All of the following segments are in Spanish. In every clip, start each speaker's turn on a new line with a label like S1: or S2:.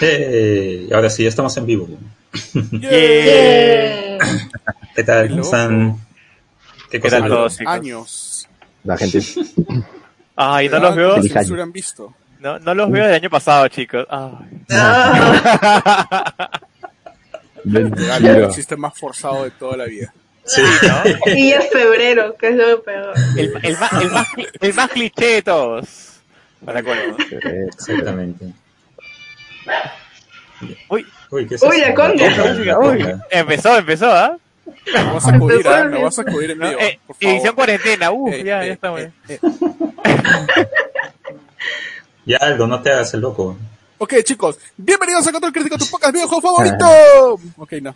S1: Hey, Eh, ahora sí, estamos en vivo.
S2: Eh,
S3: Yeah.
S1: ¿Qué tal?
S3: Qué
S1: ¿Cómo
S3: loco.
S1: están? ¿Qué
S4: ¿Qué tal
S1: tal?
S4: Pues todos, chicos?
S3: Años.
S5: La gente.
S4: Ay, no
S3: Pero
S4: los veo,
S3: antes
S5: Feliz año.
S3: se hubieran visto.
S4: no, no los veo del año pasado, chicos. Ay.
S3: Legal,
S5: Mentira.
S3: el chiste más forzado de toda la vida.
S1: Sí,
S2: Y es febrero, que es lo peor.
S4: El, el más, el, más, cli- el más cliché de todos. Para colmo.
S5: Eh,
S1: exactamente.
S4: Uy,
S1: Uy, ¿qué es
S2: Uy,
S1: eso?
S2: la conga.
S4: la música, uy. Empezó, empezó, ¿ah?
S3: Me vas a sacudir,
S2: Empezó
S3: ¿ah?
S2: el
S3: Me vas a sacudir en
S4: No,
S3: vivo,
S4: eh,
S3: por favor.
S4: edición cuarentena, uff,
S3: Eh,
S4: ya,
S3: eh,
S4: ya estamos.
S3: eh, eh.
S1: Ya, Aldo, no te hagas el loco.
S3: Ok, chicos, bienvenidos a Control Crítico, tu podcast videojuego favorito. Ok, no.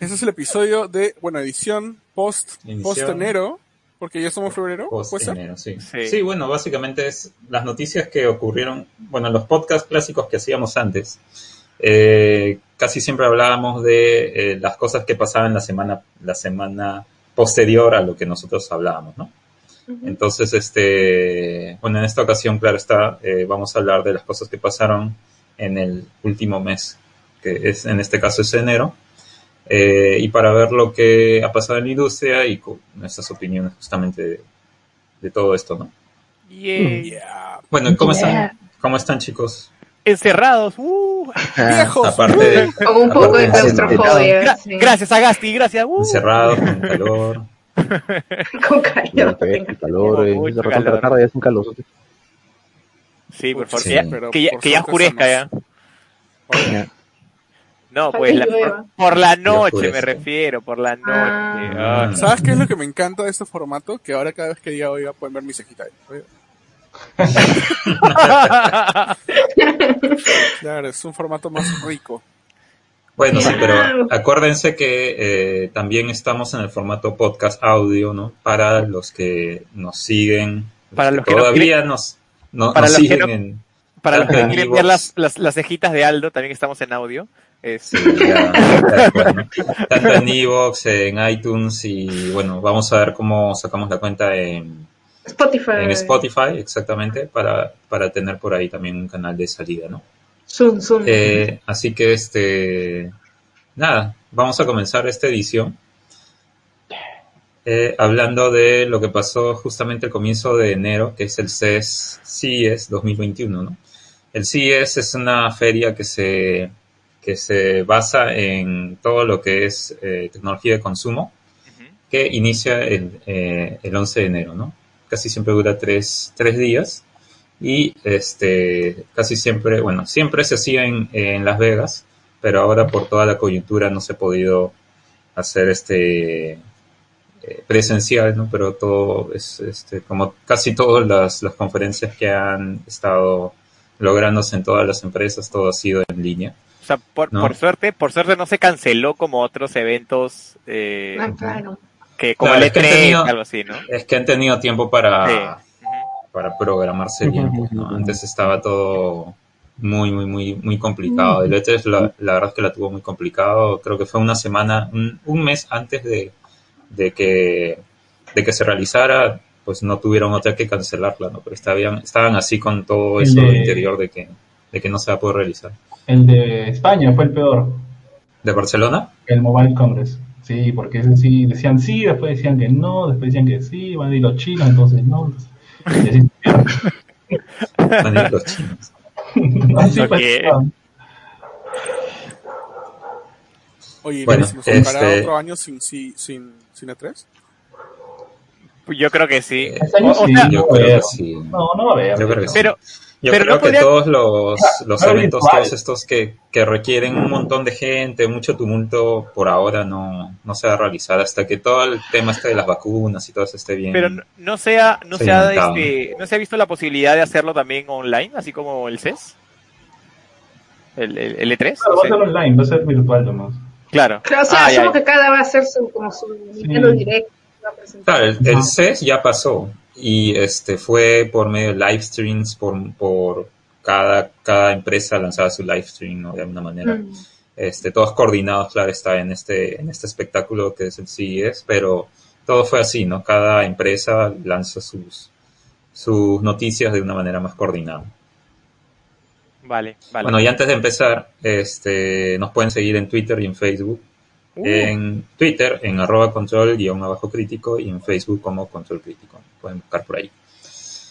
S3: Ese es el episodio de, bueno, edición post,
S1: Edición.
S3: post enero, porque ya somos febrero.
S1: Post
S3: ¿puede ser?
S1: enero, sí. sí.
S4: Sí.
S1: bueno, básicamente es las noticias que ocurrieron, bueno, en los podcasts clásicos que hacíamos antes, eh, casi siempre hablábamos de eh, las cosas que pasaban la semana, la semana posterior a lo que nosotros hablábamos, ¿no? Entonces, este, bueno, en esta ocasión, claro está, eh, vamos a hablar de las cosas que pasaron en el último mes, que es, en este caso es enero, Eh, y para ver lo que ha pasado en la industria y con nuestras opiniones justamente de, de todo esto, ¿no?
S4: Yay.
S3: Yeah.
S1: Bueno, ¿cómo
S2: Yeah.
S1: están? ¿Cómo están, chicos?
S4: Encerrados, uh.
S5: Ah,
S3: Viejos.
S1: Aparte de
S2: Con un poco de claustrofobia.
S4: Gra-
S2: sí.
S4: Gracias a Gasti, gracias, uh.
S1: encerrados, con calor.
S2: Con
S5: la
S2: calor.
S5: fe, el calor, eh,
S4: Mucho
S5: de repente
S4: calor.
S5: la tarde ya es un calor.
S4: Sí, por favor,
S1: Sí.
S4: que ya-
S3: Pero
S4: que ya,
S3: por
S4: que ya
S3: suerte
S4: oscurezca ya.
S3: sanos.
S4: No,
S2: Ojalá
S4: pues
S2: que
S4: la-
S2: llueva.
S4: por, por la
S1: oscurezca.
S4: noche me refiero, por la noche.
S2: Ah.
S4: Ay.
S3: ¿Sabes qué es lo que me encanta de este formato? Que ahora cada vez que diga oiga pueden ver mi cejita. ahí. Oiga.
S4: Ah.
S3: Claro, es un formato más rico.
S1: Bueno, sí, pero
S2: Claro.
S1: acuérdense que eh, también estamos en el formato podcast audio, ¿no? Para los que nos siguen. pues,
S4: Para los que no
S1: todavía nos, no-
S4: para
S1: nos
S4: los que
S1: siguen
S4: no-
S1: en...
S4: Para los que
S1: Ajá.
S4: quieren ver las, las, las cejitas de Aldo, también estamos en audio. este, Es-
S1: sí, ya, tal cual, ¿no? Tanto en Evox, en iTunes y bueno, vamos a ver cómo sacamos la cuenta en,
S2: Spotify.
S1: en Spotify, exactamente, para, para tener por ahí también un canal de salida, ¿no?
S2: Zoom, zoom.
S1: Eh, así que este nada, vamos a comenzar esta edición eh, hablando de lo que pasó justamente al comienzo de enero, que es el E CES, CES 2021, ¿no? El CES es una feria que se, que se basa en todo lo que es eh, tecnología de consumo, que inicia el, eh, el 11 de enero, ¿no? Casi siempre dura tres, tres días y este, casi siempre, bueno, siempre se hacía en, en Las Vegas, pero ahora por toda la coyuntura no se ha podido hacer este eh, presencial, ¿no? Pero todo es, este, como casi todas las, las conferencias que han estado lográndose en todas las empresas, todo ha sido en línea.
S4: O sea, por,
S1: No.
S4: por suerte, por suerte no se canceló como otros eventos eh,
S2: Ah, claro.
S4: que como
S1: Claro,
S4: el
S1: es que han
S4: E3,
S1: tenido-
S4: algo así, ¿no?
S1: Es que han tenido tiempo para,
S4: Sí. Ujú.
S1: para programarse bien. pues, ¿no? Antes estaba todo muy, muy, muy, muy complicado. El E3 la, la verdad es que la tuvo muy complicado. Creo que fue una semana, un, un mes antes de, de que, de que se realizara, pues no tuvieron otra que cancelarla, ¿no? Pero estaban, estaban así con todo eso
S6: Sí.
S1: interior de que, de que no se va a poder realizar.
S6: El de España fue el peor,
S1: ¿De Barcelona?
S6: el Mobile Congress. Sí, porque ese sí decían sí, después decían que no, después decían que sí, van a ir los chinos, entonces no. Y así,
S1: Van a ir los chinos.
S6: así
S4: Ok.
S6: pasaban.
S3: Oye,
S1: Bueno,
S3: ¿nos comparado
S1: este-
S3: otro año sin, sin, sin, sin E E3?
S4: Pues Yo creo que sí.
S1: Eh,
S6: Ese año
S4: O- o
S6: sí,
S4: sea,
S6: no
S1: yo
S6: va a
S1: creo
S6: haber.
S1: que sí.
S6: No, no va a haber.
S1: Yo creo que sí.
S4: Pero,
S1: Yo
S4: Pero
S1: creo
S4: no Ah,
S1: que
S4: podía-
S1: todos los, los
S6: no era
S1: eventos,
S6: virtual.
S1: todos estos que, que requieren un montón de gente, mucho tumulto, por ahora no, no se va a realizar hasta que todo el tema este de las vacunas y todo eso esté bien.
S4: pero no, no se ha, no
S1: Sí,
S4: se ha,
S1: inventado.
S4: este, no se ha visto la posibilidad de hacerlo también online, así como el CES. El, el, el E3.
S6: Claro, va a ser
S4: sí.
S6: online, va a ser virtual nomás.
S4: Claro.
S2: Claro, O sea,
S4: Ay,
S2: asumo
S4: ay.
S2: que cada va a hacer su, como su Nintendo Direct. va a presentar.
S1: Claro, el, el CES ya pasó y este fue por medio de live streams, por, por cada, cada empresa lanzaba su live stream ¿no? de alguna manera.
S2: Mm.
S1: este, todos coordinados, claro, está en este, en este espectáculo que es el CES, pero todo fue así, ¿no? Cada empresa lanza sus, sus noticias de una manera más coordinada.
S4: Vale, vale.
S1: Bueno, y antes de empezar, este, nos pueden seguir en Twitter y en Facebook.
S4: Uh,
S1: En Twitter, en arroba control guión abajo crítico y en Facebook como control crítico. Pueden buscar por ahí.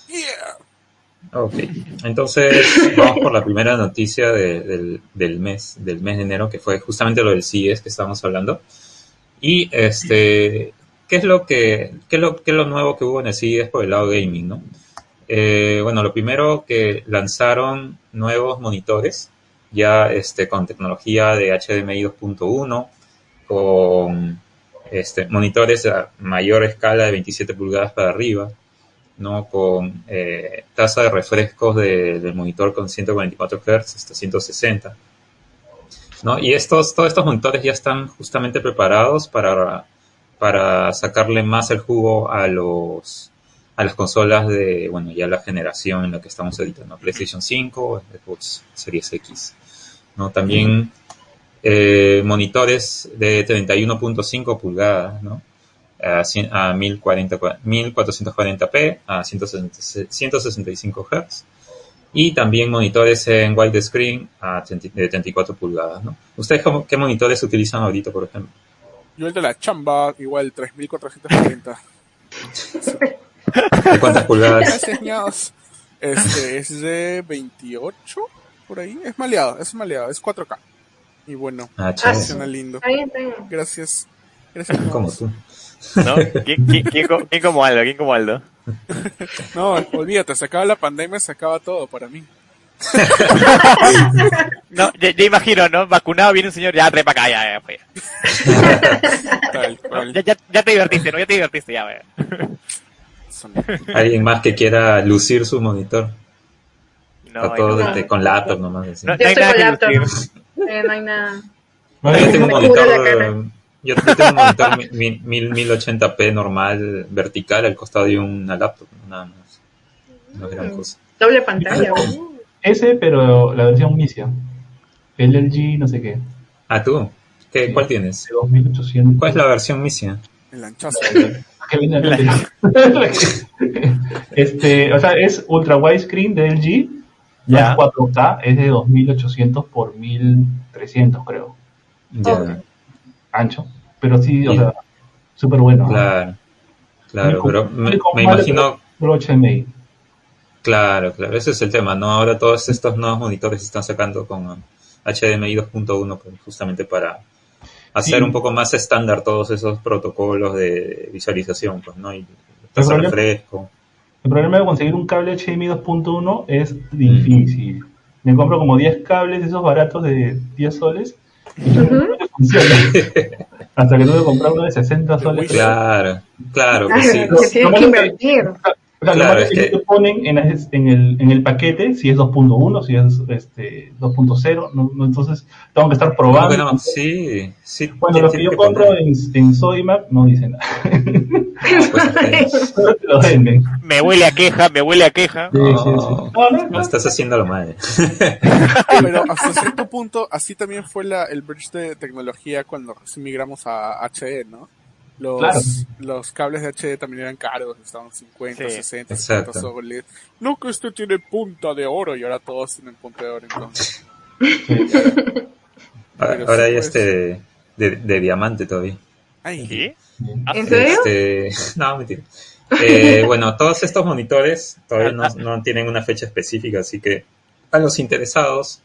S3: Yeah.
S1: Ok, entonces vamos por la primera noticia de- del, del mes, del mes de enero, que fue justamente lo del CIES que estábamos hablando. Y este, ¿qué es lo que, qué es lo, qué es lo nuevo que hubo en el CIES por el lado gaming, no? Eh, bueno, lo primero que lanzaron nuevos monitores, ya este, con tecnología de HDMI 2.1, con este, monitores a mayor escala de 27 pulgadas para arriba, ¿no? Con eh, tasa de refrescos de- del monitor con 144 Hz hasta 160. ¿no? Y estos, todos estos monitores ya están justamente preparados para, para sacarle más el jugo a los a las consolas de, bueno, ya la generación en la que estamos ahorita, ¿no? PlayStation 5, Xbox Series X, ¿no? También eh, monitores de 31.5 pulgadas, ¿no? a, cien- a 1040, cua- 1440p a 160 165 Hz y también monitores en widescreen a 30 de 34 pulgadas. ¿no? ¿Ustedes cómo- qué monitores utilizan ahorita, por ejemplo?
S3: Yo el de la chamba, igual 3440.
S1: ¿De cuántas pulgadas?
S3: Gracias, ñaos. Este es de 28, por ahí. Es maleado, es maleado, es 4K. Y bueno,
S1: Ah, chévere.
S3: suena lindo.
S2: Está bien, está bien.
S3: Gracias. Gracias. ñaos.
S1: Como tú.
S4: ¿no? ¿Quién, quién- quién co- quién como Aldo? ¿Quién como Aldo?
S3: No, olvídate, se acaba la pandemia, se acaba todo para mí.
S4: No, ya, ya imagino, ¿no? Vacunado viene un señor, ya trae para acá, ya, ya, pues, ya.
S3: Tal cual.
S4: Ya, ya- ya te divertiste, ¿no? Ya te divertiste, ya, ya.
S3: Son-
S1: ¿Alguien más que quiera lucir su monitor?
S4: No,
S1: Está
S4: hay-
S1: todo
S2: no.
S1: desde- con la laptop nomás. así.
S4: No,
S2: Yo
S4: hay
S2: estoy
S4: nada
S2: con
S4: que
S2: laptop.
S4: decir.
S2: Eh, no hay nada.
S6: Más
S1: Yo
S6: bien,
S1: tengo un
S2: Me cubre la
S1: monitor,
S2: cara.
S1: eh, yo tengo un monitor mi- mi- mil- 1080p normal, vertical, al costado de una laptop, nada más. No es gran
S2: Mm.
S1: cosa.
S2: Doble pantalla. uh.
S6: Ese, pero la versión Misia. El LG, no sé qué. De
S1: Ah, tú. ¿Qué,
S6: Sí.
S1: ¿Cuál tienes?
S6: 2800.
S1: ¿Cuál es la versión misia?
S3: El lanchazo.
S6: que viene antes. este, o sea, es ultra widescreen de LG. No
S4: Ya.
S6: es 4K, es de 2800 por 1300, creo.
S1: Ya,
S2: Ok.
S6: Ancho. Pero sí, o
S1: Y-
S6: sea, súper bueno. ¿no?
S1: Claro, claro,
S6: Único-
S1: pero me,
S6: único
S1: me
S6: malo,
S1: imagino,
S6: Puro HDMI.
S1: claro, claro, ese es el tema, ¿no? Ahora todos estos nuevos monitores se están sacando con um, HDMI 2.1 pues, justamente para hacer
S6: Sí.
S1: un poco más estándar todos esos protocolos de visualización, pues, ¿no? Y
S6: Pero
S1: tasa de
S6: yo-
S1: refresco.
S6: El problema de conseguir un cable HDMI 2.1 es
S1: Mm.
S6: difícil. Me compro como 10 cables de esos baratos de 10 soles.
S2: Ujú.
S6: No funciona. Hasta que tuve que comprar uno de 60 soles.
S3: Wish.
S1: Claro, claro que sí.
S2: Claro, Se tiene Ah, que invertir.
S6: O sea, lo
S1: Claro,
S6: malo
S1: es
S6: que,
S1: que-
S6: te ponen en, es- en el, en el paquete, si es 2.1, si es este, 2.0, no, no, entonces tengo que estar
S1: ¿Cómo que
S6: probando.
S1: no? Sí, sí.
S6: Bueno,
S1: tienes
S6: lo que yo compro
S1: poner-
S6: en, en Sodimac no dice nada.
S1: Ah, pues, ok.
S6: Solo te lo venden.
S4: Me huele a queja, me huele a queja.
S6: Sí, sí, sí.
S1: Oh.
S6: No, no,
S1: No
S6: no.
S1: estás haciendo lo mal.
S3: Pero hasta cierto punto, así también fue la, el bridge de tecnología cuando recién migramos a HD, ¿no? Los,
S6: Claro.
S3: los cables de HD también eran caros, estaban 50,
S4: Sí,
S3: 60,
S1: exacto.
S3: 70 soles. No que este tiene punta de oro y ahora todos tienen punta de oro entonces.
S6: Sí.
S1: Ahora,
S3: Pero
S1: ahora
S3: sí,
S1: hay
S3: pues.
S1: este de, de diamante todavía.
S3: Ay,
S4: ¿Sí?
S6: Sí.
S4: Ah,
S2: ¿En serio?
S1: Este, no, mentira. Eh, bueno, todos estos monitores todavía no, no tienen una fecha específica, así que a los interesados,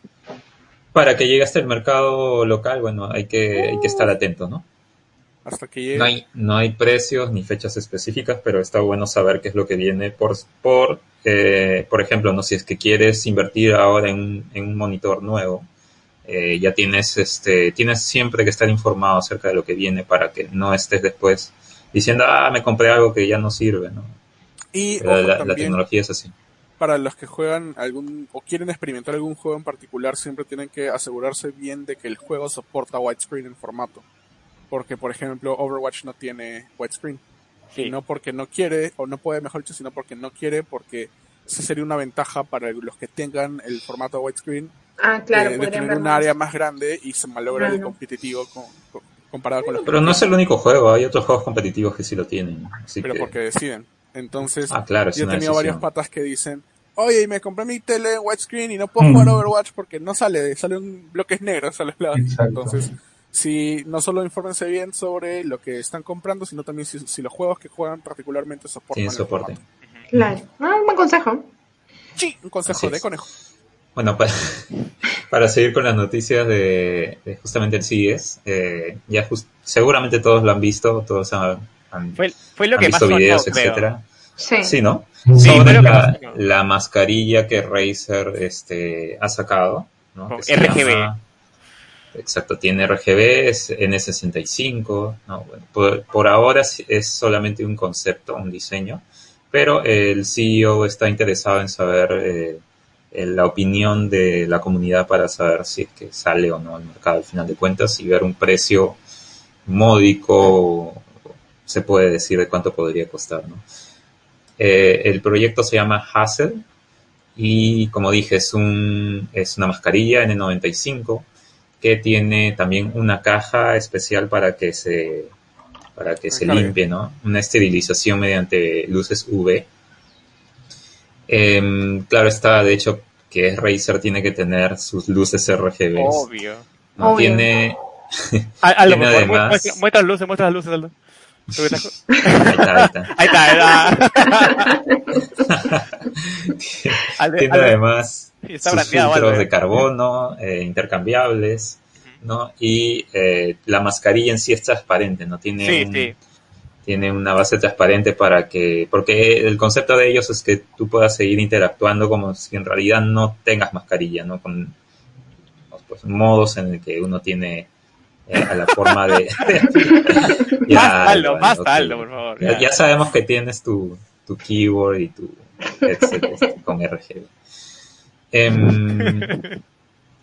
S1: para que llegue hasta el mercado local, bueno, hay que, hay que estar atentos, ¿no?
S3: hasta que llegue.
S1: No hay, no hay precios ni fechas específicas, pero está bueno saber qué es lo que viene por, por, eh, por ejemplo, no si es que quieres invertir ahora en, un- en un monitor nuevo, eh, ya tienes, este, tienes siempre que estar informado acerca de lo que viene para que no estés después diciendo, ah, me compré algo que ya no sirve, ¿no?
S3: y
S1: Pero
S3: ojo,
S1: la, la
S3: también,
S1: tecnología es así.
S3: para los que juegan algún o quieren experimentar algún juego en particular, siempre tienen que asegurarse bien de que el juego soporta widescreen en formato. Porque, por ejemplo, Overwatch no tiene widescreen. Y
S4: Sí.
S3: no porque no quiere, o no puede, mejor dicho, sino porque no quiere, porque esa sería una ventaja para los que tengan el formato widescreen eh,
S2: Ah, claro,
S3: de, de
S2: podrían
S3: tener
S2: ver
S3: un
S2: más.
S3: área más grande y se malogra el
S2: Claro.
S3: competitivo con- con- comparado con los que
S1: Pero no es el único juego, hay otros juegos competitivos que sí lo tienen. así
S3: pero
S1: que-
S3: porque deciden. Entonces,
S1: Ah, claro, es
S3: yo he
S1: una
S3: tenido varios
S1: decisión.
S3: patas que dicen, oye, y me compré mi tele en widescreen y no puedo
S6: Mm.
S3: jugar Overwatch porque no sale, sale en bloques negros a los lados.
S6: Exacto.
S3: Entonces, si no solo infórmense bien sobre lo que están comprando, sino también si, si los juegos que juegan particularmente soportan.
S1: Tiene
S3: el
S1: soporte.
S3: formato.
S2: Claro. Ah, un buen consejo.
S3: Sí, un
S1: Así
S3: consejo de
S1: es.
S3: conejo.
S1: Bueno, para, para seguir con las noticias de, de justamente el CES, eh, ya jus- seguramente todos lo han visto, todos han, han-
S4: Fue, fue lo
S1: han
S4: que más
S1: visto
S4: sonó,
S1: videos,
S4: creo.
S1: etcétera.
S2: Sí.
S1: Sí, ¿no?
S4: Sí,
S1: Sobre
S4: creo que
S1: la,
S4: no.
S1: la mascarilla que Razer este, ha sacado. ¿no?
S4: Con
S1: Que se
S4: RGB.
S1: llama- exacto, tiene RGB, es N65. ¿no? Bueno, por, por ahora es- es solamente un concepto, un diseño, pero el CEO está interesado en saber eh, eh, la opinión de la comunidad para saber si es que sale o no al mercado al final de cuentas y ver un precio módico, se puede decir de cuánto podría costar, ¿no? Eh, el proyecto se llama Hassel y como dije es, un, es una mascarilla N95 que tiene también una caja especial para que se para que se
S3: Recargue.
S1: limpie, ¿no? Una esterilización mediante luces UV. Em, claro está, de hecho, que Razer tiene que tener sus luces RGB.
S4: Obvio.
S1: ¿no?
S2: Obvio.
S1: Tiene,
S4: A, a lo
S1: Tiene
S4: mejor mu-
S1: además-
S4: muestra, muestra las luces, muestra las luces, Aldo. Lo que te has-
S1: ahí está, ahí está.
S4: Ahí está, ahí está. Aldo-
S1: Tiene
S4: Aldo-
S1: además
S4: está
S1: sus
S4: brandeado,
S1: filtros
S4: Aldo.
S1: de carbono eh, intercambiables, ¿no? Y eh, la mascarilla en sí es transparente, ¿no? Tiene,
S4: Sí,
S1: un-
S4: sí.
S1: tiene una base transparente para que... Porque el concepto de ellos es que tú puedas seguir interactuando como si en realidad no tengas mascarilla, ¿no? Con pues, modos en el que uno tiene eh, a la forma de... Ya,
S4: Basta, Aldo,
S1: vale,
S4: basta,
S1: ok.
S4: Aldo, por favor.
S1: Ya, ya sabemos que tienes tu, tu keyboard y tu headset este, con RGB. Em,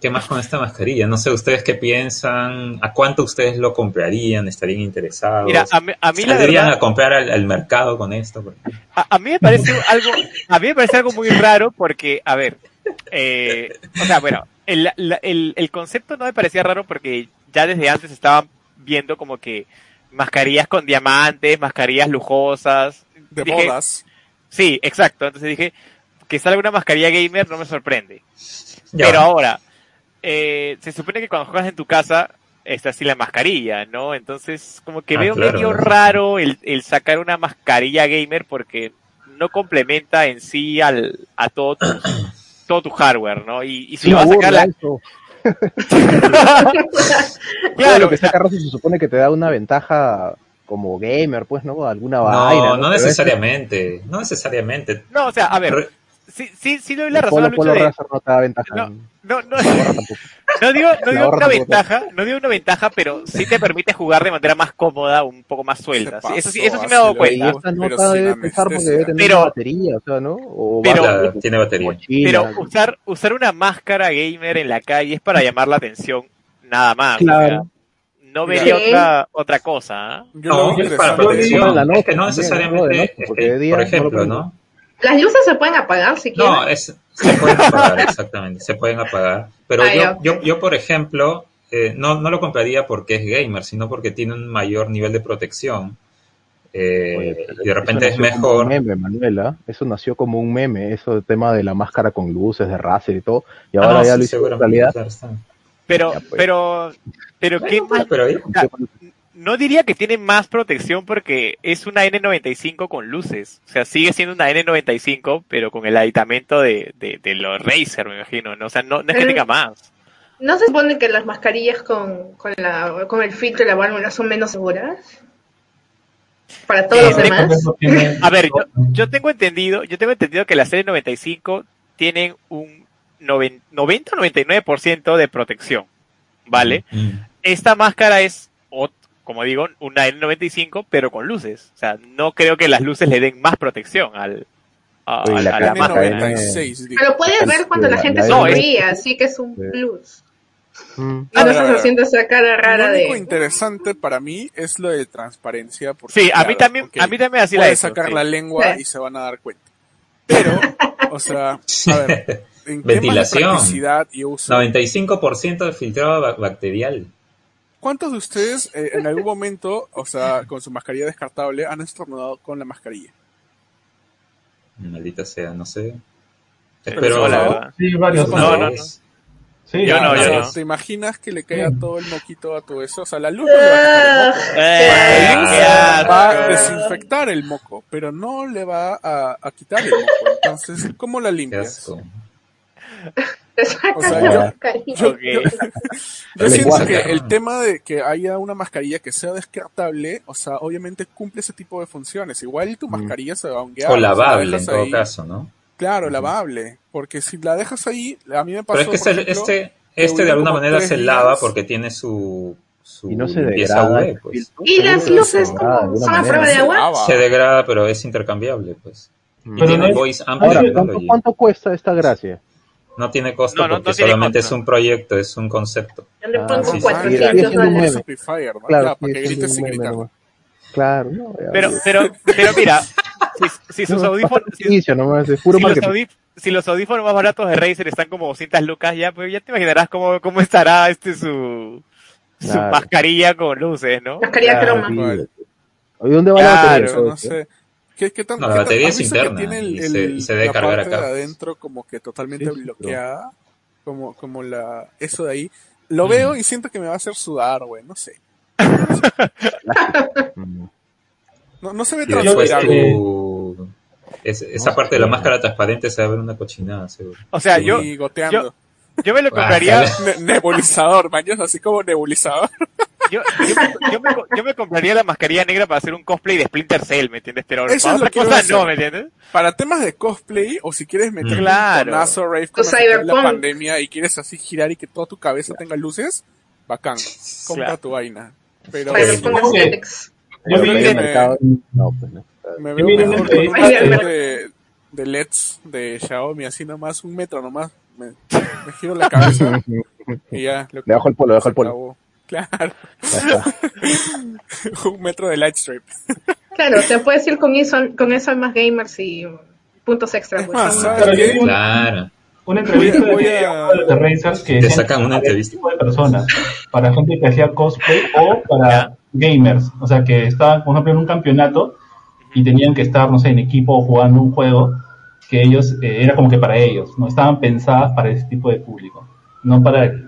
S1: ¿Qué más con esta mascarilla? No sé, ¿ustedes qué piensan? ¿A cuánto ustedes lo comprarían? ¿Estarían interesados?
S4: Mira, a mí, a mí la
S1: ¿Saldrían
S4: verdad,
S1: a comprar al, al mercado con esto?
S4: a, a mí me parece algo, a mí me parece algo muy raro porque, a ver, eh, o sea, bueno, el, la- el, el concepto no me parecía raro porque ya desde antes estaban viendo como que mascarillas con diamantes, mascarillas lujosas.
S3: De
S4: Dije,
S3: bodas.
S4: Sí, exacto. Entonces dije, que salga una mascarilla gamer no me sorprende.
S1: Ya,
S4: Pero ahora, eh, se supone que cuando juegas en tu casa está así la mascarilla, ¿no? Entonces, como que
S1: Ah,
S4: veo
S1: claro,
S4: medio
S1: ¿no?
S4: raro el, el sacar una mascarilla gamer porque no complementa en sí al, a todo tu, todo tu hardware, ¿no? Y, y si
S5: Sí,
S4: lo vas a
S5: burla
S4: sacar la...
S5: eso. Todo
S4: Claro,
S5: lo que saca Razer se supone que te da una ventaja como gamer, pues, ¿no? Alguna vaina.
S1: no, no
S5: Pero
S1: necesariamente. No necesariamente.
S4: no, o sea, a ver,
S1: Re-
S4: sí, sí, sí le doy
S5: es-
S4: la razón a
S5: Polo
S4: Lucho
S5: Polo
S4: de...
S5: Razer no te da ventaja.
S4: No.
S5: ni-
S4: No, no,
S5: ni gorra tampoco.
S4: No digo, no digo
S5: ahorra
S4: una
S5: tampoco.
S4: ventaja, no digo una ventaja, pero sí te permite jugar de manera más cómoda, un poco más suelta. Sí, Eso sí, eso sí me he dado
S3: Pero
S5: cuenta.
S3: ahí
S5: Y
S3: es-
S5: esta
S3: pero
S5: nota
S3: sin
S5: debe pesar porque
S3: anestesia.
S5: debe tener
S4: Pero-
S5: una batería, o sea, ¿no? O
S4: Pero-
S5: barra,
S1: la- tiene batería.
S5: mochila,
S4: Pero
S5: algo.
S4: usar, usar una máscara gamer en la calle es para llamar la atención, nada más.
S5: Claro.
S4: O sea, no
S3: Sí.
S4: vería otra, otra cosa. ¿ah?
S3: Yo
S1: No,
S3: lo veo
S1: es para
S3: interesante-
S5: Yo digo,
S1: protección.
S5: la
S1: es que no
S5: noche también,
S1: necesariamente,
S5: ¿no? De noche,
S1: es que,
S5: porque de día
S1: por
S5: no lo
S1: ejemplo,
S5: prenden.
S1: ¿no?
S2: Las luces se pueden apagar si quieren.
S1: No, es, se pueden apagar, exactamente, se pueden apagar. Pero
S2: Ah,
S1: yo,
S2: ya, ok.
S1: yo, yo, por ejemplo, eh, no, no lo compraría porque es gamer, sino porque tiene un mayor nivel de protección. Eh,
S5: Oye, pero
S1: y de repente es
S5: eso nació como un
S1: mejor. Ah,
S5: meme, Manuela. Eso nació como un meme, eso del tema de la máscara con luces, de Razer y todo. Y
S1: Ah,
S5: ahora
S1: no,
S5: ya
S1: sí,
S5: lo hicieron en
S1: seguramente,
S5: realidad.
S1: claro, está.
S4: Pero,
S5: Ya, pues.
S4: pero, pero qué
S1: Bueno, pues.
S4: más,
S1: pero ahí-
S4: no diría que tiene más protección porque es una N95 con luces. O sea, sigue siendo una N95, pero con el aditamento de, de, de los Razer, me imagino. ¿no? O sea, no, no es que
S2: Pero-
S4: tenga más.
S2: ¿No se supone que las mascarillas con, con, la, con el filtro y la válvula son menos seguras? Para todos
S4: Eh,
S2: los
S4: de-
S2: demás.
S4: A ver, Yo tengo entendido, yo tengo entendido que las serie 95 tienen un noven- 90 o 99% de protección, ¿vale?
S1: Mm.
S4: Esta máscara es, ot- como digo, una N95, pero con luces. O sea, no creo que las luces le den más protección al, a,
S5: Uy,
S4: a-
S5: la
S4: a la
S5: cara
S3: Tiene
S5: máscara,
S4: máscara.
S3: 96, digo.
S2: Pero puedes ver cuando la gente
S5: La-
S4: la-
S2: sonríe, así que es un
S5: Sí.
S2: plus.
S5: Mm.
S2: Y
S3: A
S2: no
S3: ver, a ver, a
S2: estás
S3: ver.
S2: haciendo esa cara rara
S3: Lo único
S2: de...
S3: interesante para mí es lo de transparencia. Porque,
S4: Sí, a
S3: claro,
S4: mí también,
S3: ok,
S4: a mí también así la
S3: puedes
S4: hizo,
S3: sacar
S4: sí.
S3: la lengua
S2: Sí.
S3: y se van a dar cuenta. Pero, o sea, a ver, en temas de
S1: Ventilación.
S3: practicidad y uso,
S1: 95% de filtrado ba- bacterial.
S3: ¿cuántos de ustedes eh, en algún momento, o sea, con su mascarilla descartable, han estornudado con la mascarilla?
S1: Maldita sea, no sé. Espero.
S4: no, la
S1: no,
S4: verdad.
S6: Sí, varios.
S4: No,
S6: son.
S4: no, no.
S6: Sí,
S4: Yo
S6: ah,
S4: no,
S3: O
S4: yo
S3: sea,
S4: no.
S3: ¿Te imaginas que le caiga todo el moquito a todo eso? O sea, la luz no le va a quitar el
S2: Ah,
S3: moco. La
S4: Eh, qué
S3: luz va a
S4: asco.
S3: desinfectar el moco, pero no le va a, a quitar el moco. Entonces, ¿cómo la
S1: Qué
S3: limpias?
S1: asco.
S2: te sacas
S3: O sea,
S2: la
S5: yo-
S2: mascarilla.
S4: Ok.
S3: Yo
S5: El
S3: siento
S5: lenguaje.
S3: que el tema de que haya una mascarilla que sea descartable, o sea, obviamente cumple ese tipo de funciones. Igual tu
S5: Mm.
S3: mascarilla se va a honguear.
S1: O
S3: sea, la
S1: lavable, en
S3: dejas
S1: todo
S3: ahí-
S1: caso, ¿no?
S3: Claro,
S1: Ujú.
S3: lavable. Porque si la dejas ahí, a mí me pasó.
S1: Pero es que
S3: por
S1: este,
S3: ejemplo,
S1: este,
S3: que
S1: este de
S3: duran
S1: alguna
S3: como
S1: manera
S3: tres
S1: se
S3: días.
S1: lava porque tiene su, su
S5: Y no se
S1: limpieza
S5: degrada.
S1: UV,
S5: ese
S1: pues.
S5: filtro,
S2: Y
S5: seguro
S2: las
S5: que se
S2: luces
S5: degrada de
S2: como
S5: alguna
S2: son a prueba
S5: manera.
S2: de agua.
S3: Lava.
S1: Se degrada, pero es intercambiable, pues. Y
S6: Pero
S1: tiene
S6: no es-
S1: Voice Amp
S5: Ahora, ¿cuánto,
S1: Technology.
S5: cuánto cuesta esta gracia?
S1: No tiene costo
S4: No, no-
S1: porque
S4: no tiene
S1: solamente
S4: costo.
S1: es un proyecto, es un concepto.
S2: Yo le
S5: Ah,
S2: pongo
S3: No
S5: sí,
S3: manches,
S5: sigue-
S2: 400
S5: sigue siendo un
S2: dólares.
S3: es
S5: meme.
S3: amplifier, ¿no?
S5: Claro,
S3: Ya, para
S5: sigue
S3: que
S5: siendo
S3: grites
S5: un
S3: sin
S5: meme
S3: gritar.
S5: nomás. Claro, no. ya,
S4: Pero,
S5: olvídate.
S4: pero, pero mira, si, si sus
S5: No, pasar
S4: audífonos,
S5: el
S4: si,
S5: servicio nomás, es puro
S4: si los
S5: marketing.
S4: audí- si los audífonos más baratos de Razer están como 200 lucas ya, pues ya te imaginarás cómo, cómo estará este su, su
S5: Claro.
S4: mascarilla con luces, ¿no?
S2: Mascarilla
S5: Claro,
S2: croma.
S5: olvídate. ¿Y dónde va la
S4: Claro.
S5: batería?
S3: O sea, no
S5: Pues, eh?
S3: sé. ¿Qué, qué tan,
S1: No, la
S3: qué tan-
S1: batería
S3: ¿Has
S1: es
S3: visto que
S1: interna
S3: tiene el,
S1: y se, y
S3: el-
S1: se debe
S3: la
S1: cargar
S3: parte de
S1: acá. pues.
S3: adentro como que totalmente
S5: Sí, sí, pero-
S3: bloqueada? Como, como la, eso de ahí. Lo
S1: Mm.
S3: veo y siento que me va a hacer sudar, güey, no sé.
S5: Mm,
S3: No, no se ve
S1: Y después
S3: transpirable.
S6: este-
S1: tu... es-
S5: Eh, No
S1: esa parte de la
S5: sé.
S1: máscara transparente se va a ver una cochinada, seguro.
S4: O sea, yo,
S3: Y goteando.
S4: yo me lo compraría,
S1: Guácala.
S3: Ne- nebulizador, maños, así como nebulizador.
S4: yo, yo, me, yo, me, co- yo me compraría la mascarilla negra para hacer un cosplay de Splinter Cell, ¿me entiendes? Pero
S3: Eso
S4: para
S3: es lo
S4: otra
S3: que iba a
S4: cosa
S3: hacer.
S4: no, ¿me entiendes?
S3: Para temas de cosplay, o si quieres meterle
S4: Claro.
S3: un tonazo rave con la
S2: Tu
S3: cuestión de la
S2: cyberpunk.
S3: pandemia y quieres así girar y que toda tu cabeza tenga luces, bacán. Compra
S4: Claro.
S3: tu vaina. Pero
S2: Para que
S1: Pues,
S2: pongas
S6: supongo que-
S2: látex.
S5: Pero
S6: Yo vi
S5: para ir
S3: bien,
S5: al
S3: eh.
S5: mercado, no, pues no.
S3: me
S6: Yo
S3: veo
S6: vi una
S3: mejor con un
S6: entrevista
S2: Ay,
S3: montón
S6: de,
S2: Alberto.
S3: de, de LEDs de Xiaomi, así nomás un metro nomás. Me, me giro la cabeza y ya. Lo,
S5: Debajo el polo, debajo
S3: se
S5: el polo.
S3: acabó. Claro,
S5: Ya está.
S3: un metro de light strip.
S2: Claro, te puedes ir con eso, con eso hay más gamers y um, puntos extra.
S3: Es
S2: pues,
S3: más,
S2: ¿no?
S3: ¿sabes
S6: Pero yo
S3: qué?
S6: digo-
S1: claro.
S6: una
S3: Voy a-
S6: entrevista de,
S3: voy
S6: de
S3: a-
S6: uno de los de Razer
S1: Te
S6: que decían
S1: sacan una
S6: para este
S1: entrevista.
S6: tipo de personas, para gente que hacía cosplay o para gamers, o sea que estaban, por ejemplo, en un campeonato y tenían que estar, no sé, en equipo jugando un juego que ellos, eh, era como que para ellos, no estaban pensadas para ese tipo de público, no para el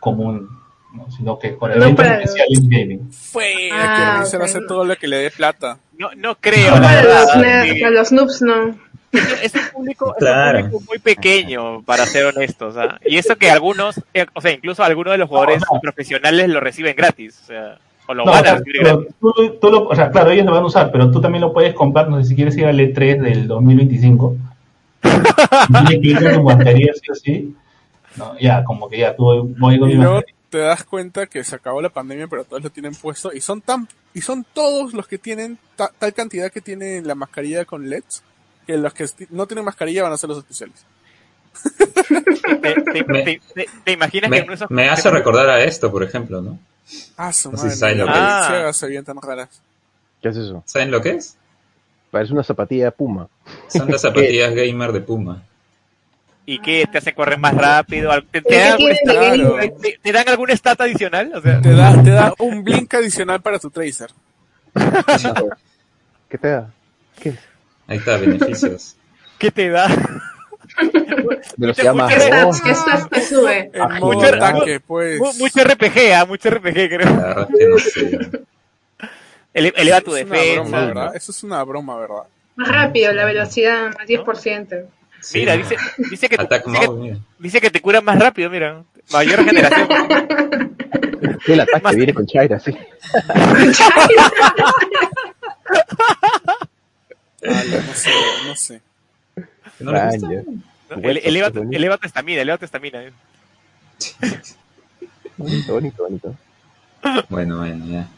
S6: común, ¿no? sino que para
S2: No
S6: eventos
S2: para-
S6: especiales gaming.
S3: Fue que
S2: Ah,
S3: Razer hace
S2: ok.
S3: todo lo que le dé plata.
S4: No, no creo,
S2: No
S4: la
S2: para los,
S4: verdad.
S2: ne-
S4: que-
S2: para los noobs, no.
S4: es, es un público, es un
S1: Claro.
S4: público muy pequeño, para ser honestos, ¿ah? Y eso que algunos, eh, o sea, incluso algunos de los jugadores
S6: No, no.
S4: profesionales lo reciben gratis, o sea, o lo
S6: No, o
S4: van a
S6: sea,
S4: recibir
S6: pero
S4: gratis.
S6: tú, tú lo- o sea, claro, ellos lo van a usar, pero tú también lo puedes comprar, no sé si quieres ir al E3 del 2025. Y Tienes que ir con tu mascarilla, sí o sí. No, ya, como que ya, tú voy con
S3: Y
S6: mi
S3: luego
S6: mascarilla.
S3: te das cuenta que se acabó la pandemia, pero todos lo tienen puesto. Y son tan, y son todos los que tienen ta- tal cantidad que tienen la mascarilla con LEDs, que los que esti- no tienen mascarilla van a ser los especiales.
S4: ¿Te, te-
S1: Me-
S4: te- te- te imaginas que
S1: Me,
S4: en uno de esos...
S1: me hace recordar a esto, por ejemplo, ¿no?
S3: Ah, su
S1: No sé si
S3: madre,
S1: saben
S3: las
S1: lo que es.
S3: Balenciagas se veían tan raras.
S5: ¿Qué es eso?
S1: ¿Saben lo que es?
S5: Parece una zapatilla de puma.
S1: Son las
S5: ¿Qué?
S1: zapatillas gamer de Puma.
S4: ¿Y que te hacen correr más rápido? al- ¿Te, te
S2: ¿Y
S4: dan
S2: qué
S4: algún
S2: tienen de
S4: stat,
S3: Claro.
S2: gamer?
S4: te, te dan algún stat adicional? O sea,
S3: Te da, te da un blink adicional para tu tracer.
S5: No, pues. ¿Qué te da? ¿Qué es?
S1: Ahí está, beneficios.
S4: ¿qué te da?
S5: Velocidad más
S4: muchas-
S1: "Oh,
S2: Stats,
S5: dos.
S2: ¿qué stats te sube?
S1: Ah,
S3: En modo
S5: Agilidad.
S3: ataque, pues.
S4: Mu- Mucho RPG, ¿ah? Mucho RPG,
S1: La
S4: creo.
S1: verdad es que no sé.
S4: Ele- eleva tu
S3: Eso es una broma,
S4: defensa.
S3: ¿verdad? Eso es una broma, ¿verdad?
S2: Más rápido, la velocidad, más 10%.
S1: Sí.
S4: Mira, dice, dice, que te,
S1: Attack
S4: dice, que,
S1: Mode, mira.
S4: dice que te curan más rápido, mira. Mayor generación.
S5: Y el ataque
S4: Más-
S5: viene con Chaira, sí.
S3: Ala, no sé, no sé.
S1: ¿No les gusta?
S5: Man,
S4: ¿no?
S5: Huesos,
S4: Ele- eleva,
S5: qué bonito.
S4: eleva tu estamina, eleva tu estamina. eh.
S5: ya. Bonito, bonito, bonito.
S1: Bueno, bueno, ya.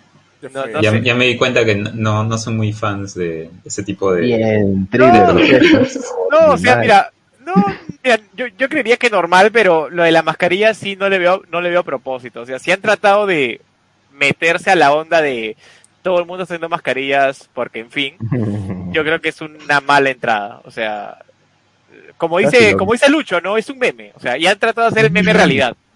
S3: Ya
S4: No,
S3: fue.
S4: no
S1: Ya,
S4: sé.
S1: ya me di cuenta que no, no son muy fans de ese tipo de...
S5: Bien, thriller,
S4: No.
S5: objetos.
S4: No, o sea,
S5: Man.
S4: mira, no, mira, yo, yo creería que normal, pero lo de la mascarilla sí no le veo, no le veo propósito. O sea, sí han tratado de meterse a la onda de todo el mundo haciendo mascarillas, porque en fin, yo creo que es una mala entrada. O sea, como
S5: Casi
S4: dice,
S5: lo-
S4: como dice Lucho, no es un meme. O sea, ya han tratado de hacer el meme realidad.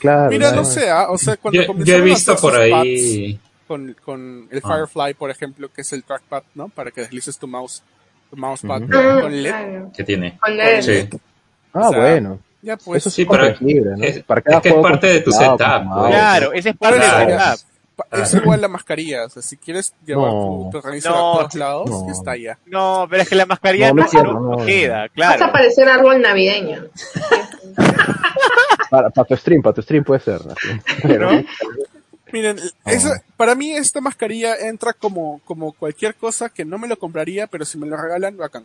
S5: Claro,
S3: Mira,
S5: nada
S3: no
S5: más.
S3: sé, ah, o sea, cuando
S1: Yo, yo he
S3: comenzaron a hacer
S1: visto
S3: sus
S1: por
S3: pads
S1: ahí...
S3: con, con el
S1: Ah.
S3: Firefly, por ejemplo, que es el trackpad, ¿no? Para que deslices tu mouse, tu mousepad
S5: Ujú.
S2: Ah,
S3: con LED,
S2: claro.
S1: ¿Qué tiene?
S2: Con
S3: con
S2: LED.
S1: Sí.
S3: LED.
S5: Ah,
S3: O sea,
S5: bueno.
S3: Ya pues,
S5: Eso sí,
S1: Sí,
S5: compra
S1: pero
S5: libre, ¿no?
S1: es-
S5: Para
S1: es
S5: cada
S1: que es
S5: juego
S1: parte de tu
S5: configurado,
S1: setup,
S5: configurado.
S1: pues.
S4: Claro, ese es parte
S3: Claro.
S4: del setup.
S3: pa- es igual la mascarilla. O sea, si quieres llevar
S5: No.
S3: tu, tu organizador
S4: No,
S3: a todos
S4: sí.
S3: lados,
S5: No.
S3: está ya.
S4: No, pero es que la mascarilla no,
S5: No, no
S4: no,
S5: quiero,
S4: no
S5: no.
S4: queda,
S2: Vas a
S4: claro.
S2: parecer árbol navideño.
S5: Para, para tu stream, para tu stream puede ser. ¿no? Pero,
S4: ¿No?
S3: Miren,
S5: Ah.
S3: esa- para mí esta mascarilla entra como, como cualquier cosa que no me lo compraría, pero si me lo regalan, bacán.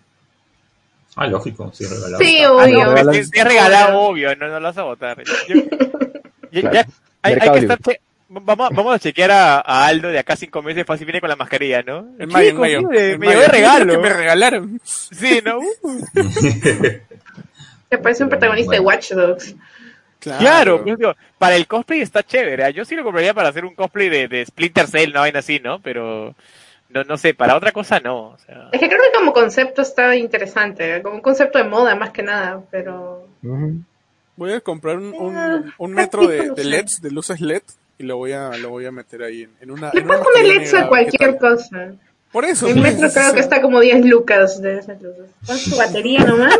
S1: Ah, lógico, sí, regalado.
S2: Sí,
S4: Ah, no,
S2: obvio.
S5: regalan-
S4: es, es- es regalado, obvio, no, no lo vas a votar. Yo- ya-
S5: Claro.
S4: ya- hay, hay
S5: Mercado
S4: que
S5: Libre.
S4: estar. che- Vamos, vamos a chequear a, a Aldo de acá a cinco meses, fácil viene con la mascarilla, ¿no?
S3: En mayo, en
S4: Chicos,
S3: mayo.
S4: mire,
S3: En
S4: me
S3: mayo. Mira
S4: llevé
S3: lo
S4: regalo.
S3: que me regalaron.
S4: Sí, ¿no? Uh,
S2: Me parece un protagonista de Watch Dogs.
S4: claro, pues, digo, para el cosplay está chévere. ¿ah? Yo sí lo compraría para hacer un cosplay de, de Splinter Cell, no vaina así, ¿no? Pero no, no sé, para otra cosa no. o sea.
S2: Es que creo que como concepto está interesante, como un concepto de moda más que nada, pero...
S5: ujú.
S3: Voy a comprar un, un,
S2: Ah,
S3: un metro de,
S2: no
S3: de
S2: sé.
S3: LEDs, de luces LED, y lo voy a, lo voy a meter ahí en, en
S4: Ah,
S3: una.
S2: Le
S3: en una
S2: puedes poner
S3: mascarilla
S2: LEDs
S3: negra,
S2: E a
S3: a ver qué
S2: cualquier
S3: tal.
S2: cosa.
S3: Por eso.
S2: En
S3: pues,
S2: metro
S3: sí,
S2: creo
S3: sí.
S2: que está como 10 lucas de esas luces. ¿Cuál es su batería nomás?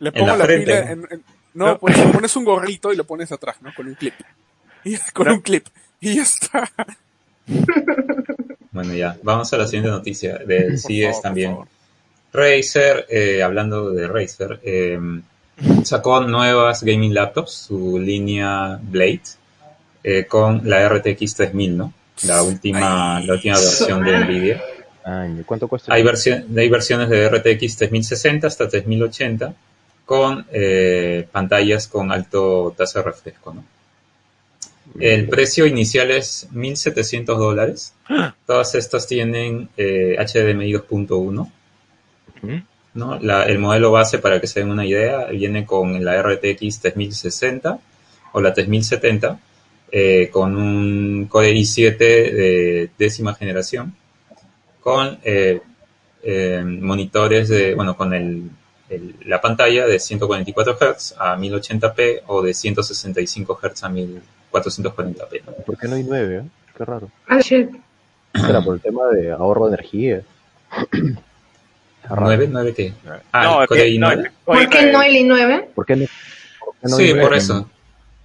S3: Le
S1: En
S3: pongo
S1: la
S3: la,
S1: frente,
S3: pila. en- en- no, pues le pones un gorrito y lo pones atrás, ¿no? Con un clip. Y, con un clip. Y ya está.
S1: Bueno, ya. Vamos a la siguiente noticia del
S3: Por
S1: CES
S3: favor, por
S1: también.
S3: favor.
S1: Razer, eh, hablando de Razer, eh, sacó nuevas gaming laptops, su línea Blade, eh, con la RTX 3000, ¿no? La última, la última versión de Nvidia.
S5: Ay, ¿Cuánto cuesta?
S1: Hay, versión- hay versiones de RTX 3060 hasta 3080 con eh, pantallas con alto tasa de refresco, ¿no? El precio inicial es 1.700 dólares. Todas estas tienen eh, HDMI 2.1.
S5: Ujú.
S1: ¿no? La- el modelo base, para que se den una idea, viene con la RTX 3060 o la 3070 eh, con un Core i7 de décima generación con eh, eh, monitores de, bueno, con el- el- la pantalla de 144 Hz a 1080p o de 165 Hz a 1440p. ¿no?
S5: ¿Por qué no hay nueve? eh? Qué raro.
S2: Ah, shit.
S5: Será por el tema de ahorro de energía. Está raro.
S1: ¿Nueve? ¿Nueve qué? Ah,
S4: no, eh,
S1: el Core
S4: es que- no,
S1: i9.
S4: es que-
S2: ¿Por qué no el i9?
S5: ¿Por qué no? por qué no hay
S1: sí,
S5: nueve?
S1: por eso.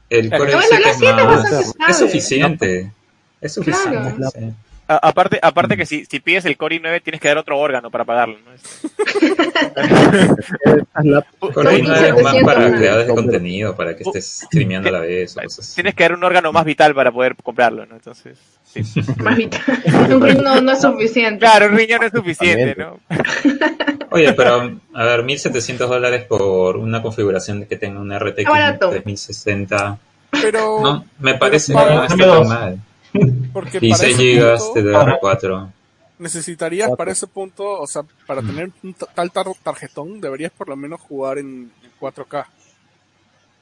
S1: El
S4: Claro.
S1: Core
S2: Bueno,
S1: i7
S2: la
S1: es
S2: 7
S1: más-
S2: más aceptable.
S1: Es suficiente. Es suficiente.
S2: Claro.
S1: sí.
S4: A- aparte, aparte
S5: Mm.
S4: que si, si pides el Core i9 tienes que dar otro órgano para pagarlo. ¿no?
S5: Estas laptops
S1: Core
S2: Son
S1: i9 es más
S2: 1700
S1: para
S2: más.
S1: creadores de
S5: Son-
S1: contenido, para que estés streameando a la vez o cosas así.
S4: Tienes que dar un órgano más vital para poder comprarlo, ¿no? Entonces, sí.
S2: Mamita. Un ring no, no es suficiente.
S4: Claro, un riñón es suficiente, ¿no?
S1: Oye, pero a ver, 1700 dólares por una configuración que tenga una RTX
S2: Está barato.
S1: 3060
S3: Pero.
S1: No, me parece que
S3: Pero
S1: no
S6: para-
S1: está tan mal. este
S3: Porque para
S1: 16
S3: ese
S1: GB
S3: punto,
S1: DDR4.
S3: necesitarías para ese punto, o sea, para
S1: Mm.
S3: tener un ta- tal tar- tarjetón, deberías por lo menos jugar en en 4K.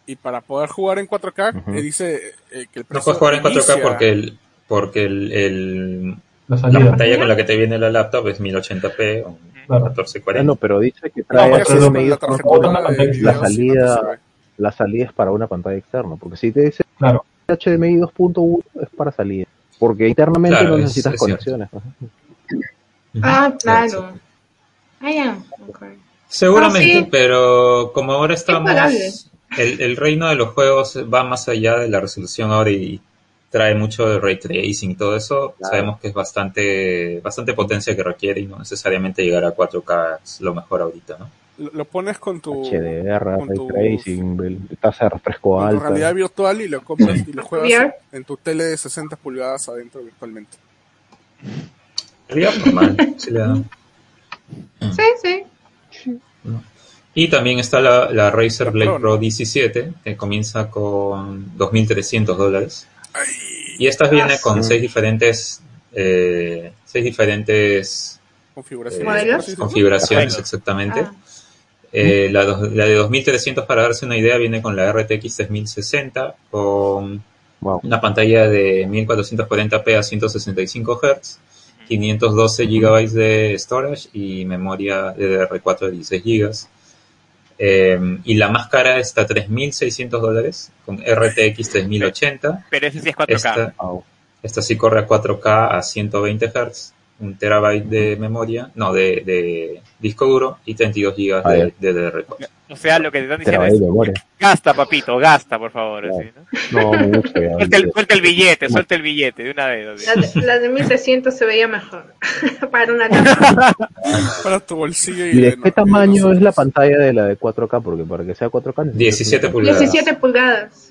S3: Y para poder jugar en 4K,
S5: Ujú.
S3: eh, dice eh, que el
S1: No
S3: precio
S1: puedes jugar en 4K
S3: inicia-
S1: porque el, porque el, el-
S6: La
S1: la
S6: salida.
S1: pantalla con la que te viene la laptop es 1080p o
S6: Claro.
S1: 1440.
S5: Ah, no, pero dice que
S3: No,
S5: trae
S3: pero si es con
S5: HDMI
S3: la
S5: 2.1.
S3: tarjetona de
S6: La
S3: video, sí, no te
S5: salida-
S3: sirve.
S5: La salida es para una pantalla externa. Porque si te dice
S6: Claro.
S5: HDMI 2.1 es para salida. Porque internamente
S1: Claro,
S5: no
S1: es-
S5: necesitas
S1: es
S5: conexiones. ¿no?
S2: Ah,
S1: Claro,
S2: claro.
S1: sí.
S2: Ah, ya. Ok.
S1: Seguramente,
S2: No, sí.
S1: pero como ahora
S2: pagable.
S1: estamos, el, el reino de los juegos va más allá de la resolución ahora y trae mucho de ray tracing y todo eso.
S5: Claro.
S1: Sabemos que es bastante, bastante potencia que requiere y no necesariamente llegar a 4K es lo mejor ahorita, ¿no?
S3: Lo, lo pones con tu,
S5: HDR,
S3: con
S5: ray
S3: tu-
S5: tracing, el- tasa de refresco
S3: con tu
S5: alta.
S3: realidad virtual y lo compras y lo juegas
S2: VR.
S3: en tu tele de 60 pulgadas adentro virtualmente.
S1: Sería normal. sí le da.
S2: Sí, sí.
S1: Y también está la, la Razer
S3: La
S1: Blade
S3: Pro,
S1: Pro,
S3: ¿no?
S1: 17, que comienza con 2.300 dólares. Y estas viene con
S5: sí.
S1: seis diferentes, eh, seis diferentes eh,
S3: Configuración.
S2: ¿Modelos?
S3: Sí, sí, sí.
S1: configuraciones
S4: Perfecto.
S1: exactamente.
S2: Ah.
S1: Eh, la, dos- la de 2300, para darse una idea, viene con la RTX 3060, con
S5: Wow.
S1: una pantalla de 1440p a 165 Hz, 512 GB de storage y memoria DDR4 de 16 GB. Eh, y la más cara está 3600 dólares con RTX 3080.
S4: Pero ese sí es 4K.
S1: Esta, esta sí corre a 4K a 120 Hz un terabyte de memoria, no, de, de disco duro y 32 gigas
S5: Ah,
S1: de, de DDR4.
S4: O sea, lo que te están diciendo
S5: Terabyte
S4: es,
S5: de memoria.
S4: gasta, papito, gasta, por favor.
S5: Claro.
S4: así, ¿no?
S5: No, mucho ya.
S4: Suelta, el, suelta el billete, suelta el billete, de una vez. así.
S2: La de, la de 1300 se veía mejor. Para una cámara.
S3: Para tu bolsillo y,
S5: ¿Y de
S3: no-
S5: qué
S3: y
S5: tamaño
S3: no-
S5: es la pantalla de la de 4K? Porque para que sea 4K... necesitas
S1: 17
S5: una-
S1: pulgadas.
S2: 17 pulgadas.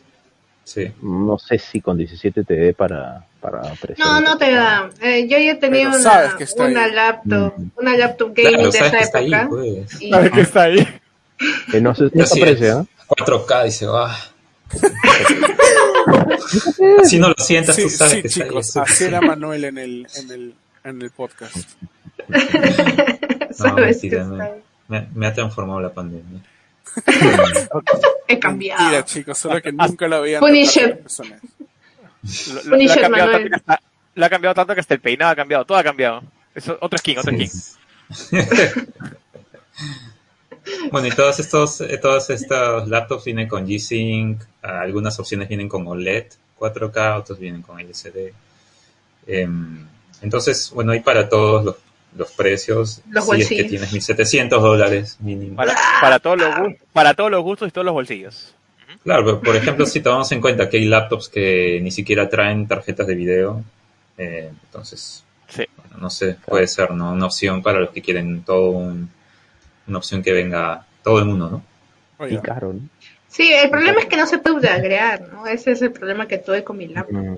S1: Sí.
S5: No sé si con 17 te dé para... para apreciar
S2: No,
S5: el
S2: no te da. Eh, yo ya tenía
S3: Pero sabes
S2: una,
S3: que está
S2: una
S3: ahí.
S2: laptop,
S5: Mm.
S2: una laptop gaming
S1: Claro,
S2: de
S1: sabes
S2: esa
S1: que está ahí,
S2: época.
S1: pues.
S2: y-
S4: Sabe que está ahí.
S5: Eh, no sé, no
S1: Así
S5: se
S1: es.
S5: aprecia, ¿eh? ¿no?
S1: 4K y se va. si no lo sientas,
S3: Sí,
S1: tú sabes
S3: sí,
S1: que está ahí.
S3: chicos,
S1: Eso-
S3: ah. así era Manuel en el, en el, en el podcast.
S1: No,
S2: sabes que
S1: mentira, no.
S2: está ahí.
S1: Me, me ha transformado la pandemia.
S2: He
S3: Mentira,
S2: cambiado.
S3: chicos, solo que nunca lo veían.
S2: Punisher.
S3: tantas personas.
S4: Lo, lo-
S2: Punisher,
S4: lo ha cambiado tanto
S2: Manuel.
S4: que hasta, lo ha cambiado tanto que hasta el peinado ha cambiado, todo ha cambiado. Eso, otro skin, otro skin.
S1: Bueno, y todos estos, eh, todas estas laptops vienen con G-Sync, ah, algunas opciones vienen con E OLED 4K, otros vienen con LCD. Em, entonces, bueno, hay para todos los, los precios.
S2: Los
S1: si es que
S2: bolsillos.
S1: tienes 1.700 dólares mínimo.
S4: Para, para, todos los, gu- para todos los gustos y todos los bolsillos.
S1: Claro, pero por ejemplo, si tomamos en cuenta que hay laptops que ni siquiera traen tarjetas de video, eh, entonces,
S4: Sí.
S1: bueno, no sé, puede ser ¿no? una opción para los que quieren todo un- una opción que venga todo el mundo, ¿no?
S5: Y
S3: Oiga,
S5: caro, ¿no?
S2: Sí, el problema es que no se puede updadear, ¿no? Ese es el problema que tuve con mi laptop.
S6: Mm,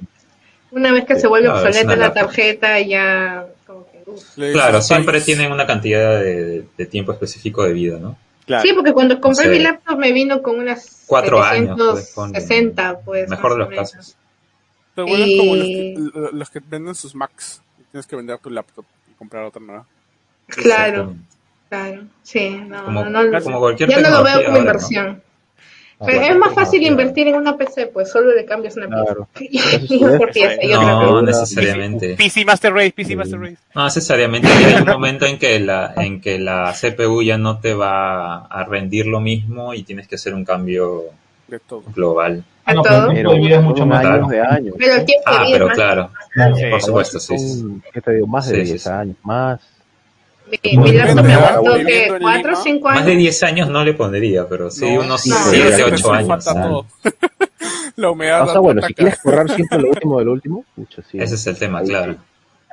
S2: Una vez que se vuelve
S1: Claro, Eh, es
S2: obsoleta
S1: una
S2: la
S1: laptop.
S2: tarjeta, ya. Como que, uh. uf.
S3: le dices,
S1: Claro, siempre
S3: "País".
S1: tienen una cantidad de, de tiempo específico de vida, ¿no?
S4: Claro.
S2: Sí, porque cuando compré
S1: Sí.
S2: mi laptop me vino con unas
S1: Cuatro años, pues, ponle.
S2: 60, pues.
S1: Mejor de
S2: más
S1: los
S2: o menos.
S1: casos.
S3: Te vuelves como los
S2: Y-
S3: que, lo- los que venden sus Macs. Y Tienes que vender tu laptop y comprar otra nueva.
S2: Claro, claro. Sí, no,
S1: Como,
S2: no, no.
S1: como cualquier
S2: Ya no lo veo
S1: tecnología
S2: como
S1: ahora, ¿no?
S2: inversión.
S5: Ah,
S2: Pero
S5: claro.
S2: es más fácil
S5: Ah,
S2: invertir en una PC, pues solo le cambias una
S5: Claro.
S2: pieza.
S5: Eso
S2: Y otra
S5: es.
S2: pieza y
S1: No,
S2: otra pieza.
S1: necesariamente.
S4: PC Master Race, PC
S5: Sí.
S4: Master Race.
S1: No necesariamente y hay un momento en que la en que la CPU ya no te va a rendir lo mismo y tienes que hacer un cambio
S3: De todo.
S1: global.
S2: A
S6: Ah, No, pues, pero
S2: todo.
S6: el
S5: Pero
S6: tiempo de vida es mucho
S5: son
S6: más
S1: claro.
S6: largo.
S5: años de años.
S2: Pero el
S5: ¿no?
S2: tiempo de
S1: Ah,
S2: vida es
S1: pero
S2: más
S1: claro,
S6: Claro.
S4: Sí.
S1: por supuesto, sí, sí.
S5: Son, ¿qué te digo? Más de
S1: Sí,
S5: 10
S1: sí, sí.
S5: años, más.
S2: Mi, mi
S6: Muy
S2: laptop me
S3: bien,
S2: aguantó
S3: ¿verdad?
S2: que
S3: Viviendo en
S2: 4 o
S3: Lima.
S2: 5
S1: Más de
S2: años.
S1: 10 años no le pondría, pero sí
S3: No,
S1: unos
S2: no,
S1: 7,
S3: siete,
S1: 8 años.
S3: falta
S1: ah,
S3: todo. La humedad
S5: O
S3: la
S5: sea, bueno, si
S3: ataca.
S5: quieres correr siempre lo último del último, pucha, sí.
S1: Ese es el tema,
S5: Ahí sí,
S1: claro.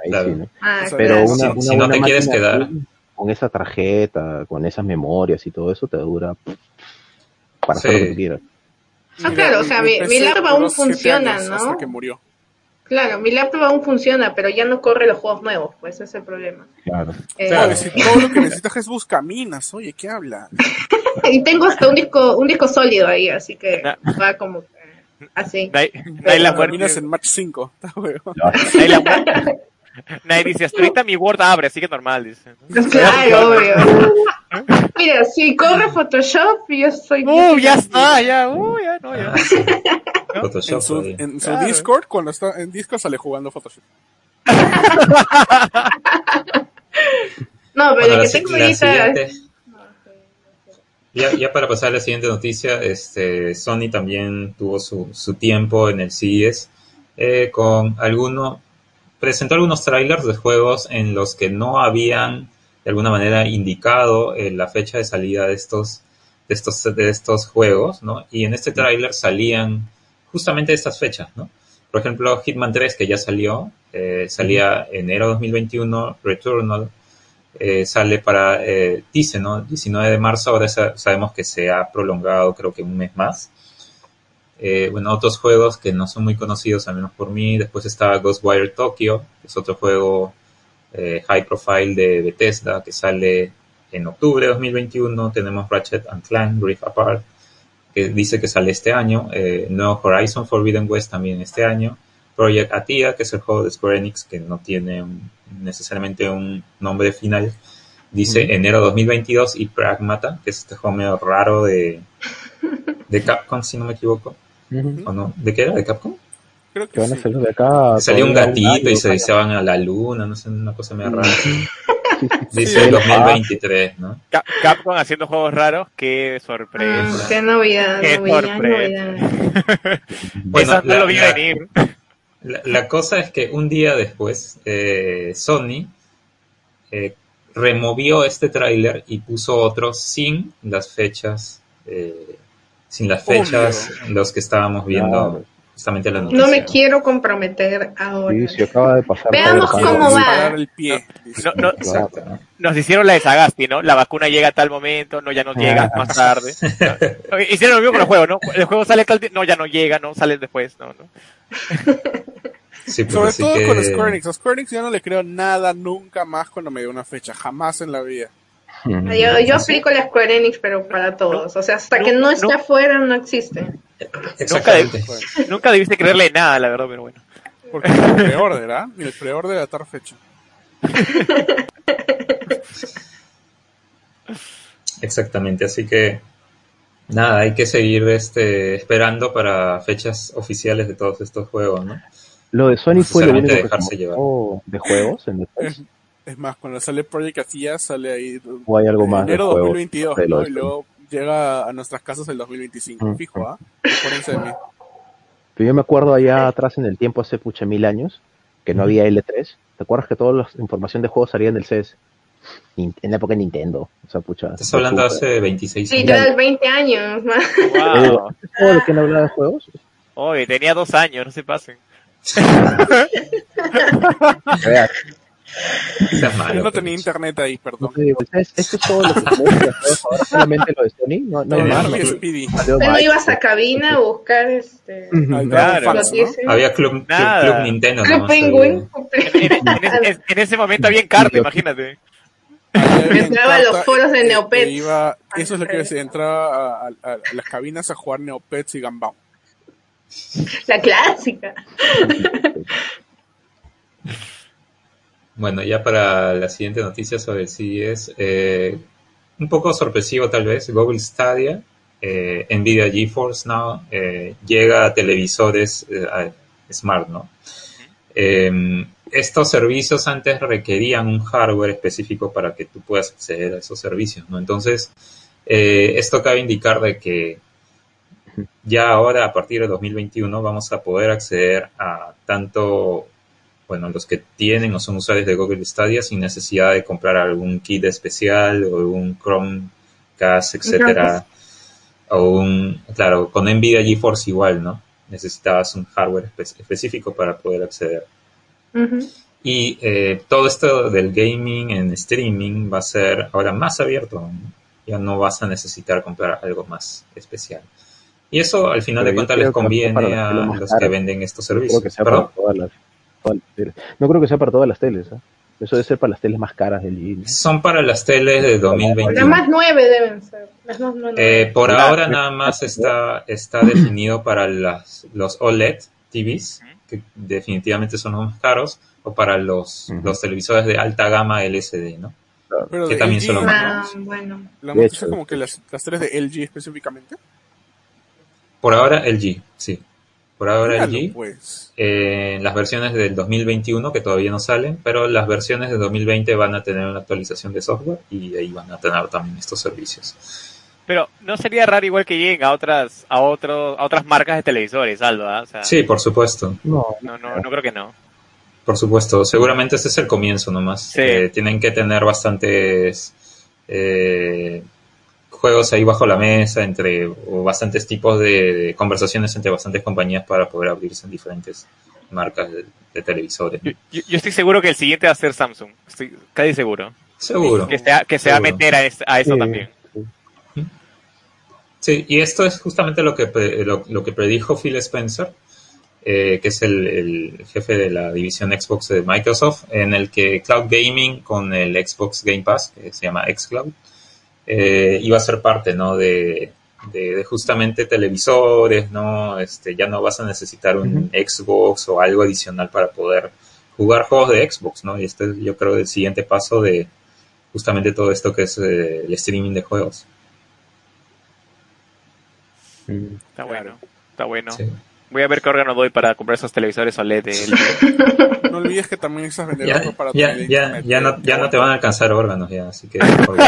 S5: ahí
S1: claro.
S5: sí, ¿no?
S2: Ah,
S3: Pero
S5: Pero
S2: claro.
S5: una,
S1: Si-
S5: una
S1: si no
S5: buena
S1: te quieres
S5: máquina
S1: quedar.
S5: así, con esa tarjeta, con esas memorias y todo eso, te dura pff, para hacer
S1: Sí.
S5: lo que quieras.
S2: Ah,
S3: Mira,
S2: claro, o sea, mi- mi
S3: PC
S2: laptop
S3: duró
S2: aún
S3: siete
S2: funciona,
S3: años
S2: ¿no?
S3: Hasta que murió.
S2: Claro, mi laptop aún funciona, pero ya no corre los juegos nuevos, pues ese es el problema.
S5: Claro.
S2: Eh,
S1: Claro.
S3: Oye, si todo lo que necesitas es buscaminas, oye, ¿qué habla?
S2: Y tengo hasta un disco, un disco sólido ahí, así que
S4: Na-
S2: va como que así.
S4: Nadie, nadie la
S3: Buscaminas
S4: muerte.
S3: en Match 5. está huevón.
S4: Nadie, la muerte. nadie dice, hasta ahorita mi Word abre, así que normal, dice.
S2: Claro, obvio. Mira, si corre Photoshop, yo soy.
S4: Uh, ya está, ya, uh, ya, no, ya.
S1: Ah, sí.
S4: ¿No?
S1: Photoshop
S3: En su,
S1: ahí.
S3: en su
S4: Claro.
S3: Discord, cuando está en Discord, sale jugando Photoshop.
S2: No, pero
S1: Bueno,
S2: el
S1: la
S2: que
S1: si-
S2: tengo
S1: la
S2: ahorita.
S1: siguiente. Ya, ya para pasar a la siguiente noticia, este, Sony también tuvo su, su tiempo en el CES eh, con algunos, presentó algunos trailers de juegos en los que no habían de alguna manera indicado eh, la fecha de salida de estos, de estos, de estos juegos, ¿no? Y en este trailer salían justamente estas fechas, ¿no? Por ejemplo, Hitman 3, que ya salió, eh, salía enero 2021, Returnal eh, sale para, eh, dice, ¿no? 19 de marzo, ahora sa- sabemos que se ha prolongado creo que un mes más. Eh, bueno, otros juegos que no son muy conocidos, al menos por mí. Después está Ghostwire Tokyo, que es otro juego eh, high profile de Bethesda que sale en octubre de 2021. Tenemos Ratchet and Clank Rift Apart, que dice que sale este año. Eh, Nuevo Horizon Forbidden West también este año. Project Atia, que es el juego de Square Enix, que no tiene un- necesariamente un nombre final. Dice enero 2022 y Pragmata, que es este juego medio raro de, de Capcom, si no me equivoco. ¿O no? ¿De qué era? ¿De Capcom?
S3: Creo
S5: Que
S3: que
S5: van a
S3: sí.
S5: salir de acá.
S1: Salió un
S5: todavía
S1: gatito
S5: año,
S1: y se,
S5: año.
S1: se van a la luna, no sé, una cosa medio rara.
S5: Sí,
S1: Dice
S5: la-
S1: 2023, ¿no?
S4: Cap- Capcom haciendo juegos raros, qué
S2: Ah,
S4: sorpresa.
S2: qué novedad,
S4: Qué
S2: novedad,
S4: sorpresa.
S2: novedad.
S1: Bueno,
S4: Esa no
S1: la-
S4: lo vi
S1: la-
S4: venir.
S1: La, la cosa es que un día después, eh, Sony eh, removió este tráiler y puso otro sin las fechas, eh, sin las
S3: Obvio.
S1: fechas en los que estábamos viendo
S5: Claro.
S1: justamente la noticia.
S2: No me quiero comprometer ahora.
S5: Sí, sí, acaba de pasar.
S2: Veamos
S5: Acaba de
S2: cómo
S5: pasar.
S2: va.
S3: Parar el pie. dice.
S4: No, no,
S1: Exacto. ¿no?
S4: nos hicieron la de Sagasti, ¿no? La vacuna llega a tal momento, no, ya no llega,
S1: Ah.
S4: más tarde. No, Hicieron lo mismo con el juego, ¿no? El juego sale tal di- no, ya no llega, no, sale después, no, no.
S1: Sí, pues,
S3: Sobre
S1: así
S3: todo
S1: que-
S3: con Square Enix. A Square Enix yo no le creo nada nunca más cuando me dio una fecha. Jamás en la vida.
S5: Mm.
S2: Yo, yo aplico la Square Enix, pero para todos. O sea, hasta que no está
S4: no.
S2: afuera, no existe.
S1: Exactamente.
S4: Nunca debiste creerle nada, la verdad, pero bueno.
S3: Porque es el pre-order, ¿ah? Ni el pre-order de atar fecha.
S1: Exactamente, así que nada, hay que seguir este, esperando para fechas oficiales de todos estos juegos, ¿no?
S5: Lo de Sony fue lo
S1: Necesariamente
S5: único que
S1: dejarse
S5: se
S1: llevar.
S5: mostró de juegos en E3.
S3: Es más, cuando sale Project Atia, sale ahí
S5: O hay algo más de
S3: enero
S5: juegos.
S3: 2022,
S5: de lo
S3: ¿no?
S5: de
S3: Y luego llega a nuestras casas el 2025.
S5: Mm.
S3: Fijo, ¿ah? Acuérdense de mí.
S5: Pero yo me acuerdo allá atrás en el tiempo, hace pucha mil años, que no había L3. ¿Te acuerdas que toda la información de juegos salía en el CS? Nin- En la época de Nintendo. O sea, pucha.
S1: Estás hablando
S5: Super.
S1: hace 26 años.
S2: Literal, 20 años más.
S4: Wow.
S5: ¿Todo lo que no hablaba de juegos?
S4: Oye, tenía dos años, no se pasen.
S5: Real.
S1: Seas malo,
S5: Ah,
S1: pues.
S3: Yo no
S1: pero-
S3: tenía internet ahí,
S5: No
S3: perdón.
S5: te digo, ¿sabes? Esto es todo lo que tenemos de juegos ahora, solamente lo de Sony. No, no, hay
S3: Tenía
S5: más,
S3: mi
S5: no,
S3: Speedy.
S5: salió
S2: Tú no
S5: mal.
S2: ibas a cabina a buscar este.
S3: Ahí
S5: Ujú.
S3: estaba
S4: Claro.
S3: un fax, ¿no?
S2: noticias.
S1: Había Club, Club-
S4: Nada.
S1: Club Nintendo.
S2: Club
S1: nomás, eh,
S2: Ah, Penguin.
S4: En, en ese, en ese momento había encarta, imagínate.
S3: Ahí había
S2: Entraba a
S3: encarta
S2: los foros de
S3: y-
S2: Neopets.
S3: y iba- eso es lo que decía, entraba a, a- a las cabinas a jugar Neopets y Gambao.
S2: La clásica.
S1: Bueno, ya para la siguiente noticia sobre el CES, eh, un poco sorpresivo tal vez, Google Stadia, eh, Nvidia GeForce Now, eh, llega a televisores eh, a- smart, ¿no? Eh, estos servicios antes requerían un hardware específico para que tú puedas acceder a esos servicios, ¿no? Entonces, eh, esto cabe indicar de que ya ahora, a partir de 2021, vamos a poder acceder a tanto bueno, los que tienen o son usuarios de Google Stadia sin necesidad de comprar algún kit especial o un Chromecast, etcétera, o un, claro, con Nvidia GeForce igual, ¿no? Necesitabas un hardware espe- específico para poder acceder.
S2: Ujú.
S1: Y eh, todo esto del gaming en streaming va a ser ahora más abierto. ¿no? Ya no vas a necesitar comprar algo más especial. Y eso al final de
S5: Pero yo
S1: cuentas
S5: creo
S1: les
S5: que va a ser para
S1: conviene
S5: los
S1: a
S5: que lo más
S1: los que
S5: caro.
S1: venden estos
S5: No creo
S1: servicios.
S5: que sea
S1: ¿Perdón?
S5: para todas las, todas las teles. No creo que sea para todas las teles. ¿ah? Eso debe ser para las teles más caras del E. INE.
S1: Son para las teles de
S2: Las
S1: 2021.
S2: más nueve deben ser. Las más nueve.
S1: Eh, por
S5: Claro.
S1: ahora nada más está, está definido para las, los E OLED TVs, que definitivamente son los más caros, o para los,
S5: Ujú.
S1: los televisores de alta gama LCD, ¿no?
S3: Pero
S1: Que
S3: de
S1: también
S3: LG,
S1: son los
S2: ah,
S3: ¿no?
S2: bueno.
S3: La
S5: De
S3: noticia
S5: hecho,
S3: es como que
S5: de
S3: las, las tres de LG específicamente.
S1: Por ahora LG, sí. Por ahora
S3: Míralo,
S1: LG.
S3: pues.
S1: Eh, las versiones del 2021 que todavía no salen, pero las versiones de 2020 van a tener una actualización de software y ahí van a tener también estos servicios.
S4: Pero no sería raro igual que lleguen a otras, a otro, a otras marcas de televisores, Aldo, ¿ah? O sea,
S1: Sí, por supuesto.
S5: No,
S4: no, no, no creo que no.
S1: Por supuesto, seguramente este es el comienzo nomás.
S4: Sí.
S1: Eh, tienen que tener bastantes eh, juegos ahí bajo la mesa, entre o bastantes tipos de, de conversaciones entre bastantes compañías para poder abrirse en diferentes marcas de, de televisores.
S4: Yo, yo- yo estoy seguro que el siguiente va a ser Samsung. Estoy casi seguro.
S1: Seguro.
S4: Que, sea- que se va a
S1: Seguro.
S4: meter a, es- a eso
S5: Sí.
S4: también.
S1: Sí, y esto es justamente lo que, pre- lo, lo que predijo Phil Spencer, eh, que es el, el jefe de la división Xbox de Microsoft, en el que Cloud Gaming con el Xbox Game Pass, que se llama Xcloud, eh, iba a ser parte, ¿no? De, de- de justamente televisores, ¿no? Este, ya no vas a necesitar un Xbox o algo adicional para poder jugar juegos de Xbox, ¿no? Y este es, yo creo, el siguiente paso de justamente todo esto que es eh, el streaming de juegos.
S5: Mm.
S4: Está bueno. Está bueno.
S1: Sí.
S4: Voy a ver qué órgano doy para comprar esos televisores OLED. de LG.
S3: No olvides que también estás vendiendo
S1: ya,
S3: algo para
S1: ya,
S3: tener
S1: ya,
S3: internet.
S1: ya no, ya no te van a alcanzar órganos ya, así que por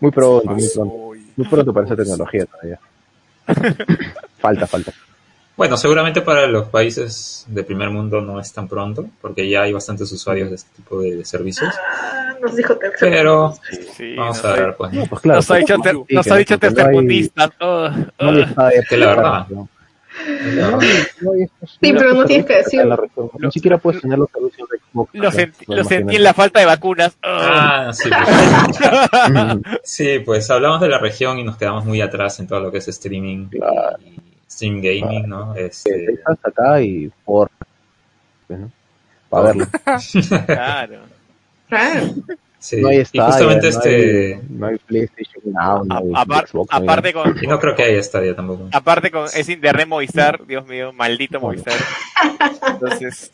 S5: Muy pronto, muy
S3: Pasó,
S5: pronto.
S3: oye.
S5: Muy pronto para esa tecnología todavía. Falta, falta.
S1: Bueno, seguramente para los países de primer mundo no es tan pronto, porque ya hay bastantes usuarios de este tipo de, de servicios.
S2: Ah, nos dijo Tercer.
S1: Pero
S4: Sí,
S1: vamos
S4: nos
S1: a
S4: ha-
S1: ver, pues. ¿no?
S5: No, pues claro.
S4: nos ha dicho, ter-
S5: Sí,
S4: nos
S5: que
S4: ha
S5: no,
S4: dicho
S5: porque no hay-
S4: tercermundista. Oh,
S5: no hay
S4: oh.
S5: espada de
S1: Que la
S5: plata,
S1: verdad.
S5: ¿no?
S1: Claro.
S5: No hay estos-
S2: Sí, pero no
S5: estos
S2: tienes que
S5: servicios acá en la
S2: decirlo.
S5: región. Ni siquiera puedes tener los servicios de Xbox.
S4: Lo,
S5: acá,
S4: sentí,
S5: me
S4: lo
S5: imagino.
S4: sentí en la falta de vacunas. Oh.
S1: Ah, sí, pues,
S5: Mm,
S1: sí, pues hablamos de la región y nos quedamos muy atrás en todo lo que es streaming y-
S5: Claro.
S1: y stream gaming, ¿no?
S5: te
S1: Este,
S5: estás acá y por. pues, ¿no? Para verlo.
S4: Claro.
S2: Ah,
S1: sí.
S5: No hay
S1: y
S5: Stadia,
S1: justamente
S5: no,
S1: este...
S5: hay, no hay PlayStation Now, no
S4: A-
S5: hay
S4: apar-
S5: Xbox. no hay-
S4: aparte con,
S1: Y no creo que haya estadio tampoco.
S4: aparte con ese internet Movistar, Dios mío, maldito
S5: Bueno.
S4: Movistar. Entonces,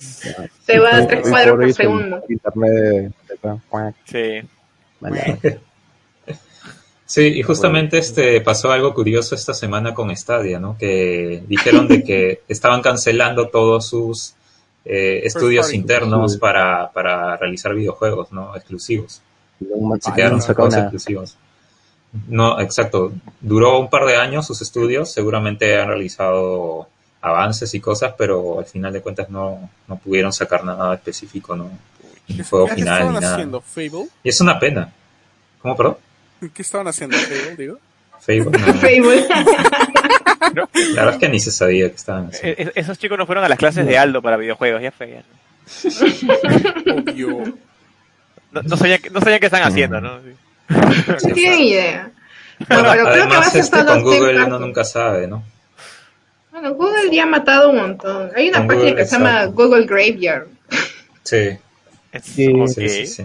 S2: Se va a
S5: Hoy-
S2: 3
S5: hoy
S2: cuadros
S5: por hoy
S2: por
S5: es el
S2: segundo.
S5: Internet de- de- cuac,
S4: sí. E-,
S5: mala.
S1: Sí, y justamente este pasó algo curioso esta semana con Stadia, ¿no? Que dijeron de que estaban cancelando todos sus eh, estudios
S3: party.
S1: internos
S5: Sí.
S1: para, para realizar videojuegos, ¿no? Exclusivos.
S5: Un-
S1: Se
S3: Ah,
S1: quedaron
S5: han
S1: sin
S5: sacado
S1: juegos
S5: una-
S1: exclusivos. No, exacto. Duró un par de años sus estudios, seguramente han realizado avances y cosas, pero al final de cuentas no, no pudieron sacar nada específico, ¿no? Un juego
S3: ¿Qué estaban
S1: final ni nada.
S3: haciendo? ¿Fable?
S1: Y es una pena. ¿Cómo, perdón?
S3: ¿Qué estaban haciendo? ¿Fable, digo?
S1: Facebook. no.
S2: Facebook.
S1: La verdad es que ni se sabía que estaban
S4: Eh,
S1: haciendo.
S4: eh, esos chicos no fueron a las clases de Aldo para videojuegos, ya fue. ya.
S3: Obvio.
S4: No, no sabían, no sabían qué están haciendo, ¿no? Sí.
S2: No tienen idea.
S1: Bueno,
S2: pero creo que va a
S1: además,
S2: ser
S1: este,
S2: todo
S1: con Google
S2: TikTok.
S1: uno nunca sabe, ¿no?
S2: Bueno, Google ya ha matado un montón. Hay una
S1: Con
S2: página
S1: Google,
S2: que se llama
S1: exacto.
S2: Google Graveyard.
S1: Sí,
S4: Es-
S5: Sí,
S4: ok.
S1: sí, sí, sí.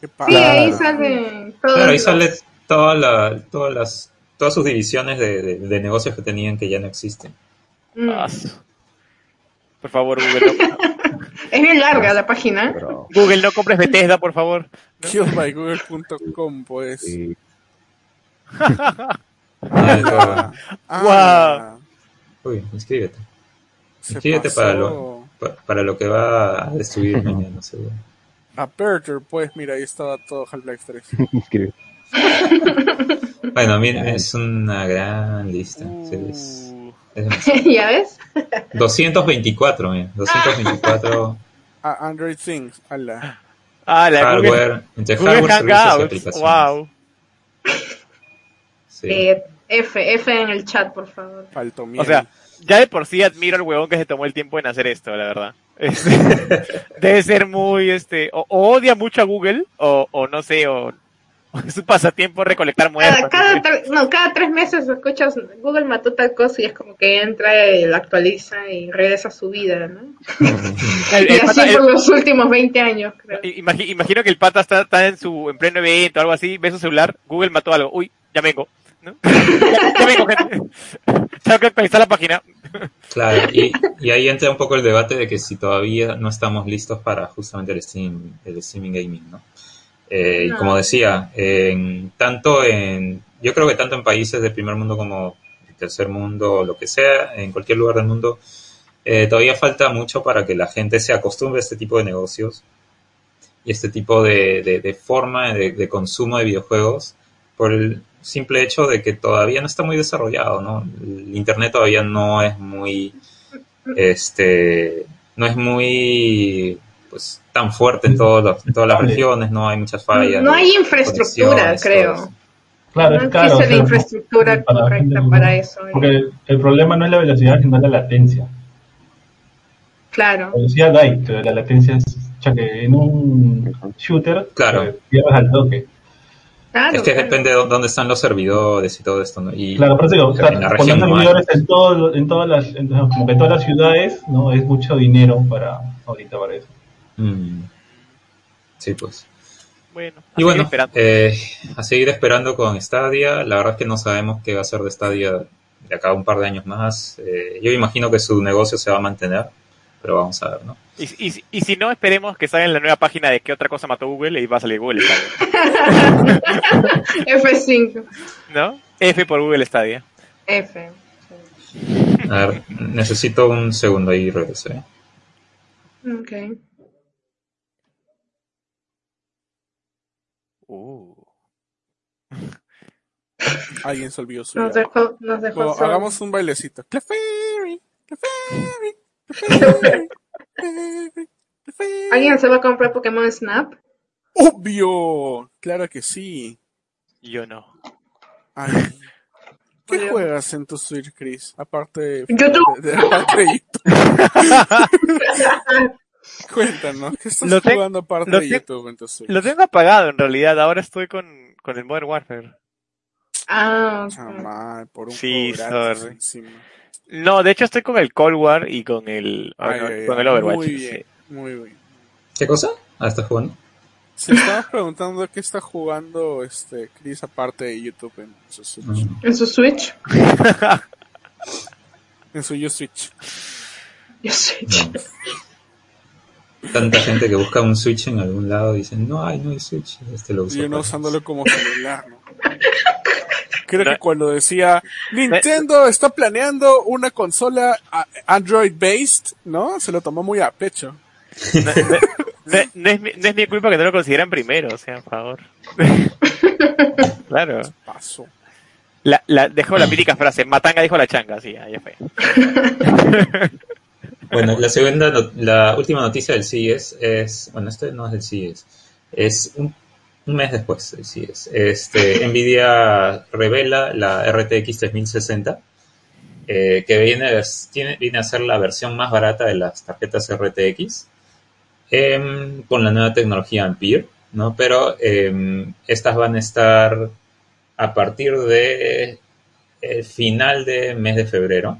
S3: Qué
S2: Sí, ahí
S5: Claro.
S2: salen todos
S1: Claro, ahí
S2: los-
S1: sale toda la- todas las, todas sus divisiones de, de- de negocios que tenían que ya no existen.
S2: Mm.
S4: Ah, su- Por favor, Google no,
S2: Es bien larga la página.
S5: pero,
S4: Google, no compres Bethesda, por favor.
S3: Killedbygoogle.com, pues.
S5: sí,
S3: Ah, ah,
S1: Uy, inscríbete.
S3: se
S1: Inscríbete
S3: pasó
S1: para lo- Pa- Para lo que va a destruir mañana, seguro.
S3: Aperture, pues mira, ahí estaba todo Half-Life 3.
S5: inscribe.
S1: Bueno, miren, es una gran lista. sí, es-
S4: Uh,
S2: Mm.
S1: es demasiado.
S2: ¿Ya ves?
S1: 224, miren, 224
S3: Ah, Android Things, ala.
S4: ah, la de Google,
S1: hardware, entre
S4: Google
S1: hardware, servicios y
S4: Hangouts.
S1: aplicaciones.
S4: Wow.
S1: Sí.
S2: Eh, F, F en el chat, por favor.
S3: Faltó miel.
S4: O sea, ya de por sí admiro al huevón que se tomó el tiempo en hacer esto, la verdad. Este, Debe ser muy, este, o, o odia mucho a Google, o, o no sé, o, o es un pasatiempo recolectar
S2: Cada,
S4: muertos.
S2: cada, tre- no, cada tres meses escuchas Google mató tal cosa y es como que entra y lo actualiza y regresa a su vida, ¿no?
S4: El-
S2: Y
S4: el pata-
S2: así
S4: el-
S2: por los últimos 20 años, creo.
S4: I- imagi- imagino que el pata está, está en su en pleno evento o algo así, ve su celular, Google mató algo, uy, ya vengo, ¿no? ya, ya vengo, gente. Tengo que actualizar la página.
S1: Claro, y, y ahí entra un poco el debate de que si todavía no estamos listos para justamente el, stream, el streaming gaming, ¿no? Eh, y
S2: No.
S1: como decía, en, tanto en, yo creo que tanto en países del primer mundo como el tercer mundo, o lo que sea, en cualquier lugar del mundo, eh, todavía falta mucho para que la gente se acostumbre a este tipo de negocios y este tipo de, de- de forma de, de consumo de videojuegos por el simple hecho de que todavía no está muy desarrollado, ¿no? El Internet todavía no es muy, este, no es muy, pues, tan fuerte en todos los- todas las regiones, no hay muchas fallas.
S2: no
S1: de
S2: hay infraestructura,
S1: conexiones,
S2: creo.
S1: todo eso.
S6: Claro,
S2: no
S6: es caro.
S2: existe la
S6: pero-
S2: infraestructura
S6: para la gente
S2: correcta
S6: de
S2: para
S6: Google.
S2: eso. y-
S6: Porque el, el problema no es la velocidad, sino la latencia.
S2: Claro.
S6: La velocidad hay, pero la latencia es. O sea, que en un shooter
S1: Claro.
S6: eh, pierdes al toque.
S2: claro,
S1: Este Es que
S2: Ah, claro.
S1: depende de dónde están los servidores y todo esto, ¿no? Y
S6: Claro, por eso digo, o sea,
S1: en la región
S6: poner
S1: no hay.
S6: servidores en, todo, en todas las, en- como que en todas las ciudades, no es mucho dinero para ahorita para eso.
S1: Mm. Sí, pues.
S4: Bueno, a
S1: Y
S4: seguir
S1: bueno,
S4: esperando.
S1: eh, a seguir esperando con Stadia. La verdad es que no sabemos qué va a ser de Stadia de acá a un par de años más. Eh, yo imagino que su negocio se va a mantener, pero vamos a ver, ¿no?
S4: Y, si- y si- y si no, esperemos que salga en la nueva página de qué otra cosa mató Google y va a salir Google Stadia,
S2: F5.
S4: ¿no? F por Google Stadia.
S2: F.
S1: A ver, necesito un segundo y regreso. ¿eh?
S2: Ok.
S4: Uh.
S3: Alguien se olvidó su.
S2: Nos
S3: llave.
S2: dejó, nos dejó
S3: Bueno,
S2: solos.
S3: hagamos un bailecito. Clefairy.
S2: ¿Alguien se va a comprar Pokémon Snap?
S3: Obvio, claro que sí.
S4: Yo no.
S3: Ay. ¿Qué
S2: Obvio.
S3: juegas en tu Switch, Chris? Aparte de,
S2: YouTube.
S3: de- aparte de YouTube. Cuéntanos, ¿qué estás
S4: Lo te-
S3: jugando aparte
S4: lo
S3: de
S4: te-
S3: YouTube en tu Switch?
S4: Lo tengo apagado en realidad, ahora estoy con, con el Modern Warfare.
S2: Ah,
S3: Chamal, por un
S4: Sí,
S3: juego gratis
S4: sorry.
S3: encima.
S4: No, de hecho estoy con el Cold War y con el,
S3: Ay,
S4: con-
S3: ay,
S4: Ah, con
S3: ay,
S4: el Overwatch.
S3: Muy
S4: sí.
S3: bien, muy bien.
S1: ¿Qué cosa? Ah, estás jugando.
S3: Si estabas preguntando qué está jugando este Chris aparte de YouTube en su Switch.
S1: Mm.
S2: en su Switch.
S3: En su U-Switch.
S2: Yo Switch.
S1: No. Tanta gente que busca un Switch en algún lado y dicen, no hay, no hay Switch. Este lo uso
S3: Y uno
S1: para-
S3: usándolo como celular, ¿no? Creo
S4: No.
S3: que cuando decía Nintendo está planeando una consola a- Android based, ¿no? Se lo tomó muy a pecho.
S4: No, no- no- no es mi, no es mi culpa que no lo consideran primero, o sea, por favor. claro.
S3: Paso.
S4: La, la, dejo la mítica frase, Matanga dijo la changa, sí, ahí fue.
S1: Bueno, la segunda, no- la última noticia del CES es, bueno, este no es del CES, es un, un mes después del CES. Este, Nvidia revela la RTX 3060, eh, que viene, a vers- tiene- viene a ser la versión más barata de las tarjetas RTX, em, con la nueva tecnología Ampere, ¿no? Pero em, estas van a estar a partir de el final de mes de febrero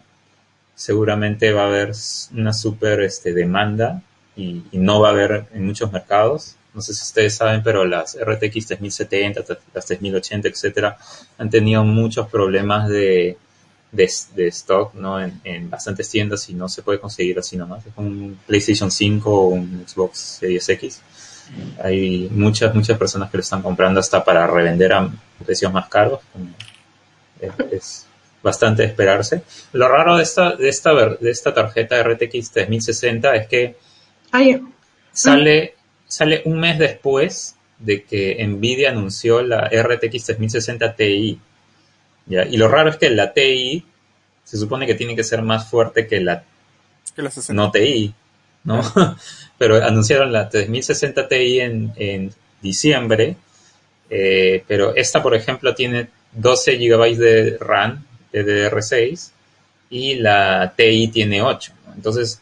S1: seguramente va a haber una super este, demanda y, y no va a haber en muchos mercados. No sé si ustedes saben, pero las RTX 3070, t- las 3080, etcétera, han tenido muchos problemas de, de, de stock ¿no? en, en bastantes tiendas y no se puede conseguir así nomás. Es como un PlayStation 5 o un Xbox Series X. Hay muchas, muchas personas que lo están comprando hasta para revender a precios más caros. como Es, es bastante de esperarse. Lo raro de esta, de esta, ver- de esta tarjeta RTX 3060 es que
S2: Ay,
S1: sale, sale un mes después de que Nvidia anunció la RTX 3060 Ti. ¿ya? Y lo raro es que la Ti se supone que tiene que ser más fuerte que la
S3: Que las 60.
S1: no Ti, ¿no? pero anunciaron la 3060 Ti en, en diciembre, eh, pero esta, por ejemplo, tiene 12 GB de RAM de DDR6 y la Ti tiene 8. ¿no? Entonces,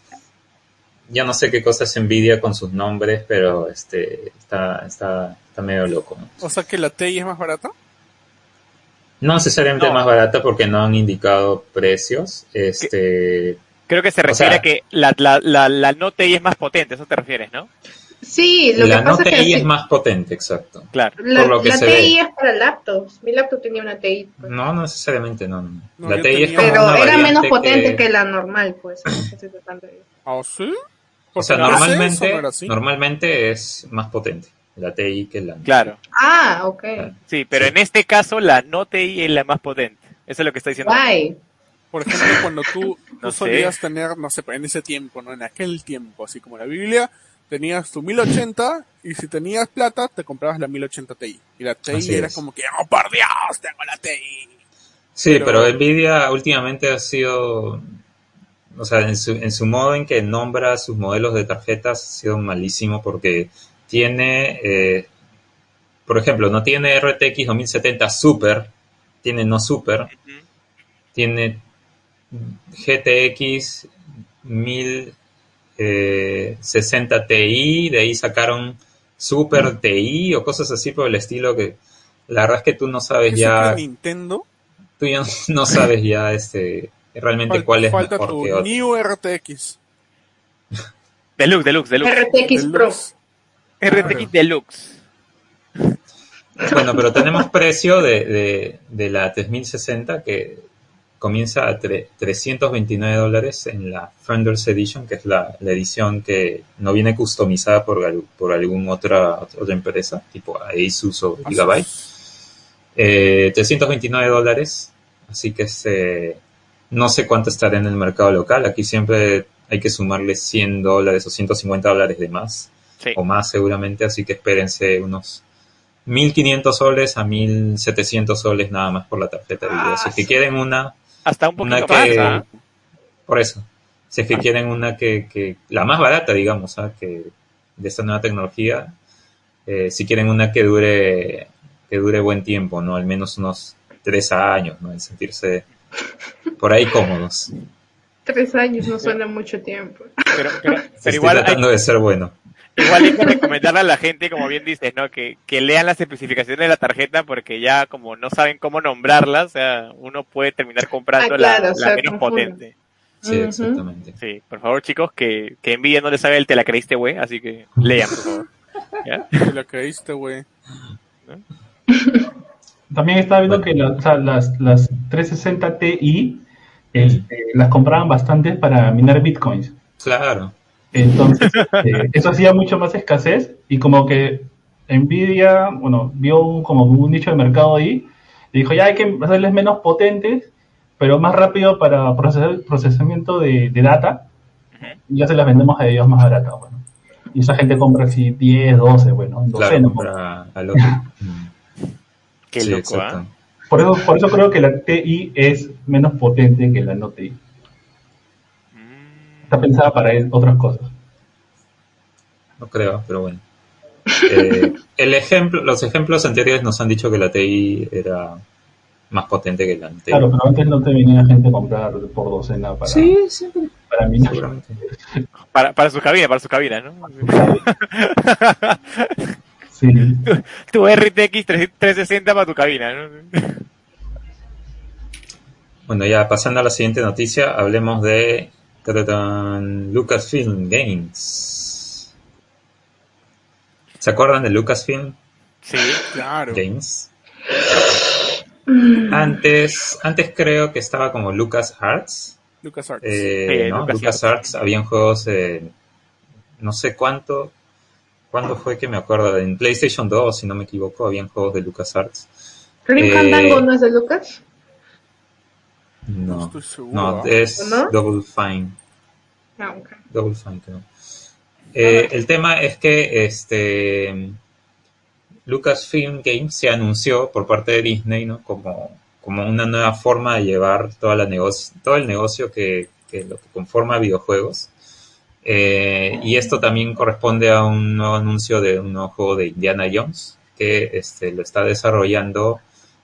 S1: ya no sé qué cosas envidia con sus nombres, pero este está, está, está medio loco. ¿no?
S3: O sea que la TI es más barata.
S1: No necesariamente
S4: No.
S1: más barata porque no han indicado precios. Este,
S4: Creo que se refiere
S1: sea-
S4: a que la, la, la, la no TI es más potente, eso te refieres, ¿no?
S2: sí, lo
S1: la
S2: que pasa
S1: nota
S2: es que
S1: TI es más potente, exacto.
S4: Claro.
S2: la,
S1: por lo que
S2: la
S1: se
S2: TI es para laptops. Mi laptop tenía una TI. pues.
S1: No, no necesariamente, no. no.
S3: No,
S1: la
S3: yo
S1: TI es
S3: tenía-
S1: como
S2: Pero
S1: una
S2: era
S1: variante
S2: menos potente que... la normal, pues. estoy tratando de-
S3: ¿Ah, sí?
S1: O sea,
S3: Porque antes
S1: normalmente,
S3: eso no era así.
S1: normalmente es más potente la TI que la...
S4: Claro.
S2: Ah, ok.
S4: Sí, pero en este caso la no TI es la más potente. Eso es lo que está diciendo.
S2: Guay.
S3: Por ejemplo, cuando tú, tú
S4: No sé.
S3: solías tener, no sé, en ese tiempo, ¿no? En aquel tiempo, así como la Biblia, tenías tu 1080 y si tenías plata, te comprabas la 1080 Ti. Y la Ti
S1: Así
S3: era
S1: es.
S3: como que, ¡oh, por Dios! ¡Tengo la Ti!
S1: Sí, pero...
S3: Pero-
S1: Nvidia últimamente ha sido... O sea, en su, en su modo en que nombra sus modelos de tarjetas ha sido malísimo porque tiene... eh, por ejemplo, no tiene RTX 2070 Super, tiene no Super,
S4: Ujú.
S1: tiene GTX 1060 eh, Ti, de ahí sacaron Super Ti o cosas así por el estilo que la verdad es que tú no sabes
S3: ¿Qué
S1: ya,
S3: es Nintendo?
S1: tú ya no sabes ya este realmente
S3: Fal-
S1: cuál es
S3: falta
S1: mejor
S3: tu
S1: que otro.
S3: New RTX.
S4: Deluxe, deluxe, deluxe.
S2: RTX Pro.
S3: Deluxe.
S4: RTX Deluxe.
S1: Bueno, pero tenemos precio de, de- de la 3060 que comienza a tre- 329 dólares en la Founders Edition, que es la, la edición que no viene customizada por, al- por alguna otra, otra empresa, tipo Asus
S3: Ah,
S1: o Gigabyte. Eh, 329 dólares, así que se, no sé cuánto estará en el mercado local. Aquí siempre hay que sumarle 100 dólares o 150 dólares de más
S4: Sí.
S1: o más seguramente, así que espérense unos 1500 soles a 1700 soles nada más por la tarjeta de video.
S3: Ah,
S1: Si es que
S3: sí.
S1: quieren una,
S4: Hasta un poquito ¿ah?
S1: una
S4: más.
S1: que
S4: ¿ah?
S1: por eso, Si es que quieren una que, que la más barata, digamos, ¿ah? que de esta nueva tecnología, eh, si quieren una que dure, que dure buen tiempo, ¿no? Al menos unos tres años, ¿no? En sentirse por ahí cómodos.
S2: Tres años no suena mucho tiempo.
S1: Eh,
S4: Pero, pero- pero
S1: Estoy
S4: igual hay-
S1: tratando de ser bueno.
S4: Igual hay que recomendarle a la gente, como bien dices, ¿no? Que, que lean las especificaciones de la tarjeta porque ya como no saben cómo nombrarla, o sea, uno puede terminar comprando
S2: Ah,
S4: la-
S2: claro,
S4: la,
S2: o sea,
S4: menos
S2: confunde.
S4: potente.
S1: Sí,
S2: Ujú.
S1: exactamente.
S4: Sí, por favor, chicos, que, que envidia no les sabe el te la creíste, güey, así que lean, por favor. ¿Ya?
S3: Te lo creíste, güey.
S6: También estaba viendo que la- o sea, las, las 360 Ti este, las compraban bastante para minar bitcoins.
S1: Claro.
S6: Entonces, eh, eso hacía mucho más escasez y como que Nvidia, bueno, vio un- como un nicho de mercado ahí y dijo, ya hay que hacerles menos potentes, pero más rápido para procesar, procesamiento de, de data y ya se las vendemos a ellos más baratas. Bueno. Y esa gente compra así 10, 12, bueno, en
S1: Claro,
S6: docenas.
S1: compra al otro. Mm.
S4: Qué
S1: sí,
S4: loco,
S1: exacto.
S4: ¿ah?
S6: Por eso, por eso creo que la TI es menos potente que la no TI.
S4: Mm.
S6: Está pensada para otras cosas.
S1: No creo, pero bueno. Eh, el ejemplo, los ejemplos anteriores nos han dicho que la TI era más potente que la anterior.
S6: Claro, pero antes no te venía gente a comprar por docena para,
S1: Sí, siempre.
S6: para minar.
S1: Seguramente.
S4: Para, para su cabina, para su cabina, ¿no?
S6: Sí.
S4: tu RTX 3- 360 para tu cabina, ¿no?
S1: Bueno, ya pasando a la siguiente noticia, hablemos de tatatán, Lucasfilm Games. ¿Se acuerdan de Lucasfilm
S4: Sí,
S3: Claro.
S1: Games? Antes, antes creo que estaba como Lucas Arts,
S3: Lucas Arts.
S1: Eh,
S4: Sí,
S1: ¿no?
S4: LucasArts.
S1: LucasArts, habían juegos, eh, no sé cuánto, cuándo fue que me acuerdo, en PlayStation 2, si no me equivoco, habían juegos de LucasArts.
S2: ¿Grim
S1: Eh,
S2: Fandango no es de Lucas?
S3: No
S1: No, eh.
S3: estoy seguro,
S1: no,
S3: ¿ah?
S1: es
S2: ¿No?
S1: Double Fine,
S2: Ah, ok.
S1: Double Fine creo. Eh, el tema es que este Lucasfilm Games se anunció por parte de Disney ¿no? como, como una nueva forma de llevar toda la negocio, todo el negocio que, que lo que conforma videojuegos. Eh, y esto también corresponde a un nuevo anuncio de un nuevo juego de Indiana Jones que este, lo está desarrollando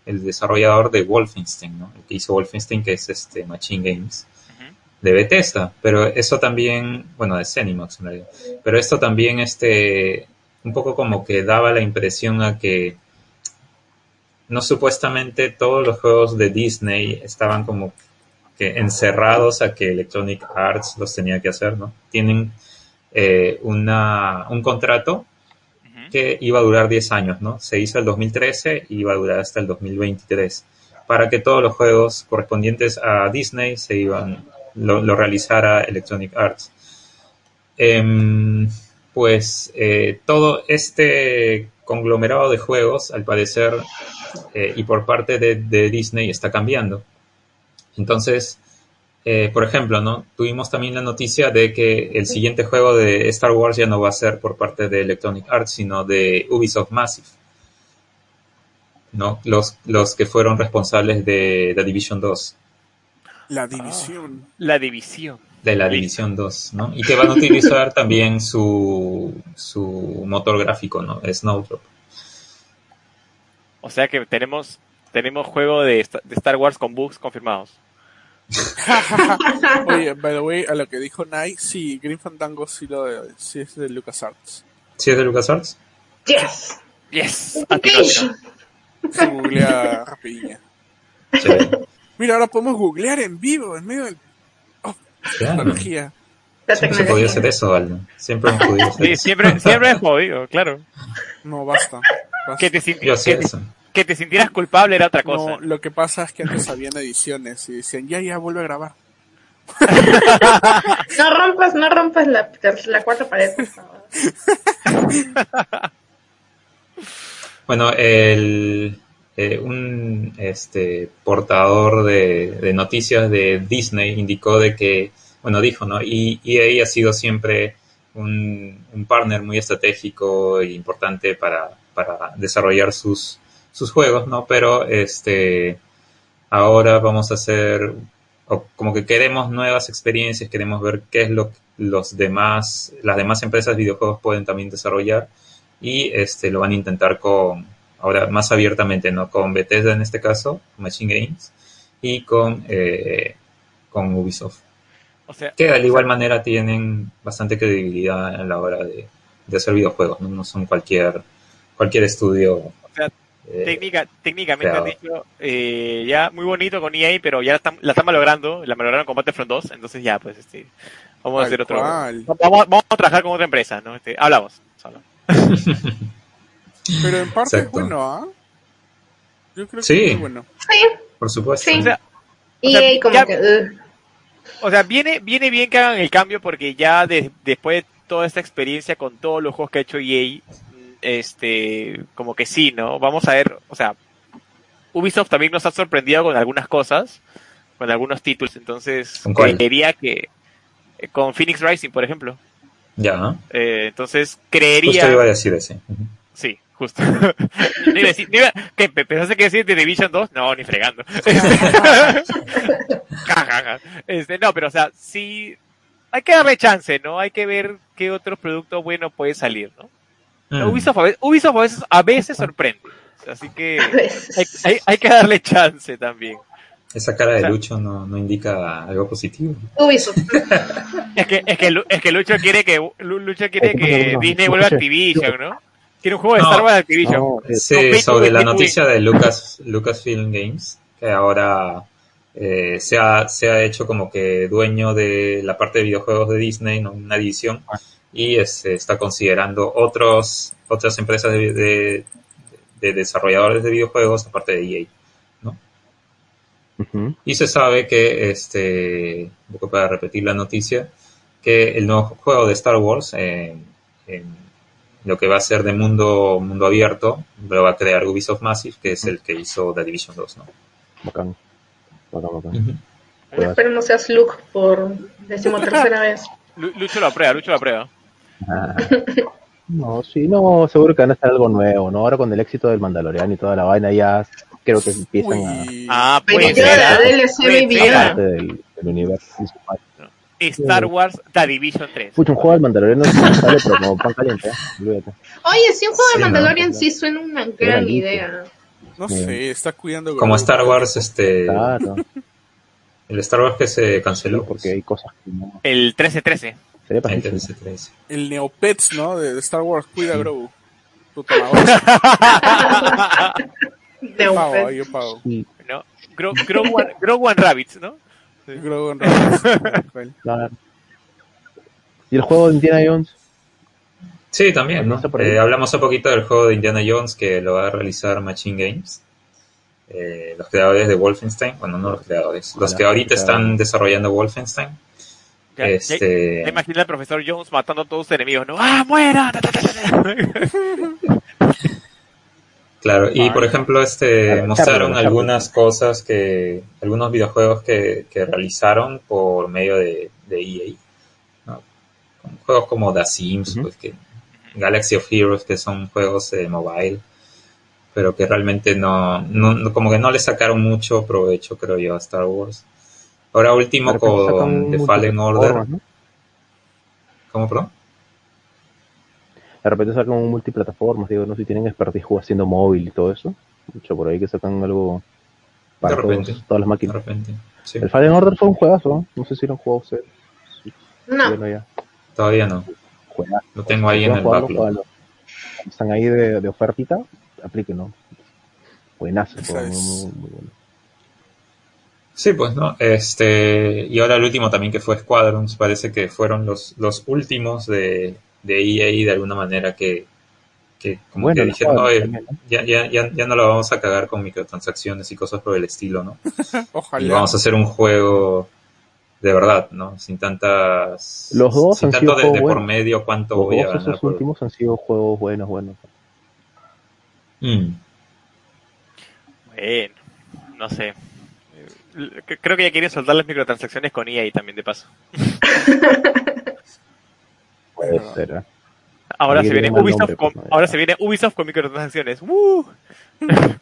S1: el desarrollador de Wolfenstein, ¿no? el que hizo Wolfenstein, que es este Machine Games
S4: Ujú.
S1: de Bethesda, pero eso también, bueno, de Zenimax en realidad, pero esto también este, un poco como que daba la impresión a que no supuestamente todos los juegos de Disney estaban como que encerrados a que Electronic Arts los tenía que hacer, ¿no? Tienen eh, una, un contrato
S4: Ujú.
S1: que iba a durar 10 años, ¿no? Se hizo el 2013 y iba a durar hasta el 2023, para que todos los juegos correspondientes a Disney se iban, lo, lo realizara Electronic Arts. Em, pues eh, todo este conglomerado de juegos, al parecer, eh, y por parte de, de Disney está cambiando. Entonces, eh, por ejemplo, ¿no? Tuvimos también la noticia de que el siguiente juego de Star Wars ya no va a ser por parte de Electronic Arts, sino de Ubisoft Massive. ¿No? Los, los que fueron responsables de The Division 2.
S3: La división.
S4: La división.
S1: De la
S4: Listo.
S1: Division 2, ¿no? Y que van a utilizar también su, su motor gráfico, ¿no? Snowdrop.
S4: O sea que tenemos, tenemos juego de, esta- de Star Wars con bugs confirmados.
S3: Oye, by the way, a lo que dijo Nai, sí, Green Fandango sí, lo de- sí es de Lucas Arts.
S1: ¿Sí es de LucasArts?
S2: Yes.
S4: Yes. Atinó, atinó.
S2: Education.
S3: Se googlea rapidiña.
S1: Chévere.
S3: Mira, ahora podemos googlear en vivo, en medio de la
S1: Claro.
S3: tecnología.
S2: La
S1: Siempre se podía
S2: tecnología.
S1: hacer eso, Aldo. Siempre hemos podido hacer
S4: Sí,
S1: eso.
S4: siempre, siempre es jodido, claro.
S3: No, basta. basta.
S4: Que te, sinti-
S1: Yo hacía
S4: que te-
S1: eso.
S4: que te sintieras culpable era otra cosa.
S3: No, lo que pasa es que antes habían ediciones y decían, ya, ya, vuelve a grabar.
S2: No rompas, no rompas la, la cuarta pared, por favor.
S1: Bueno, el, eh, un este, portador de, de noticias de Disney indicó de que, bueno, dijo, ¿no? Y EA ha sido siempre un, un partner muy estratégico e importante para, para desarrollar sus, sus juegos, ¿no? Pero este, ahora vamos a hacer o como que queremos nuevas experiencias, queremos ver qué es lo que los demás, las demás empresas de videojuegos pueden también desarrollar y este lo van a intentar con ahora más abiertamente, ¿no? Con Bethesda en este caso, Machine Games y con eh, con Ubisoft.
S4: O sea,
S1: Que de la igual manera tienen bastante credibilidad a la hora de, de hacer videojuegos, ¿no? No son cualquier cualquier estudio
S4: sea,
S1: eh,
S4: técnica, técnicamente
S1: claro.
S4: han dicho, eh, ya muy bonito con EA, pero ya la están, la están malogrando, la malograron con Battlefront 2, entonces ya, pues, este, vamos a
S3: Tal
S4: hacer otro.
S3: cual.
S4: Vamos, a- vamos a trabajar con otra empresa, ¿no? Este, hablamos. solo.
S3: Pero en parte es
S1: Exacto.
S3: bueno, ¿ah? Yo creo que
S1: Sí.
S3: es muy bueno.
S2: Sí,
S1: por supuesto.
S2: Sí.
S4: O sea,
S2: y
S4: sea,
S2: ahí como
S4: ya-
S2: que. uh, ugh.
S4: O sea, viene, viene bien que hagan el cambio porque ya de- después de toda esta experiencia con todos los juegos que ha hecho EA, mm, este, como que sí, ¿no? Vamos a ver, o sea, Ubisoft también nos ha sorprendido con algunas cosas, con algunos títulos, entonces
S1: ¿Con cuál?
S4: creería que eh, con Phoenix Rising, por ejemplo.
S1: Ya, ¿no?
S4: Eh, entonces
S1: justo iba a
S4: creería,
S1: decir ese. Ujú.
S4: sí, justo. no iba a decir, no iba- ¿qué, pe- pensaste que decir The Division 2? No, ni fregando. Ja, ja, ja. Este, no, pero o sea, sí hay que darle chance, ¿no? Hay que ver qué otro producto bueno puede salir, ¿no?
S1: Mm.
S4: Ubisoft, a veces, Ubisoft a veces, a veces sorprende. Así que
S2: A veces.
S4: hay, hay- hay que darle chance también.
S1: Esa cara
S4: O
S1: de
S4: sea-
S1: Lucho no, no indica algo positivo.
S2: Ubisoft.
S4: Es que, es que, Lu- es que Lucho quiere que Lu- Lucho quiere
S5: Hay que poner
S4: que
S5: uno.
S4: Disney vuelva a
S5: Lucho,
S4: Activision, ¿no? Quiere un juego de
S1: No.
S4: Star Wars de Activision.
S5: No, eh,
S1: Sí,
S4: Win,
S1: sobre
S4: win,
S1: la
S4: win,
S1: noticia de Lucas, Lucasfilm Games, que ahora eh, se, ha, se ha hecho como que dueño de la parte de videojuegos de Disney, ¿no? una edición, y eh, se está considerando otros, otras empresas de, de- de desarrolladores de videojuegos, aparte de E EA.
S5: ujú.
S1: Y se sabe que, este, un poco para repetir la noticia, que el nuevo juego de Star Wars, eh, en lo que va a ser de mundo, mundo abierto, lo va a crear Ubisoft Massive, que es el que hizo The Division 2, ¿no?
S5: Bacán. Bacán, bacán. Juegas.
S2: Espero no seas Luke por decimotercera vez.
S4: Lu- Lucho lo aprueba, Lucho lo aprueba.
S5: Ah. No, sí, no, seguro que van a estar algo nuevo, ¿no? Ahora con el éxito del Mandalorian y toda la vaina ya creo que empiezan a...
S3: Uy.
S4: Ah, puede
S2: Baby
S5: Pues,
S4: ser.
S2: Yoda,
S4: ¿ah?
S5: ¿verdad?
S2: DLC Baby
S4: Pues,
S2: Yoda.
S5: parte del, del universo. principal.
S4: Star Wars The Division 3.
S5: Pucha, un juego del Mandalorian no sale, pero como pan caliente, ¿eh? Olvídate.
S2: Oye, si un juego
S1: Sí,
S2: de
S1: ¿no?
S2: Mandalorian sí suena una gran
S5: lindo.
S2: idea.
S3: No
S5: Bien.
S3: sé, está cuidando.
S1: Como
S3: Grogu.
S1: Star Wars, este,
S5: Claro,
S1: el Star Wars que se
S5: Ah. sí,
S1: canceló.
S5: porque hay cosas que no...
S4: El 13-13.
S5: Sería
S1: pues,
S5: para
S1: en 13-13.
S3: El Neopets, ¿no? De de Star Wars, cuida a Grogu. Tú Tamagotchi.
S2: De
S3: Yo
S2: un
S3: pago,
S2: pez.
S3: ah, yo pago.
S4: ¿no? Gro- Grogu and- Grogu and Rabbits, ¿no?
S3: Grogu en realidad.
S5: Claro. ¿Y el juego de Indiana Jones?
S1: Sí, también, ¿no?
S5: Está por ahí.
S1: Eh, hablamos un poquito del juego de Indiana Jones que lo va a realizar Machine Games. Eh, los creadores de Wolfenstein, bueno, no los creadores, los
S5: Ojalá,
S1: que ahorita
S5: claro.
S1: están desarrollando Wolfenstein.
S4: Ya, ya-
S1: este,
S4: ya imagina al profesor Jones matando a todos sus enemigos, ¿no? ¡Ah, muera! Ta, ta, ta, ta, ta.
S1: claro, y
S3: Vale.
S1: por ejemplo, este
S5: Claro,
S1: mostraron
S5: Charlie,
S1: algunas cosas que, algunos videojuegos que, que realizaron por medio de, de EA. ¿no? Con Juegos como The Sims,
S5: Ujú.
S1: pues, que, Galaxy of Heroes, que son juegos de mobile, pero que realmente no, no- no- como que no le sacaron mucho provecho, creo yo, a Star Wars. Ahora
S5: De
S1: último
S5: repente sacan
S1: con
S5: un
S1: The Fallen
S5: multiplataforma,
S1: Order.
S5: ¿no?
S1: ¿Cómo, perdón?
S5: De repente sacan un multiplataforma, digo, no sé si tienen expertise jugando haciendo móvil y todo eso. Mucho por ahí que sacan algo para
S1: De
S5: todos-
S1: repente.
S5: todas las
S1: De
S5: máquinas.
S1: repente. Sí,
S5: El Fallen Order fue un juegazo, ¿no? No sé si lo han jugado ustedes.
S2: No,
S5: Bueno, ya.
S1: todavía no.
S5: Juegazo.
S1: Lo tengo ahí
S5: Si
S1: en
S5: quieren
S1: el
S5: Pues jugarlo,
S1: backlog.
S5: jueguenlo. Están ahí de, de ofertita, aplíquenlo. Buenazo,
S3: Esa
S5: juego, muy,
S3: es.
S5: muy, muy bueno.
S1: Sí, pues no. Este, y ahora el último también que fue Squadrons, parece que fueron los, los últimos de, de EA de alguna manera que, que como
S5: Bueno,
S1: que
S5: el
S1: dijeron,
S5: Squadrons
S1: "Oye,
S5: también, ¿no?
S1: ya, ya, ya, ya no la vamos a cagar con microtransacciones y cosas por el estilo, ¿no? Y
S3: Ojalá.
S1: vamos a hacer un juego de verdad, ¿no? Sin tantas...
S5: Los dos
S1: sin
S5: han
S1: tanto
S5: sido
S1: de,
S5: juegos
S1: de por
S5: buenos.
S1: medio cuánto
S5: Los
S1: voy a
S5: dos
S1: ganar
S5: esos
S1: por...
S5: últimos han sido juegos buenos, buenos.
S1: Mm.
S4: Bueno, no sé. Eh, c- Creo que ya quieren soltar las microtransacciones con EA también, de paso.
S5: Puede
S3: Bueno.
S5: ser, ¿eh?
S4: Ahora
S5: Ahí
S4: se viene
S5: viene el
S4: Ubisoft
S5: nombre,
S4: con,
S5: pues, ¿no?
S4: ahora se viene Ubisoft con microtransacciones. ¡Uh! ¡Woo!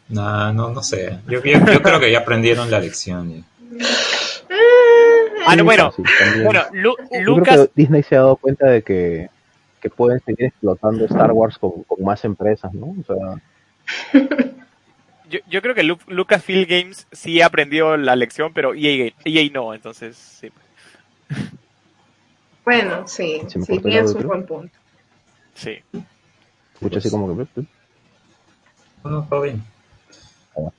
S1: Nah, no, no sé. Yo, yo- yo creo que ya aprendieron la lección. ya.
S4: Ah, no, bueno.
S5: Sí, también.
S4: Bueno, Lu-
S5: Yo
S4: Lucas,
S5: creo que Disney se ha dado cuenta de que, que pueden seguir explotando Star Wars con, con más empresas, ¿no? O sea,
S4: yo, yo creo que Lu- Lucasfilm Games sí aprendió la lección, pero E EA, EA no, entonces sí.
S2: Bueno, sí,
S5: Se me
S2: sí,
S5: cortó el
S2: tienes
S5: audio,
S2: un
S5: creo.
S2: buen punto.
S4: sí.
S5: escucha así como que...
S1: Bueno, todo bien.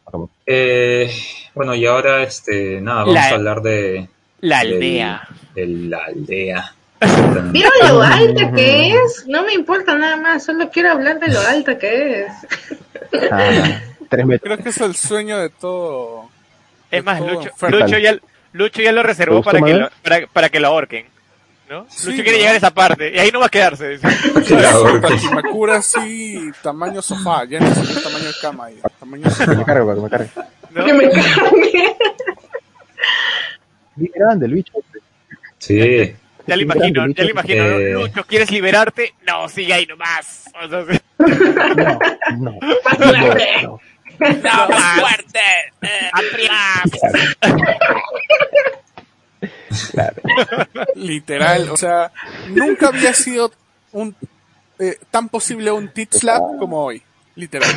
S5: Acabó.
S1: Eh, bueno, y ahora, este, nada, vamos
S4: La- E.
S1: a hablar de,
S4: La
S1: Del-
S4: aldea.
S1: de la aldea.
S2: ¿Vieron lo alta que es? No me importa nada más, solo quiero hablar de lo alta que es.
S5: Ah, tres metros.
S3: Creo que es el sueño de todo.
S4: Es más,
S3: Todo
S4: Lucho,
S3: enfermo.
S4: Lucho ya, Lucho ya lo reservó
S5: ¿Te gustó,
S4: para que lo,
S5: Mabel?
S4: para, para que lo ahorquen. ¿no?
S3: Sí,
S4: Lucho quiere
S3: ¿no?
S4: llegar a esa parte y ahí no va a quedarse. dice.
S1: Claro, porque-
S3: Tachimakura
S1: pues.
S3: sí, tamaño sofá, ya no es el tamaño de cama, ya, tamaño
S5: Que me
S3: sofá.
S5: cargue, que me cargue.
S4: ¿no?
S2: Que me cargue.
S5: Bien grande el bicho. este.
S1: Sí,
S4: Ya lo
S5: Bien grande
S4: imagino,
S5: el
S4: ya lo
S5: bicho.
S4: imagino. ¿no?
S1: Eh.
S4: Lucho, ¿quieres liberarte? No, sigue ahí nomás. O sea, sí.
S5: No, no,
S2: Más fuerte.
S5: no, no.
S4: No, más fuerte. eh, más.
S5: Claro.
S3: Literal, o sea, nunca había sido un eh, tan posible un tit slap como hoy. Literal.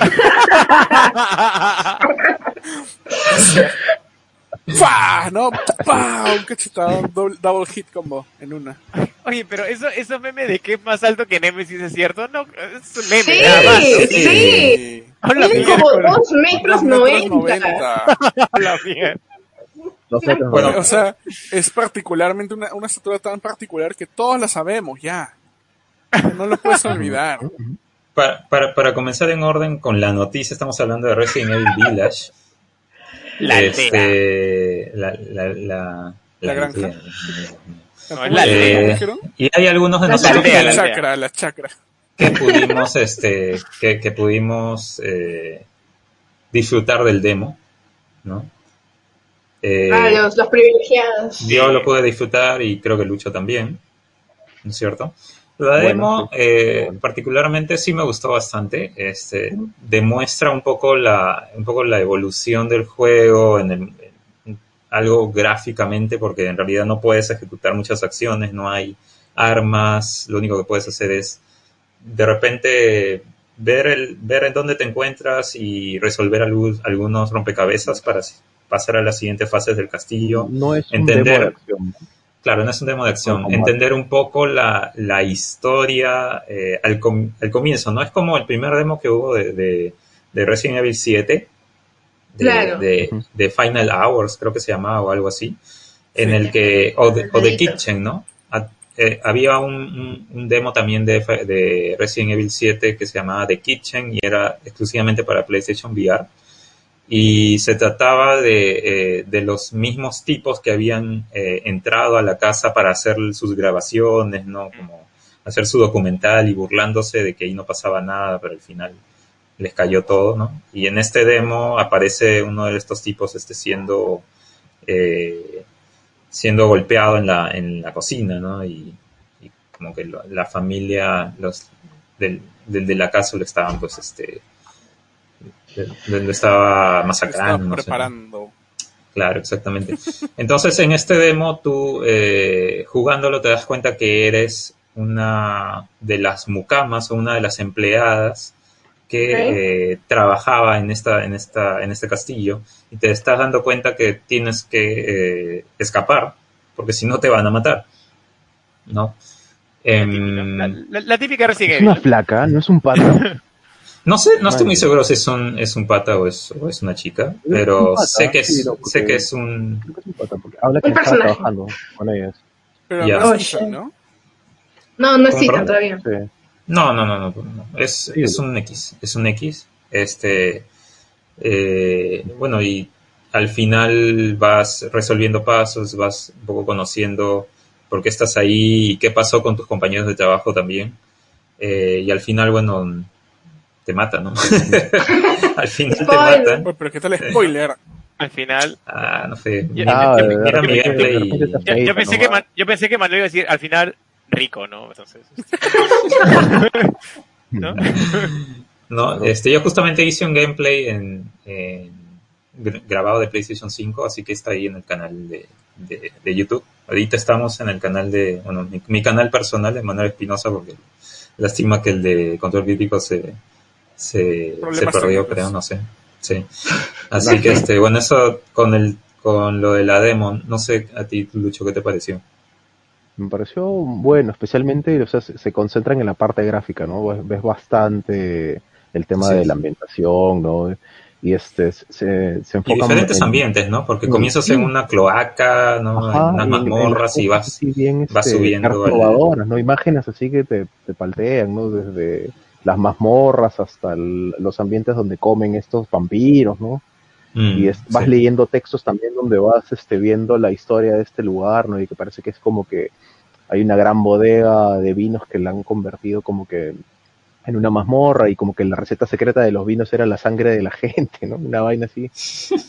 S3: ¡Fa! ¿No? ¡Pa! Un cachetadón, doble- double hit combo en una.
S4: Oye, pero eso, esos memes de que es más alto que Nemesis es cierto, no, es un meme,
S2: Sí,
S4: nada más.
S2: sí.
S3: Sí.
S4: Hola,
S2: Tiene
S4: mierda,
S2: como dos metros
S3: Dos metros
S2: noventa.
S4: hola, mierda.
S5: No sé, pero-
S1: Bueno,
S3: O sea, es particularmente una, una estatura tan particular que todos la sabemos ya. No lo puedes olvidar.
S1: para, para, para comenzar en orden con la noticia, estamos hablando de Resident Evil Village.
S4: La aldea.
S1: Este, la, la, la,
S3: La granja.
S1: aldea, Dios mío.
S4: No, es la aldea.
S1: Eh,
S3: ¿Dijeron?
S1: y hay algunos de
S2: La
S1: nosotros
S4: aldea,
S1: que-
S3: La
S4: aldea.
S3: chacra, la chacra.
S1: que pudimos este que, que pudimos eh, disfrutar del demo no Eh,
S2: Ah, los, los privilegiados.
S1: yo lo pude disfrutar y creo que Lucho también ¿no es cierto? La
S5: Bueno,
S1: demo
S5: sí.
S1: eh,
S5: Bueno.
S1: particularmente sí me gustó bastante este demuestra un poco la un poco la evolución del juego en el- en algo gráficamente porque en realidad no puedes ejecutar muchas acciones no hay armas, lo único que puedes hacer es de repente ver, el, ver en dónde te encuentras y resolver algu- algunos rompecabezas para s- pasar a las siguientes fases del castillo.
S5: no es un
S1: entender-
S5: demo de acción.
S1: Claro, no es un demo de acción,
S5: Ajá.
S1: entender un poco la, la historia eh, al, com- al comienzo, ¿no? Es como el primer demo que hubo de, de, de Resident Evil 7, de,
S2: Claro.
S1: de,
S5: Ujú.
S1: de Final Hours, creo que se llamaba o algo así, en
S2: Sí.
S1: el que, o de, o de
S2: Delito.
S1: Kitchen, ¿no? A- eh, había un, un- un demo también de, fa- de Resident Evil 7 que se llamaba The Kitchen y era exclusivamente para PlayStation VR. Y se trataba de, eh, de los mismos tipos que habían eh, entrado a la casa para hacer sus grabaciones, ¿no? Como hacer su documental y burlándose de que ahí no pasaba nada, pero al final les cayó todo, ¿no? Y en este demo aparece uno de estos tipos este, siendo, eh, siendo golpeado en la, en la cocina, ¿no? Y, y como que lo- la familia los del, del- de la casa lo estaban, pues, este, lo, lo estaba
S3: Estaba
S1: masacrando. no sé, ¿no?
S3: preparando.
S1: Claro, exactamente. Entonces, en este demo, tú eh, jugándolo te das cuenta que eres una de las mucamas o una de las empleadas que
S2: Ok.
S1: eh, trabajaba en esta, en esta, en este castillo y te estás dando cuenta que tienes que eh, escapar porque si no te van a matar, ¿no? Em,
S4: La, la- la típica recién
S5: Es una flaca, no es un pato.
S1: no sé, no estoy
S5: Madre.
S1: muy seguro si es un, es un pata o es, o es una chica, pero
S5: un pata,
S1: sé que
S5: sí,
S1: es,
S5: no, porque-
S1: sé que es un,
S5: Creo que es un pato, porque habla que
S2: Un
S5: estaba
S2: personaje.
S5: trabajando con ellas.
S3: Pero
S1: Ya.
S3: no
S2: Oh,
S3: es Isha,
S2: shit.
S3: ¿no?
S2: No, no es
S1: ¿Cómo,
S2: Ethan
S1: perdón?
S2: todavía.
S5: Sí.
S1: No, no, no, no, no. Es,
S5: Sí.
S1: es un X, es un X. Este, eh, bueno, y al final vas resolviendo pasos, vas un poco conociendo por qué estás ahí y qué pasó con tus compañeros de trabajo también. Eh, y al final, bueno, te matan, ¿no? al final te
S2: Spoiler.
S1: matan.
S3: Oye, pero ¿qué tal spoiler?
S4: Al final,
S1: Ah, no sé.
S4: Ya-
S1: mira-
S4: ya-
S1: mira
S4: ya-
S1: mi
S4: ya-
S1: gameplay
S5: ya-
S1: y-
S5: ya- ya-
S4: yo, yo
S5: Ahí,
S4: pensé
S5: ¿no?
S4: que Man- yo pensé que Manuel iba a decir al final rico, ¿no? Entonces, ¿no?
S1: No, este, yo justamente hice un gameplay en, en- gra- grabado de PlayStation 5, así que está ahí en el canal de, de- de YouTube. Ahorita estamos en el canal de, bueno, mi, mi canal personal de Manuel Espinosa, porque lástima que el de Control Crítico se, se, se
S3: Problemas
S1: perdió,
S3: técnicos.
S1: creo, no sé. Sí. Así que, este, bueno, eso con el, con lo de la demo, no sé a ti, Lucho, ¿qué te pareció?
S5: Me pareció bueno, especialmente, o sea, se, se concentran en la parte gráfica, ¿no? Ves- Ves bastante el tema
S1: Sí.
S5: de la ambientación, ¿no? Y este, se, se
S1: Y
S5: enfocan
S1: diferentes
S5: en-
S1: ambientes, ¿no? Porque
S5: Mm,
S1: comienzas
S5: sí.
S1: en una cloaca, ¿no?
S5: Ajá,
S1: en unas
S5: y-
S1: mazmorras
S5: en-
S1: y vas.
S5: sí, bien,
S1: vas
S5: este,
S1: subiendo al-
S5: perturbadoras, ¿no? Imágenes así que te, te paltean, ¿no? Desde las mazmorras hasta el- los ambientes donde comen estos vampiros, ¿no?
S1: Mm,
S5: y es- vas
S1: sí.
S5: leyendo textos también donde vas este, viendo la historia de este lugar, ¿no? Y que parece que es como que hay una gran bodega de vinos que la han convertido como que en una mazmorra y como que la receta secreta de los vinos era la sangre de la gente, ¿no? Una vaina así.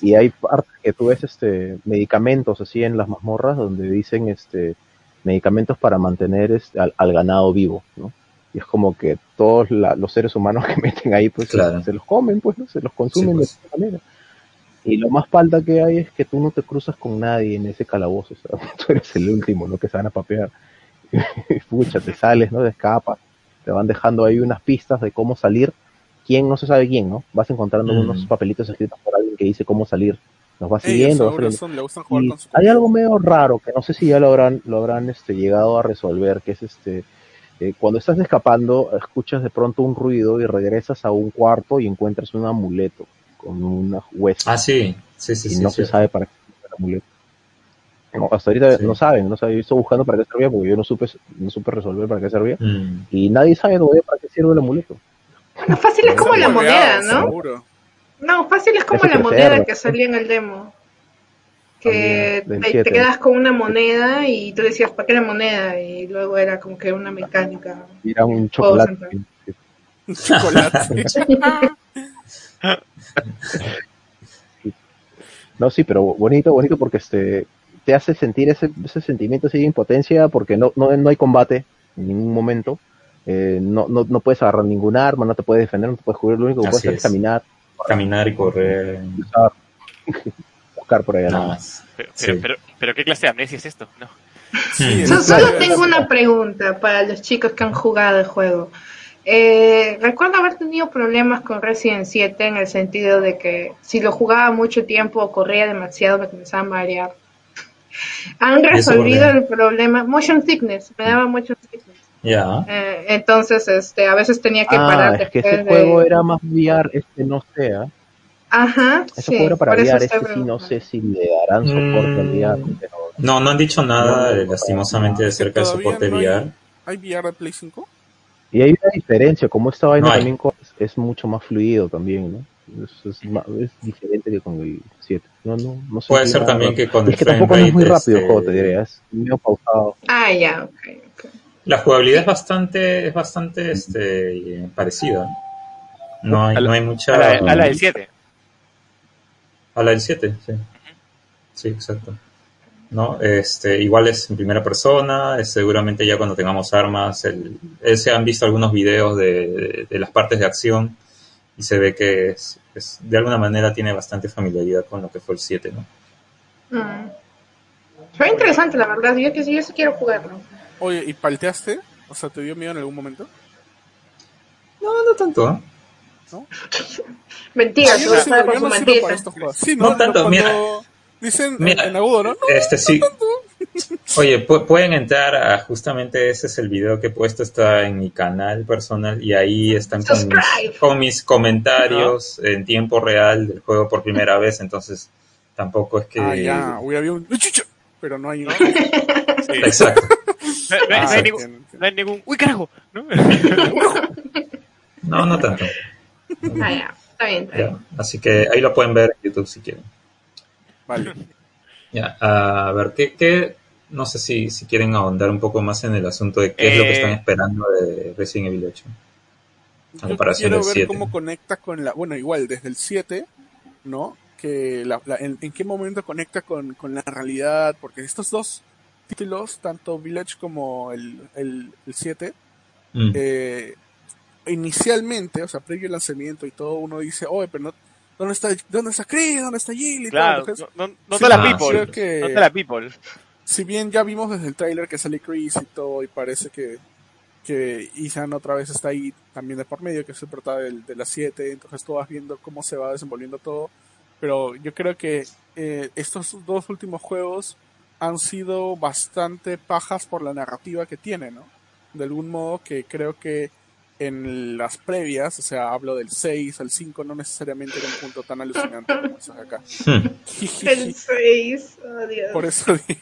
S5: Y hay partes que tú ves este, medicamentos así en las mazmorras donde dicen este, medicamentos para mantener este, al, al ganado vivo, ¿no? Y es como que todos la- los seres humanos que meten ahí, pues
S1: Claro.
S5: se, los comen, pues, ¿no? Se los consumen
S1: pues.
S5: de esa manera. Y lo más falta que hay es que tú no te cruzas con nadie en ese calabozo, o sea, tú eres el último, ¿no? Que se van a papear. Y, Pucha, te sales, ¿no? Te escapas. Te van dejando ahí unas pistas de cómo salir. ¿Quién? No se sabe quién, ¿no? Vas encontrando
S1: Mm.
S5: unos papelitos escritos por alguien que dice cómo salir. Nos vas
S3: Ey, a
S5: siguiendo. vas
S3: Sauron
S5: saliendo.
S3: le gustan jugar
S5: Y
S3: con su
S5: hay algo medio raro que no sé si ya lo habrán, lo habrán este, llegado a resolver, que es este eh, cuando estás escapando, escuchas de pronto un ruido y regresas a un cuarto y encuentras un amuleto con una huesa
S1: Ah, sí, sí, sí,
S5: y
S1: sí.
S5: no
S1: sí.
S5: se sabe para qué sirve el amuleto. No, hasta ahorita
S1: Sí.
S5: no saben, no saben. Yo estoy buscando para qué servía porque yo no supe, no supe resolver para qué servía.
S1: Mm,
S5: Y nadie sabe todavía para qué sirve el amuleto.
S2: Bueno, fácil es
S3: Está
S2: como la moneda,
S3: bugueado,
S2: ¿no?
S3: Seguro.
S2: No, fácil es como
S5: Eso
S2: la
S5: que
S2: moneda
S5: cerda.
S2: que salía en el demo. Que
S5: Ah, del
S2: te, te
S5: siete.
S2: quedas con una moneda y tú decías, ¿para qué la moneda? Y luego era como que una mecánica.
S5: Y Era un chocolate.
S2: central.
S3: Un chocolate.
S5: No, sí, pero bonito, bonito porque este te hace sentir ese, ese sentimiento así de impotencia porque no, no, no hay combate en ningún momento. Eh, no, no, no puedes agarrar ningún arma, no te puedes defender, no te puedes cubrir, lo único que
S1: Así
S5: puedes hacer es
S1: es.
S5: caminar,
S1: Caminar y correr,
S5: cruzar, buscar por allá.
S1: nada
S5: ¿no?
S1: más.
S4: Pero, pero,
S1: Sí.
S4: pero, pero ¿qué clase de amnesia es esto? No.
S3: Sí,
S2: So-
S3: es-
S2: solo
S3: es-
S2: tengo una pregunta para los chicos que han jugado el juego. Eh, recuerdo haber tenido problemas con Resident 7 en el sentido de que si lo jugaba mucho tiempo o corría demasiado me comenzaba a marear.
S1: ¿Y
S2: Han
S1: eso por qué?
S2: resolvido el problema. Motion sickness, me daba motion sickness.
S1: Ya.
S2: Eh, entonces, este, a veces tenía que
S5: Ah,
S2: parar
S5: es que
S2: después
S5: ese
S2: de-
S5: juego era más VR, este no sea.
S2: Ajá,
S5: Ese
S2: sí,
S5: juego era para
S2: por eso
S5: VR,
S2: estoy
S5: este sí no
S2: preguntando.
S5: sé si le darán soporte al
S1: Mm.
S5: VR. pero
S1: No, no han dicho nada,
S5: No, no,
S1: eh, lastimosamente,
S5: no.
S1: acerca del
S3: Todavía
S1: soporte
S3: no hay-
S1: VR.
S3: ¿Hay VR de Play 5?
S5: Y hay una diferencia, como esta vaina
S1: No hay.
S5: también co- es mucho más fluido también, ¿no? Es, es ma- es diferente que con el 7. No, no, no
S1: Puede
S5: sentí
S1: ser
S5: nada
S1: también
S5: raro.
S1: que con
S5: Y
S1: el
S5: es que
S1: frame
S5: tampoco no es muy
S1: rate,
S5: rápido el juego, te
S1: este,
S5: diré, es medio pausado.
S2: Ah, ya, ok, ok.
S1: La jugabilidad es bastante, es bastante este, parecida. No hay,
S4: A la-
S1: no hay mucha.
S4: A la, a la del 7.
S1: A la del 7, sí. Sí, exacto. ¿No? Este, igual es en primera persona, es seguramente ya cuando tengamos armas, el, eh, se han visto algunos videos de, de- de las partes de acción y se ve que es- es- de alguna manera tiene bastante familiaridad con lo que fue el 7, ¿no?
S2: Mm. Fue interesante, la verdad. Yo, que- yo sí quiero jugarlo.
S3: Oye, ¿y palteaste? O sea, ¿te dio miedo en algún momento?
S1: No, no tanto, ¿no?
S2: Mentira,
S3: yo
S2: tú
S3: no
S2: vas a
S3: sirvo,
S2: con
S3: yo
S2: su
S3: no sirvo para
S2: mentira.
S3: estos juegos. Sí,
S1: No
S3: no,
S1: tanto,
S3: cuando
S1: mira.
S3: Dicen en-
S1: Mira.
S3: en agudo, ¿no? No,
S1: Este sí. Oye, pu- pueden entrar a justamente ese es el video que he puesto, está en mi canal personal y ahí están con mis,
S2: Subscribe.
S1: con mis comentarios en tiempo real del juego por primera vez, entonces tampoco es que...
S3: Ah, ya, hubiera habido un chucho, pero no hay. No,
S1: Exacto.
S4: No, no hay- no
S3: Ah,
S4: hay
S1: sí.
S3: entiendo,
S4: ningún,
S3: entiendo.
S4: no hay ningún... ¡Uy, carajo! ¿No?
S1: No, no tanto.
S2: Ah, ya, está bien, está
S1: Ya,
S2: bien.
S1: Así que ahí lo pueden ver en YouTube si quieren.
S3: Vale.
S1: Ya, a ver, ¿qué, qué- No sé si, si quieren ahondar un poco más en el asunto de qué es lo que
S4: Eh.
S1: están esperando de Resident Evil 8.
S3: Yo
S1: comparación
S3: quiero
S1: del
S3: ver
S1: 7.
S3: cómo conecta con la. Bueno, igual, desde el 7, ¿no? Que la, la- en, en qué momento conecta con, con la realidad, porque estos dos títulos, tanto Village como el, el, el 7,
S1: Mm,
S3: eh, inicialmente, o sea, previo al lanzamiento y todo, uno dice, oye, pero no, ¿dónde está, dónde está Chris? ¿Dónde está Jill? Y todo,
S4: Claro,
S3: entonces,
S4: no, no, no
S3: sí,
S4: te la
S1: ah,
S4: people.
S3: creo que-
S4: No te la people.
S3: si bien ya vimos desde el tráiler que sale Chris y todo, y parece que, que Ethan otra vez está ahí también de por medio, que se trata del, de las 7, entonces tú vas viendo cómo se va desenvolviendo todo, pero yo creo que eh, estos dos últimos juegos han sido bastante pajas por la narrativa que tiene, ¿no? De algún modo que creo que en las previas, o sea, hablo del 6 al 5, no necesariamente era un punto tan alucinante como es acá.
S2: El 6, oh Dios.
S3: Por eso digo,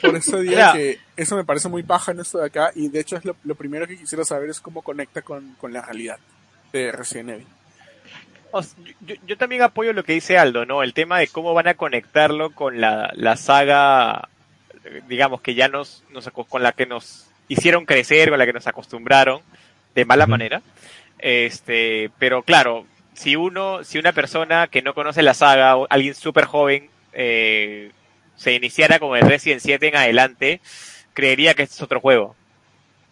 S3: por eso digo
S4: Mira.
S3: que eso me parece muy paja en esto de acá y de hecho es lo, lo primero que quisiera saber es cómo conecta con, con la realidad de Resident Evil.
S4: O s- yo, yo también apoyo lo que dice Aldo, ¿no? El tema de cómo van a conectarlo con la, la saga, eh, digamos, que ya nos, nos aco- con la que nos hicieron crecer, con la que nos acostumbraron, de mala
S1: Ujú.
S4: manera. Este, pero claro, si uno, si una persona que no conoce la saga, o alguien súper joven, eh, se iniciara con el Resident 7 en adelante, creería que este es otro juego.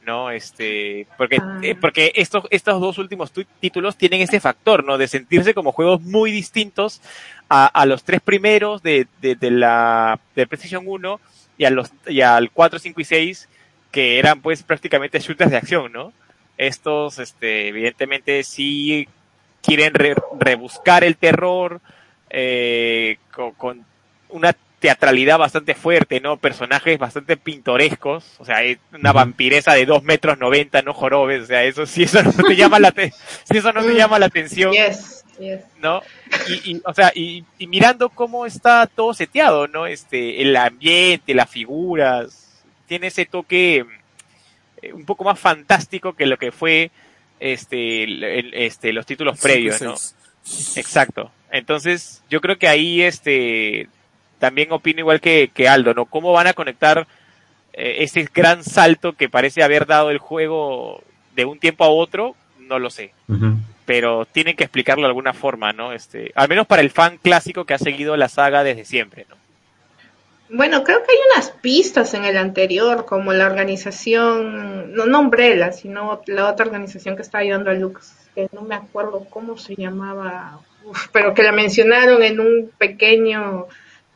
S4: ¿No? Este, porque,
S2: Ah.
S4: eh, porque estos, estos dos últimos tu- títulos tienen ese factor, ¿no? De sentirse como juegos muy distintos a, a los tres primeros de, de, de la, de PlayStation 1 y a los, y al 4, 5 y 6, que eran pues prácticamente shooters de acción, ¿no? Estos, este, evidentemente sí quieren re- rebuscar el terror, eh, co- con, una teatralidad bastante fuerte, ¿no? Personajes bastante pintorescos, o sea, hay una
S1: Ujú.
S4: vampiresa de 2 metros 90, no jorobes, o sea, eso, si eso no te llama la, te- si eso no te llama la atención,
S2: Yes, yes.
S4: ¿no? Y, y, o sea, y, y mirando cómo está todo seteado, ¿no? Este, el ambiente, las figuras, tiene ese toque eh, un poco más fantástico que lo que fue este, el- el- este, los títulos previos,
S3: Cinco y
S4: ¿no?
S3: seis.
S4: Exacto. Entonces, yo creo que ahí este también opino igual que, que Aldo, ¿no? ¿Cómo van a conectar eh, ese gran salto que parece haber dado el juego de un tiempo a otro? No lo sé.
S1: Ujú.
S4: Pero tienen que explicarlo de alguna forma, ¿no? Este, al menos para el fan clásico que ha seguido la saga desde siempre, ¿no?
S2: Bueno, creo que hay unas pistas en el anterior, como la organización, no, no Umbrella, sino la otra organización que está ayudando a Lux, que no me acuerdo cómo se llamaba, uf, pero que la mencionaron en un pequeño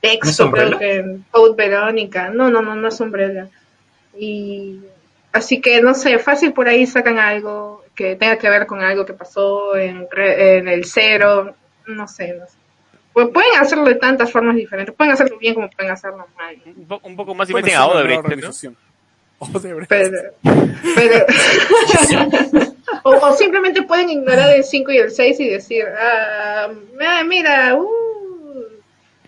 S2: texto,
S1: Umbrella?
S2: creo que en Code Verónica. No, no, no, no es Umbrella. Y así que no sé, fácil por ahí sacan algo que tenga que ver con algo que pasó en, re- en el cero, no sé, no sé. Pues pueden hacerlo de tantas formas diferentes, pueden hacerlo bien como pueden hacerlo mal.
S4: Un, po- un poco más y
S3: Bueno,
S4: meten
S3: es
S4: a
S3: una nueva
S4: Odebrecht, ¿no?
S3: organización. Odebrecht.
S2: Pero, pero o, o simplemente pueden ignorar el 5 y el 6 y decir, ah, ah, mira, uh,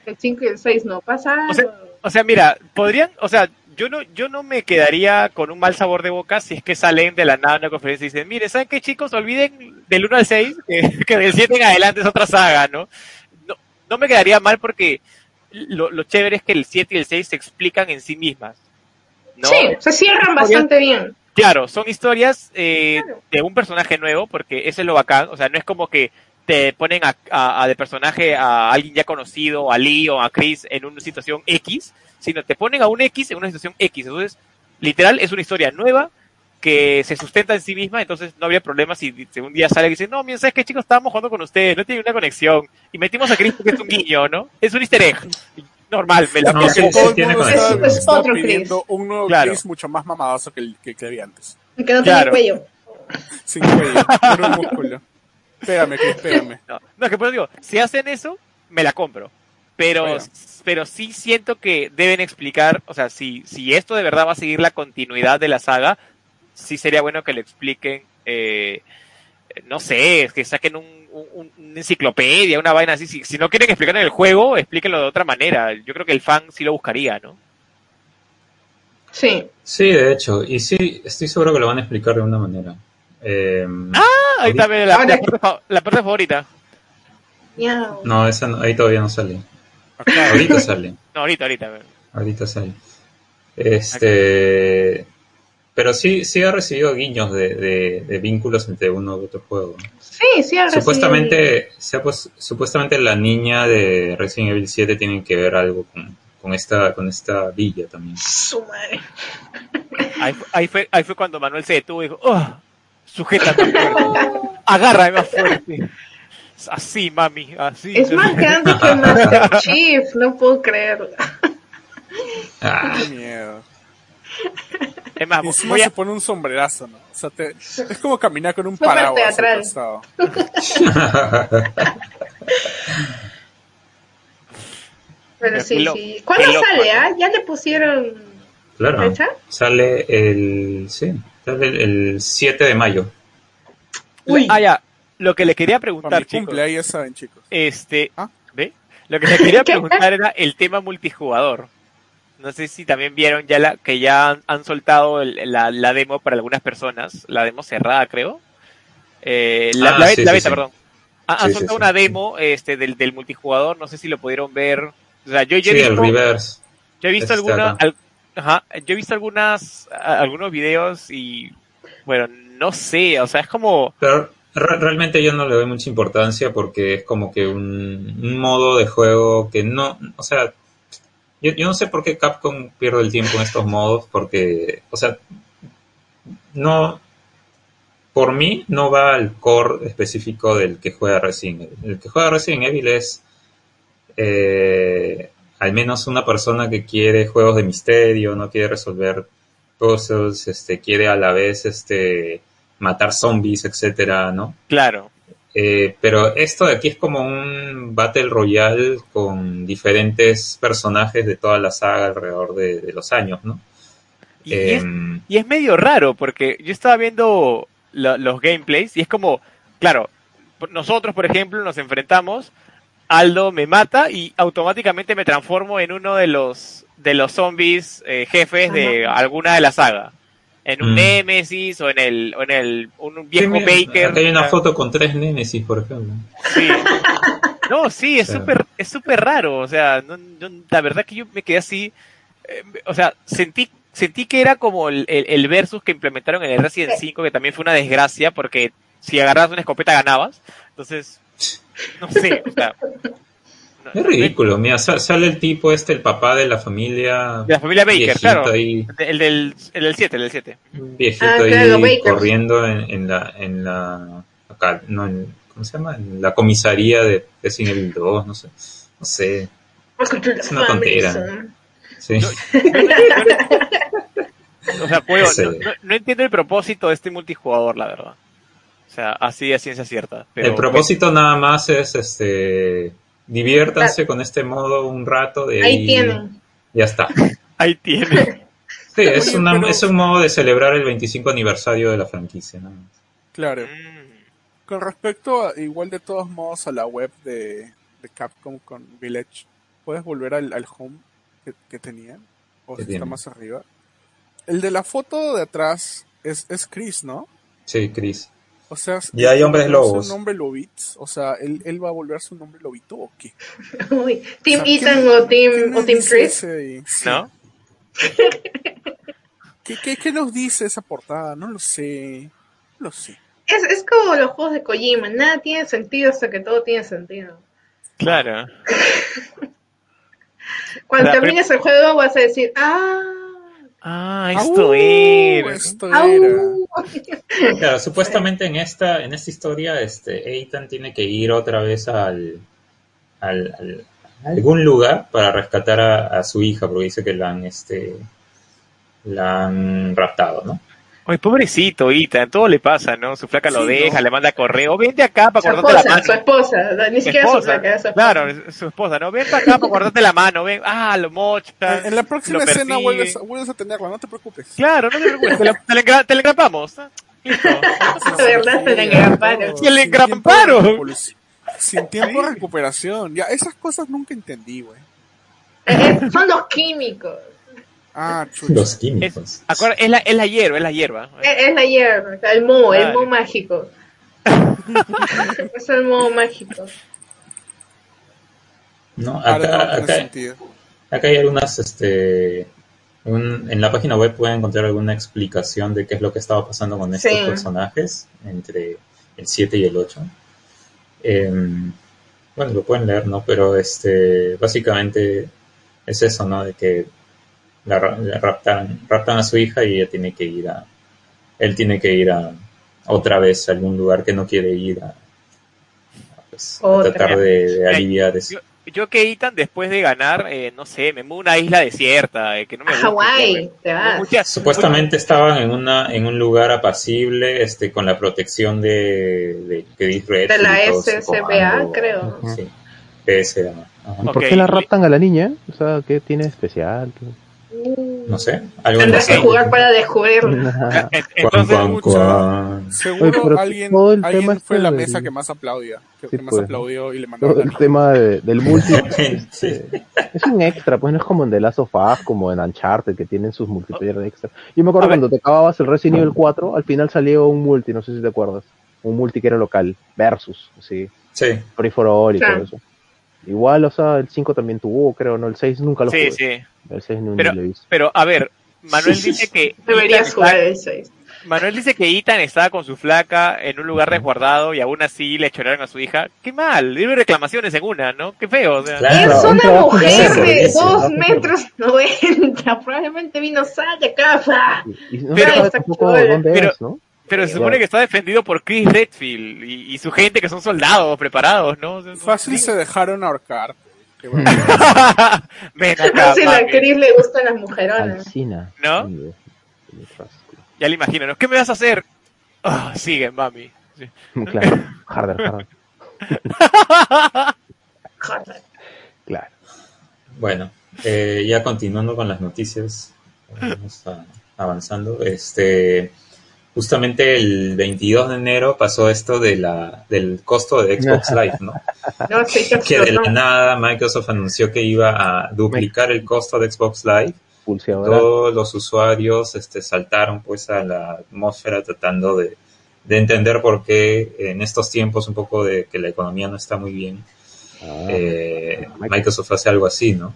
S2: el 5 y el 6 no pasa. algo".
S4: O sea, O sea, mira, podrían, o sea, yo no, yo no me quedaría con un mal sabor de boca si es que salen de la nada a una conferencia y dicen, mire, ¿saben qué chicos? Olviden del 1 al 6, que, que del 7 en adelante es otra saga, ¿no? No, no me quedaría mal porque lo, lo chévere es que el 7 y el 6 se explican en sí mismas. ¿no?
S2: sí, se cierran bastante bien.
S4: Claro, son historias eh,
S2: Claro.
S4: de un personaje nuevo, porque ese es lo bacán. O sea, no es como que te ponen a, a- a de personaje a alguien ya conocido, a Lee o a Chris, en una situación X, sino te ponen a un X en una situación X. Entonces, literal, es una historia nueva que se sustenta en sí misma, entonces no habría problema si, si un día sale y dice, no, mira, ¿sabes qué, chicos? Estábamos jugando con ustedes, no tiene una conexión. Y metimos a Chris porque es un guiño, ¿no? Es un easter egg. Normal, me la,
S1: No,
S4: me la
S1: sí,
S4: como.
S1: sí.
S3: Todo el
S1: tiene
S3: mundo
S2: conexión.
S3: está,
S2: Es- es
S3: está
S2: otro Chris.
S3: pidiendo un nuevo
S4: Claro.
S3: Chris mucho más mamadazo que el que, que había antes.
S2: Que no
S4: Claro.
S2: tiene cuello.
S3: Sin cuello, puro músculo. Pégame, Chris, pégame.
S4: No, no, que por eso digo, si hacen eso, me la compro. Pero,
S3: Bueno.
S4: pero sí siento que deben explicar, o sea, si, si esto de verdad va a seguir la continuidad de la saga, sí sería bueno que lo expliquen, eh, no sé, que saquen un, un- una enciclopedia, una vaina así. Si, si no quieren explicarlo en el juego, explíquenlo de otra manera. Yo creo que el fan sí lo buscaría, ¿no?
S2: Sí.
S1: Sí, de hecho, y sí, estoy seguro que lo van a explicar de una manera. Eh,
S4: Ah, ahí también la, la parte, fa- la parte favorita.
S2: Miau.
S1: No, esa no- ahí todavía no sale.
S3: Acá.
S1: Ahorita sale.
S4: No, ahorita, ahorita.
S1: Ahorita sale. Este. Pero sí, sí ha recibido guiños de, de- de vínculos entre uno y otro juego.
S2: Sí, sí, ahora sí.
S1: Supuestamente, se ha pues- supuestamente la niña de Resident Evil 7 tiene que ver algo con, con esta, con esta villa también.
S2: Su madre.
S4: Ahí, fu- ahí fue, ahí fue cuando Manuel se detuvo y dijo, ¡Oh! Sujétame más fuerte. Agárrame más fuerte. Así, mami, así.
S2: Es más grande que Master Chief, no puedo creerlo.
S1: Ah,
S3: Qué miedo.
S4: Es más,
S3: Y encima
S4: Ah, voy a,
S3: se pone un sombrerazo, ¿no? O sea, te- es como caminar con un
S2: Súper
S3: paraguas. al
S2: teatral.
S3: costado.
S2: Pero
S4: Qué
S2: sí,
S4: lo-
S2: sí. ¿Cuándo
S4: qué loco,
S2: sale?
S4: ¿no?
S2: ah? ¿Ya le pusieron
S1: claro.
S2: fecha?
S1: Sale el, sí, sale el, el 7 de mayo.
S2: Uy.
S4: Ah, ya. Lo que le quería
S3: Para
S4: preguntar,
S3: mi
S4: chicos.
S3: cumple, ahí ya saben, chicos.
S4: Este,
S3: ¿Ah?
S4: ¿ve? Lo que le quería
S2: ¿Qué?
S4: preguntar era el tema multijugador. No sé si también vieron ya la, que ya han, han soltado el- la, la demo para algunas personas, la demo cerrada, creo. Eh, la,
S1: Ah,
S4: la be-
S1: sí,
S4: la
S1: sí,
S4: beta,
S1: sí.
S4: perdón. Ha-
S1: Sí,
S4: Han
S1: sí,
S4: soltado
S1: sí.
S4: una demo este, del, del multijugador, no sé si lo pudieron ver. O sea, yo, yo
S1: Sí,
S4: he
S1: el
S4: visto-
S1: reverse.
S4: yo he visto
S1: Este
S4: alguna,
S1: acá.
S4: al- ajá, yo he visto algunas, a- algunos videos y, bueno, no sé, o sea, es como,
S1: Pero re- realmente yo no le doy mucha importancia porque es como que un, un modo de juego que no, o sea, yo, yo no sé por qué Capcom pierde el tiempo en estos modos porque, o sea, no, por mí no va al core específico del que juega Resident Evil. El que juega Resident Evil es eh, al menos una persona que quiere juegos de misterio, no quiere resolver puzzles, este, quiere a la vez este, matar zombies, etcétera, ¿no?
S4: claro,
S1: Eh, pero esto de aquí es como un Battle Royale con diferentes personajes de toda la saga alrededor de, de los años, ¿no?
S4: y, y es
S1: Em,
S4: Y es medio raro, porque yo estaba viendo lo- los gameplays y es como, claro, por- nosotros, por ejemplo, nos enfrentamos, Aldo me mata y automáticamente me transformo en uno de los, de los zombies eh, jefes de alguna de la saga. En un
S1: Mm.
S4: Nemesis o en el, o en el un
S1: sí,
S4: viejo
S1: mira,
S4: Baker.
S1: acá hay una
S4: o sea,
S1: foto con tres Némesis, por ejemplo.
S4: sí. No, sí, es
S1: Claro.
S4: súper es súper raro. O sea, no- yo- la verdad que yo me quedé así. eh, o sea, sentí sentí que era como el, el- el versus que implementaron en el Resident 5, que también fue una desgracia, porque si agarrabas una escopeta ganabas. Entonces, no sé, o sea. no-
S1: Es ridículo, mira, sa- sale el tipo este, el papá de la familia,
S4: De la familia Baker,
S1: viejito
S4: claro.
S1: ahí,
S4: El del, el del 7, el del 7.
S1: un viejito
S2: Ah,
S1: ahí
S2: claro, Baker.
S1: corriendo en, en la, en la, acá, no, en- ¿cómo se llama? En la comisaría de Resident Evil 2, no sé, no sé, Es una tontera. sí.
S4: Yo- O sea, juego,
S1: Sí.
S4: no, no- no entiendo el propósito de este multijugador, la verdad. O sea, así a ciencia cierta. Pero,
S1: el propósito nada más es, este, diviértanse con este modo un rato de
S2: Ahí tienen.
S1: Ya está.
S4: ahí tiene.
S1: Sí, es,
S3: Oye,
S1: una-
S3: pero-
S1: es un modo de celebrar el 25 aniversario de la franquicia, nada más.
S3: Claro.
S4: Mm.
S3: Con respecto, a- igual de todos modos, a la web de, de Capcom con Village, ¿puedes volver al, al home que, que tenía? ¿O
S1: Que
S3: si está
S1: tiene.
S3: más arriba? El de la foto de atrás es, es Chris, ¿no?
S1: Sí, Chris.
S3: O sea, es-
S1: Y hay hombres
S3: ¿volverse
S1: lobos.
S3: un hombre lobitz? O sea, ¿él, ¿él va a volverse un hombre lobito o qué?
S2: Uy, ¿Team
S3: O sea, ¿qué
S2: Ethan
S3: me-
S2: o
S3: qué
S2: Team,
S3: me
S2: o team
S3: dice
S2: Chris?
S3: ese ahí? Sí.
S4: ¿No?
S3: ¿Qué, qué, qué nos dice esa portada? No lo sé. No lo sé.
S2: Es, es como los juegos de Kojima, nada tiene sentido hasta que todo tiene sentido.
S4: Claro.
S2: Cuando
S4: La prim-
S2: termines el juego vas a decir, ah,
S4: Ah,
S3: ¡Au!
S4: esto era.
S3: Esto era.
S2: au.
S1: Claro, supuestamente en esta, en esta historia, este, Ethan tiene que ir otra vez al, al- al- a algún lugar para rescatar a, a su hija, porque dice que la han, este, la han raptado, ¿no?
S4: Ay, pobrecito, Ita, todo le pasa, ¿no? Su flaca lo
S3: Sí,
S4: deja,
S3: ¿no?
S4: le manda correo, vente acá
S2: Su
S4: para cortarte la mano.
S2: esposa, su esposa, ni
S4: Su
S2: siquiera su
S4: esposa,
S2: flaca, su esposa.
S4: claro, es- su esposa, ¿no? Ven para acá para cortarte la mano, ven, ah, lo mocha.
S3: En la próxima
S4: lo
S3: escena
S4: persigue.
S3: vuelves, vuelves a tenerla, no te preocupes.
S4: Claro, no te preocupes, te, la- te la engra- te la engrapamos. ¿ah? Listo.
S2: De verdad, se le engramparon.
S4: Se
S3: Sin tiempo
S4: le
S3: de
S4: engramparon.
S3: recuperación. Sin tiempo de recuperación. Ya, esas cosas nunca entendí, güey.
S2: Eh, eh, son los químicos.
S3: Ah, chucha.
S1: Los
S4: Es,
S1: químicos.
S4: acuerda- es la, es la hierba, es la hierba.
S2: Es, es la hierba, el moho, el
S4: Claro.
S2: moho mágico. es el moho mágico.
S1: No,
S3: Ahora todo
S1: acá,
S3: tiene
S1: acá,
S3: sentido.
S1: acá hay algunas, este, un- en la página web pueden encontrar alguna explicación de qué es lo que estaba pasando con estos
S2: Sí.
S1: personajes entre el 7 y el 8. Em, bueno, lo pueden leer, ¿no? Pero este, básicamente es eso, ¿no? De que la, ra- la raptan, raptan a su hija y ella tiene que ir a, él tiene que ir a otra vez a algún lugar que no quiere ir a, a, pues, a
S2: Otra.
S1: tratar de, de aliviar eso.
S4: Yo, yo que Ethan después de ganar, eh, no sé, me muevo a una isla desierta, eh, que no me gusta,
S2: Ah, Hawái,
S4: pues,
S2: te vas.
S4: muchas-
S1: Supuestamente estaban en una en un lugar apacible, este, con la protección de, de, que dice Red
S2: De la
S1: y todo su
S2: SSBA,
S1: comando.
S2: creo.
S1: Sí, PSDA. Ajá.
S5: ¿Y por
S4: Ok,
S5: qué la
S4: y-
S5: raptan a la niña? O sea, ¿qué tiene de especial?
S1: Mm. No sé, algo
S2: Tendrás que
S1: así.
S2: jugar para descubrirlo.
S5: Ajá.
S4: En-
S1: Cuan,
S4: Entonces,
S1: cuan,
S3: mucho-
S1: cuan.
S5: Oye,
S3: Seguro
S5: pero
S3: alguien,
S5: todo el
S3: alguien
S5: tema
S3: fue
S5: este
S3: la
S5: del-
S3: mesa que más aplaudía, que,
S5: Sí,
S3: que más
S5: pues.
S3: aplaudió y le mandó
S5: Todo
S3: la
S5: el tema de- del multi
S1: Sí.
S5: este, es un extra, pues no es como en The Last of Us, como en Uncharted, que tienen sus multiplayer de extra. Yo me acuerdo
S4: A ver.
S5: cuando te acababas el Resident Evil 4, al final salió un multi, no sé si te acuerdas, un multi que era local, versus, sí,
S1: Sí.
S5: Free for All y
S2: Claro.
S5: todo eso. Igual, o sea, el 5 también tuvo, creo, no, el 6 nunca lo
S4: sí,
S5: jugué.
S4: sí.
S5: El 6 nunca
S4: Pero-
S5: lo he visto.
S4: Pero, a ver, Manuel dice que. Ethan
S2: Deberías
S4: está-
S2: jugar el 6.
S4: Manuel dice que Ethan estaba con su flaca en un lugar resguardado y aún así le choraron a su hija. Qué mal, dieron reclamaciones en una, ¿no? Qué feo, o sea.
S1: Claro.
S2: Es
S5: un
S2: una
S5: trabajo
S2: mujer
S1: interno,
S2: de
S1: eso.
S2: 2 metros 90. Probablemente vino Sal de casa.
S5: Y, y no
S4: pero-
S5: se sabe tampoco
S2: pero-
S5: dónde
S4: pero-
S5: es, ¿no?
S4: Pero se supone que está defendido por Chris Redfield y, y su gente que son soldados preparados, ¿no? O sea, no-
S3: Fácil
S4: sí.
S3: se dejaron ahorcar. Qué bueno.
S4: Ven acá,
S2: No sé si a
S4: papi.
S2: Chris le gustan las mujeronas.
S5: Alcina.
S4: ¿No? Ya le imagino, ¿no? ¿qué me vas a hacer? Ah, sigue, mami. Sí.
S5: Claro, Harder, Harder.
S2: Joder.
S5: Claro.
S1: Bueno, eh, ya continuando con las noticias, vamos a- avanzando. Este, justamente el 22 de enero pasó esto de la, del costo de Xbox Live, ¿no?
S2: No sé, yo
S1: Que de la
S2: no.
S1: nada Microsoft anunció que iba a duplicar el costo de Xbox Live.
S5: Pulseadora.
S1: Todos los usuarios este, saltaron pues a la atmósfera tratando de, de entender por qué en estos tiempos un poco de que la economía no está muy bien,
S5: Ah.
S1: eh,
S5: Microsoft.
S1: Microsoft hace algo así, ¿no?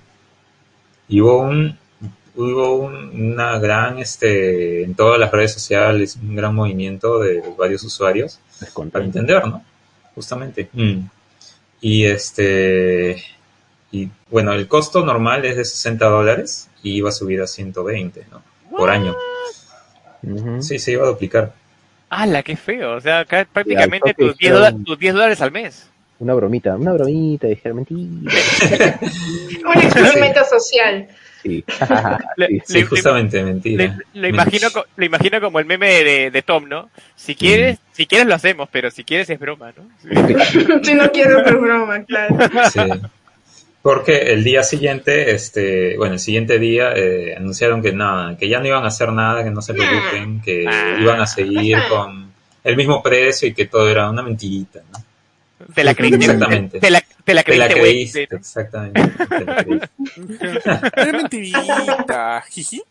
S1: Y hubo un hubo un- una gran este en todas las redes sociales un gran movimiento de varios usuarios para
S5: Descontento.
S1: entender, ¿no? Justamente. Mm. Y este y bueno, el costo normal es de 60 dólares y iba a subir a 120, ¿no? Por año.
S5: Ujú.
S1: Sí, se iba a duplicar.
S4: ¡Hala, qué feo! O sea, acá prácticamente
S5: al toque
S4: tus 10,
S5: hicieron-
S4: dola- tus 10 dólares al mes.
S5: Una bromita, una bromita, dijeron mentira.
S2: Un experimento social.
S5: Sí.
S4: Le-
S5: Sí,
S1: Sí,
S4: le-
S1: justamente,
S4: le-
S1: mentira.
S4: le- lo, imagino, co- lo imagino como el meme de, de Tom, ¿no? Si quieres, si quieres lo hacemos, pero si quieres es broma, ¿no?
S2: Si no quiero hacer broma, claro.
S1: Sí. Porque el día siguiente, este, bueno, el siguiente día eh, anunciaron que nada, que ya no iban a hacer nada, que no se preocupen, que
S4: Ah.
S1: iban a seguir con el mismo precio y que todo era una mentirita, ¿no?
S4: Te la creíste.
S1: Exactamente.
S4: Te la, te la
S1: Te
S4: creíste,
S1: la
S4: güey,
S1: creíste,
S4: ¿no?
S1: exactamente. te la creíste.
S3: Era mentirita, jiji.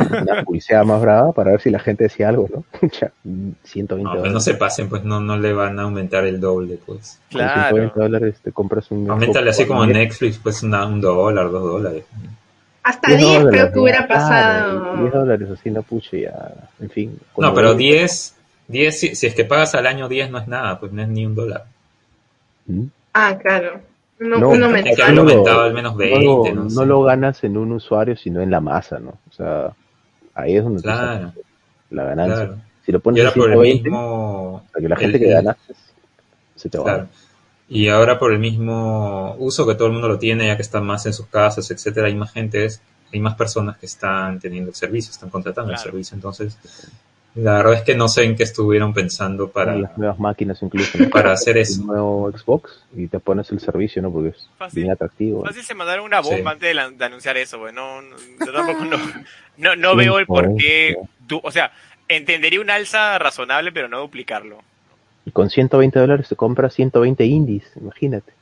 S5: Una pulseada más brava para ver si la gente decía algo, ¿no? Pucha, 120
S1: No, pues
S5: dólares.
S1: no se pasen, pues no, no le van a aumentar el doble, pues.
S5: Con
S4: Claro.
S5: 120 dólares te compras un.
S1: Aumentale así como
S5: Netflix.
S1: Netflix, pues una- un dólar, dos dólares.
S2: Hasta
S5: 10
S2: 10
S5: dólares,
S2: creo que hubiera
S5: ya, claro,
S2: pasado.
S5: 10 dólares así, no pucha, ya. En fin.
S1: No,
S5: como
S1: pero
S5: veinte.
S1: 10, 10 si, si es que pagas al año 10 no es nada, pues no es ni un dólar.
S5: ¿Mm?
S2: Ah, claro. No,
S5: No,
S2: uno
S5: acá
S1: Tiene que
S2: mensual.
S1: haber
S5: no lo-
S1: aumentado al menos 20,
S5: No,
S1: no,
S5: lo-
S1: sé.
S5: no lo ganas en un usuario, sino en la masa, ¿no? O sea, ahí es donde tú
S1: Claro.
S5: sacas la ganancia.
S1: Claro.
S5: Si lo
S1: Y
S5: pones en
S1: ahora por el
S5: 120,
S1: mismo.
S5: para que la
S1: el-
S5: gente que
S1: el-
S5: ganaste se te va.
S1: claro. Y ahora por el mismo uso que todo el mundo lo tiene, ya que están más en sus casas, etcétera, hay más gente, es- hay más personas que están teniendo el servicio, están contratando el
S4: Claro.
S1: servicio. Entonces, la verdad es que no sé en qué estuvieron pensando para.
S5: las nuevas máquinas incluso ¿no?
S1: Para hacer
S5: El
S1: eso.
S5: nuevo Xbox y te pones el servicio no porque es
S4: Fácil.
S5: bien atractivo
S4: Fácil se mandaron una bomba
S1: Sí.
S4: antes de, la- de anunciar eso, güey. No, no, yo tampoco no, no, no veo el por qué. du- o sea, entendería una alza razonable, pero no duplicarlo.
S5: y con 120 dólares te compras 120 indies imagínate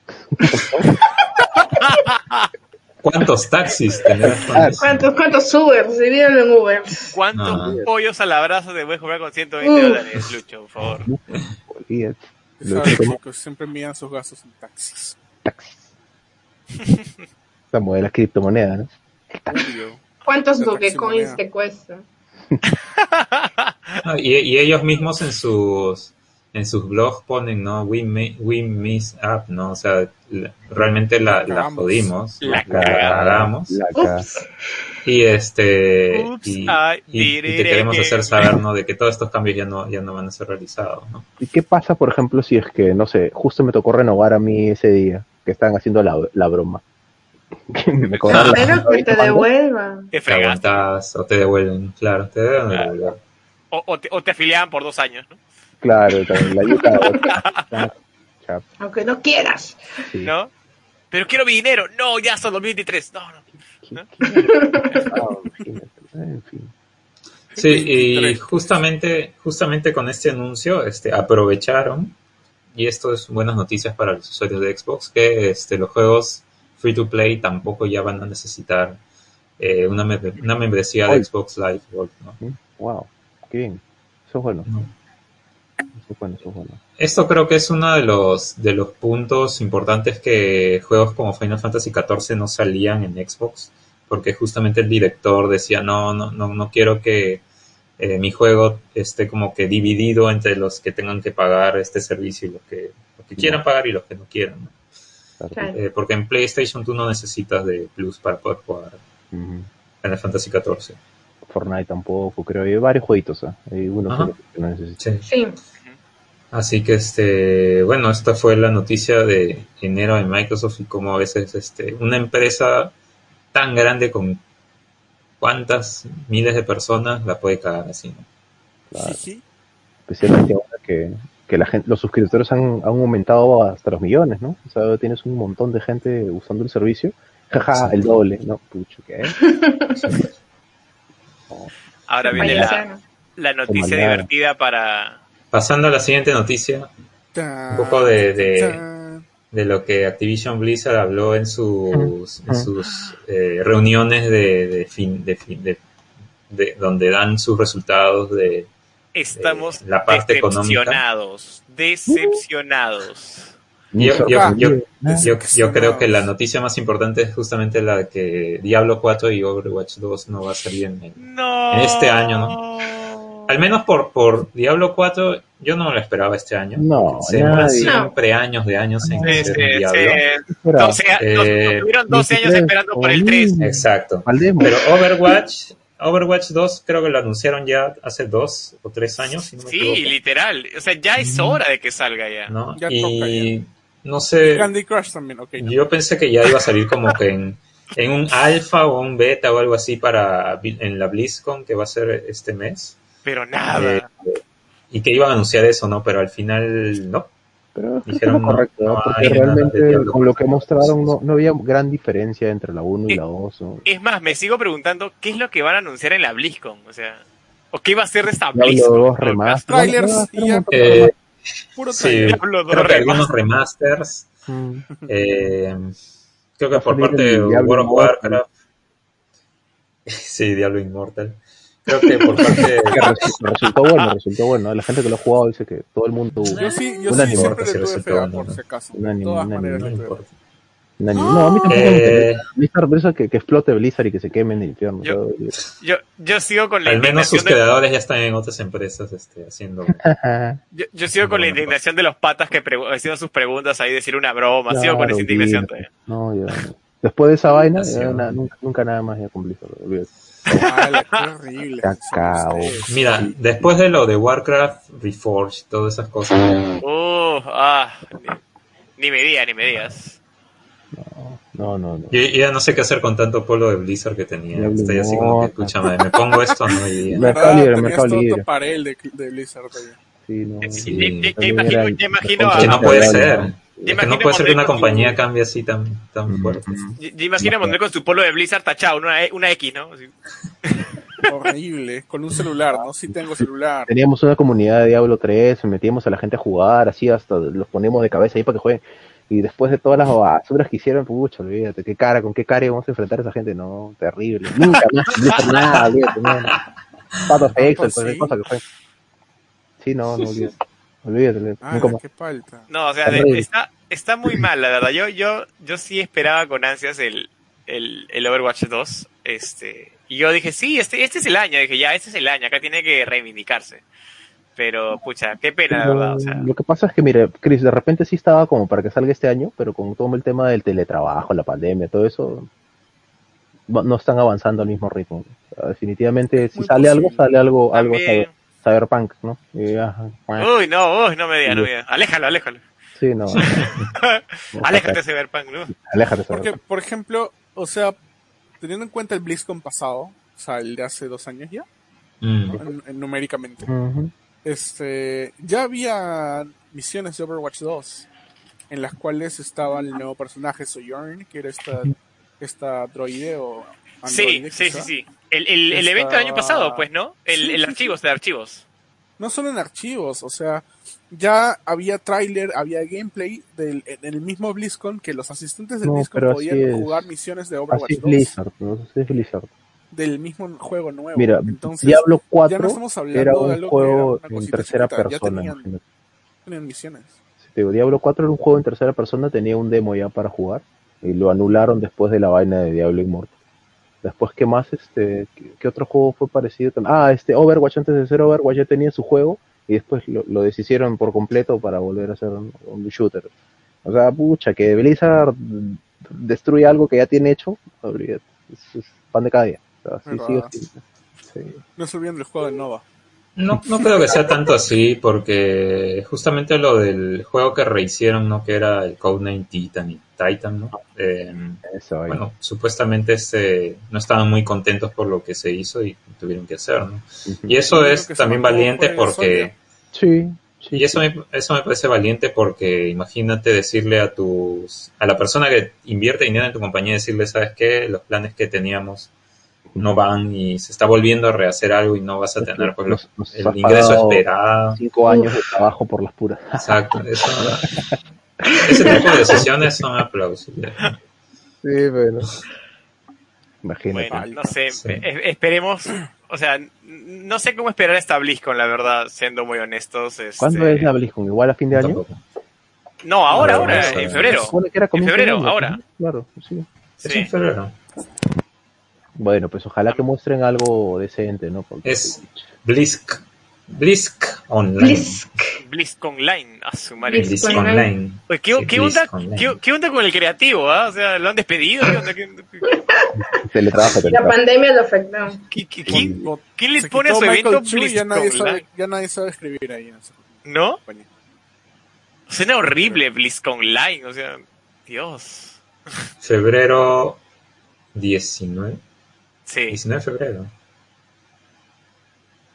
S1: ¿Cuántos taxis tendrás? ¿Cuántos?
S2: ¿Cuántos, cuántos Ubers? Divídelo en Ubers.
S4: ¿Cuántos
S1: Ah.
S4: pollos a la brasa te voy a cobrar con 120
S2: Uf.
S4: dólares, Lucho, por favor?
S5: Olvídate. Lo
S3: Saben,
S5: hice como
S3: chicos, siempre midan sus gastos en taxis.
S5: taxis la moda de las criptomonedas ¿no?
S3: Obvio.
S2: ¿Cuántos
S3: La taximoneda.
S2: Dogecoins te cuestan?
S1: Ah, y, y ellos mismos en sus en sus blogs ponen, ¿no? We, mi- we miss up, ¿no? O sea, la- realmente la, la
S3: Cagamos.
S1: jodimos,
S4: La
S1: cagamos.
S5: la ca-
S2: Ups.
S1: Y este
S4: Oops,
S1: y,
S4: I
S1: y- y
S4: did
S1: te
S4: it
S1: queremos
S4: again.
S1: hacer saber, ¿no? De que todos estos cambios ya no, ya no van a ser realizados, ¿no?
S5: ¿Y qué pasa por ejemplo si es que no sé justo me tocó renovar a mí ese día que estaban haciendo la, la broma. Que me cobraron la-
S2: Espero que te devuelvan.
S4: Te
S1: Te
S4: fregaste.
S1: aguantas o te devuelven, claro, te deben
S4: Claro.
S1: devolver.
S4: O, o te, o te afiliaban por dos años, ¿no?
S5: Claro, también la yuca. Chap, chap,
S2: Aunque no quieras.
S5: sí.
S4: ¿No? Pero quiero mi dinero. No, ya hasta 2023. No, no.
S5: Qué- qué- ah, imagínate. En fin.
S1: Sí, y justamente, justamente con este anuncio este, aprovecharon, y esto es buenas noticias para los usuarios de Xbox, que este, los juegos free to play tampoco ya van a necesitar eh, una, membre- una membresía de
S5: Gold.
S1: Xbox Live Gold, ¿no?
S5: Wow, qué bien. Eso es bueno,
S1: No.
S5: eso es bueno, eso es bueno.
S1: Esto creo que es uno de los, de los puntos importantes que juegos como Final Fantasy XIV no salían en Xbox, porque justamente el director decía, no, no, no, no quiero que eh, mi juego esté como que dividido entre los que tengan que pagar este servicio y los que, los que quieran pagar y los que no quieran. ¿no?
S5: Claro.
S2: Claro.
S1: Eh, porque en PlayStation tú no necesitas de Plus para poder jugar
S5: Ujú.
S1: Final Fantasy XIV.
S5: Fortnite tampoco, creo. Hay varios jueguitos. ¿ah? Hay uno
S1: Ajá.
S5: solo que no
S1: Sí.
S5: necesita.
S2: Sí.
S1: Así que este, bueno, esta fue la noticia de enero de Microsoft y cómo a veces este, una empresa tan grande con cuántas miles de personas la puede cagar así, ¿no?
S5: Claro.
S3: Jiji.
S5: Especialmente ahora que, que la gente, los suscriptores han, han aumentado hasta los millones, ¿no? O sea, tienes un montón de gente usando el servicio. Jaja,
S1: Sí.
S5: el doble, ¿no? Pucho, ¿qué?
S4: Ahora viene la,
S2: Payasano.
S4: la noticia
S5: Como nada.
S4: divertida para.
S1: Pasando a la siguiente noticia,
S3: Tan,
S1: Un poco de- de-
S3: tan.
S1: de lo que Activision Blizzard habló en sus, en sus eh, reuniones de, de fin, de fin, de, de- donde dan sus resultados de
S4: Estamos
S1: Eh, la parte económica.
S4: decepcionados. Decepcionados.
S1: Yo-
S5: Ni
S1: yo- yo-
S5: sorprendido.
S1: Yo,
S3: Sí,
S1: yo creo
S3: no.
S1: que la noticia más importante es justamente la de que Diablo 4 y Overwatch 2 no va a salir en el-
S4: No.
S1: En este año,
S4: ¿no?
S1: Al menos por, por Diablo 4 yo no lo esperaba este año.
S5: No,
S1: Se demoran
S5: nadie.
S1: siempre años de años en
S4: Sí,
S1: hacer un
S4: sí,
S1: Diablo.
S4: sí.
S5: Espera,
S4: Doce a-
S1: Eh,
S4: nos- nos tuvieron 12 años
S5: 23,
S4: esperando por el 3.
S5: mm,
S1: Exacto.
S5: Valdemos.
S1: Pero Overwatch, Overwatch 2 creo que lo anunciaron ya hace dos o tres años. Si no me
S4: Sí,
S1: equivoco,
S4: literal. O sea, ya es hora de que salga ya.
S1: ¿no?
S3: Ya
S1: Y no sé,
S3: Candy Crush también, ok. no.
S1: yo pensé que ya iba a salir como que en, en un alfa o un beta o algo así para en la BlizzCon que va a ser este mes.
S4: Pero nada.
S1: Eh, y que iban a anunciar eso, ¿no? Pero al final no.
S5: Pero es que es
S1: Dijeron,
S5: lo correcto,
S1: no,
S5: ¿no?
S1: no
S5: porque
S1: hay nada de
S5: realmente
S1: Diablo
S5: con lo que
S1: 4.
S5: mostraron no, no había gran diferencia entre la 1 y
S4: Eh,
S5: la 2. ¿no?
S4: Es más, me sigo preguntando qué es lo que van a anunciar en la BlizzCon. O sea, o qué va a ser de esta
S5: Diablo
S4: BlizzCon.
S5: 2
S4: en todo
S5: remaster.
S4: caso.
S3: Trailers
S5: No, no,
S3: y ya.
S5: no,
S1: Eh,
S3: Puro
S1: sí,
S3: trailer.
S4: Diablo dos
S1: creo que
S4: remaster.
S1: algunos remasters.
S5: Mm.
S1: eh, creo
S5: Va
S1: que
S5: a
S1: por
S5: salir
S1: parte de
S5: el Diablo
S1: World of
S5: Immortal.
S1: Warcraft. Sí, Diablo Inmortal. Creo que por parte de.
S5: Que resu- resultó bueno, resultó bueno. La gente que lo ha jugado dice que todo el mundo.
S3: Yo sí, yo
S5: Un
S3: sí
S5: anime,
S3: siempre
S1: sí,
S3: le tuve
S1: resultó
S3: fe,
S1: bueno,
S3: por
S1: ¿no?
S3: si acaso.
S5: Un anime,
S3: De todas
S5: un
S3: maneras
S1: No
S3: le tuve fe.
S1: importa.
S5: No, ni- no, a mí tampoco me
S1: Eh,
S5: interesa. Me sorpresa que, que explote Blizzard y que se queme en el infierno.
S4: Yo-
S5: o sea,
S4: Yo, yo sigo con la
S1: al menos sus
S4: indignación de,
S1: creadores ya están en otras empresas este, haciendo.
S5: ajá.
S4: yo, yo sigo con la
S1: Bueno,
S4: indignación de los patas que pregu- haciendo sus preguntas ahí, decir una broma. sigo con
S5: Claro,
S4: esa indignación
S5: olvídate.
S4: todavía.
S5: No, ya. Después de esa vaina, ya
S1: Nación.
S5: na- nunca, nunca nada más ya con Blizzard. olvídate.
S3: Ala, qué horrible.
S5: Cacao.
S3: son ustedes.
S1: Mira, después de lo de Warcraft, Reforged, todas esas cosas.
S4: Uh, ah, ni, ni me digas, ni me digas.
S5: No, no, no.
S1: Yo, yo ya no sé qué hacer con tanto polo de Blizzard que tenía.
S5: Diablo
S1: Estoy así como que,
S5: Immortal.
S1: escucha, madre, me pongo esto no hoy día.
S5: Mercado
S3: ¿Verdad?
S5: Libre,
S3: Tenías
S5: Mercado
S3: todo tu
S5: Libre.
S3: aparel de, de Blizzard ahí.
S5: Sí, no.
S1: Sí.
S4: Ya- ya- ya
S5: También
S4: imagino,
S5: era el-
S4: ya imagino
S1: Es que
S4: a,
S1: no puede
S5: Real,
S1: ser.
S5: ¿no?
S1: Es que no puede ser que una compañía cambie así tan, tan fuerte.
S4: Yo yo imagino a Manuel con su polo de Blizzard tachado, una, E- una X, ¿no? Así.
S3: Horrible. Con un celular, ¿no? Sí tengo celular.
S5: Teníamos una comunidad de Diablo 3, metíamos a la gente a jugar, así hasta los ponemos de cabeza ahí para que jueguen. Y después de todas las basuras que hicieron, pucha, olvídate, qué cara, con qué cara íbamos a enfrentar a esa gente, no, terrible. Nunca más Blizzard nada, olvídate, no. no. Pato Excel,
S3: sí.
S5: cualquier cosa que fue. Sí, no, no olvídate. Olvídate, olvídate,
S3: Ah,
S5: nunca más.
S3: qué falta.
S4: No, o sea, de-
S5: Terrible.
S4: está, está muy mal, la verdad. Yo, yo, yo sí esperaba con ansias el, el, el Overwatch 2. Este, y yo dije, sí, este, este es el año. Dije, ya, este es el año, acá tiene que reivindicarse. Pero, pucha, qué pena, la verdad. O sea,
S5: Lo que pasa es que, mire, Chris, de repente sí estaba como para que salga este año, pero con todo el tema del teletrabajo, la pandemia, todo eso, va- no están avanzando al mismo ritmo. O sea, definitivamente, si
S3: Muy
S5: sale
S3: posible.
S5: algo, sale algo, algo
S4: también-
S5: cyber- cyberpunk, ¿no? Y, ah, ajá,
S3: Oh.
S4: Uy, no, uy, no me digas, no me digas. Aléjalo, aléjalo.
S5: Sí, no. no.
S4: Aléjate de Cyberpunk, ¿no?
S5: Aléjate,
S3: Porque,
S5: Cyberpunk.
S3: por ejemplo, o sea, teniendo en cuenta el BlizzCon pasado, o sea, el de hace dos años ya,
S1: Mm.
S3: en- en- numéricamente,
S5: Ujú.
S3: este, ya había misiones de Overwatch 2 en las cuales estaba el nuevo personaje Sojourn, que era esta, esta droide o
S4: Sí,
S3: androide,
S4: sí, sí,
S3: quizá.
S4: sí. El, el, el
S3: Esta-
S4: evento del año pasado, pues, ¿no? El,
S3: Sí,
S4: el
S3: sí,
S4: archivos de archivos.
S3: no solo en archivos, o sea, ya había tráiler, había gameplay del, en el mismo BlizzCon que los asistentes del
S5: No,
S3: BlizzCon
S5: pero así
S3: podían
S5: es.
S3: jugar misiones de
S5: Así
S3: Overwatch
S5: es
S3: 2
S5: Blizzard, ¿no? Así es Blizzard.
S3: del mismo juego nuevo.
S5: Mira,
S3: Entonces,
S5: Diablo
S3: ya no
S5: 4
S3: estamos hablando
S5: era
S3: de
S5: un
S3: algo que
S5: juego
S3: era una
S5: en
S3: cosita
S5: tercera
S3: chiquita,
S5: persona.
S3: Ya tenían,
S5: imagínate.
S3: tenían misiones.
S5: Si te digo, Diablo 4 era un juego en tercera persona, tenía un demo ya para jugar y lo anularon después de la vaina de Diablo Immortal. Después, ¿qué más? Este, ¿qué, qué otro juego fue parecido? tan- Ah, este Overwatch, antes de ser Overwatch ya tenía su juego y después lo, lo deshicieron por completo para volver a ser un, un shooter. O sea, pucha, que Blizzard destruye algo que ya tiene hecho, olvídate, es, es pan de cada día. O sea, sí, sí, o sí. Sí.
S3: No se olviden del juego de Nova.
S1: No, no creo que sea tanto así, porque justamente lo del juego que rehicieron, ¿no? Que era el Codename Titan y Titan, ¿no? Eh,
S5: Esa vaina.
S1: bueno, supuestamente este, no estaban muy contentos por lo que se hizo y tuvieron que hacer, ¿no?
S5: Ujú.
S1: Y eso
S3: Yo creo
S1: es
S3: que se
S1: también
S3: mandó
S1: valiente
S3: juegos
S1: porque...
S3: Sony.
S5: Sí, sí,
S1: Y eso me, eso me parece valiente porque imagínate decirle a tus, a la persona que invierte dinero en tu compañía, decirle, ¿sabes qué? Los planes que teníamos no van y se está volviendo a rehacer algo y no vas a tener pues,
S5: Nos-
S1: los-
S5: nos has
S1: el ingreso este
S5: pagado
S1: esperado.
S5: cinco años de trabajo por las puras.
S1: Exacto. Eso, ese tipo de decisiones son aplausibles.
S5: Sí, pero. Imagínate.
S4: Bueno, no sé,
S1: Sí.
S4: e- esperemos, o sea, n- no sé cómo esperar esta BlizzCon, la verdad, siendo muy honestos. Este...
S5: ¿Cuándo es la BlizzCon? ¿Igual a fin de año?
S1: Tampoco.
S4: No, ahora,
S1: No,
S4: ahora,
S1: no sé.
S4: en febrero.
S5: Se supone que era comienzo
S4: En febrero,
S5: de año,
S4: ahora.
S5: ¿no? Claro, sí.
S1: Es en
S4: Sí.
S1: febrero.
S5: Bueno, pues ojalá
S4: Ah.
S5: que muestren algo decente, ¿no? Porque-
S1: Es Blisk. Blisk Online.
S2: Blisk.
S4: BlizzCon Online, a su madre.
S2: Blizz-
S1: Blisk Online.
S4: Oye, ¿qué,
S1: Sí,
S4: qué onda,
S1: BlizzCon Online.
S4: qué, qué onda con el creativo? ah? O sea, ¿lo han despedido? ¿Qué onda? ¿Qué- qué-
S5: Teletrabajo,
S2: La
S5: teletrabajo.
S2: pandemia lo afectó.
S4: qué- qué- quién-
S3: Con-
S4: ¿Quién les
S3: se
S4: pone a
S3: quitó
S4: su
S3: Michael
S4: evento
S3: Chu y ya nadie,
S4: BlizzCon Online?
S3: sabe, ya nadie sabe escribir ahí en esa
S4: ¿No?
S3: compañía.
S4: Suena horrible BlizzCon Online, o sea, Dios.
S1: Febrero 19.
S4: Sí,
S1: 19 de febrero.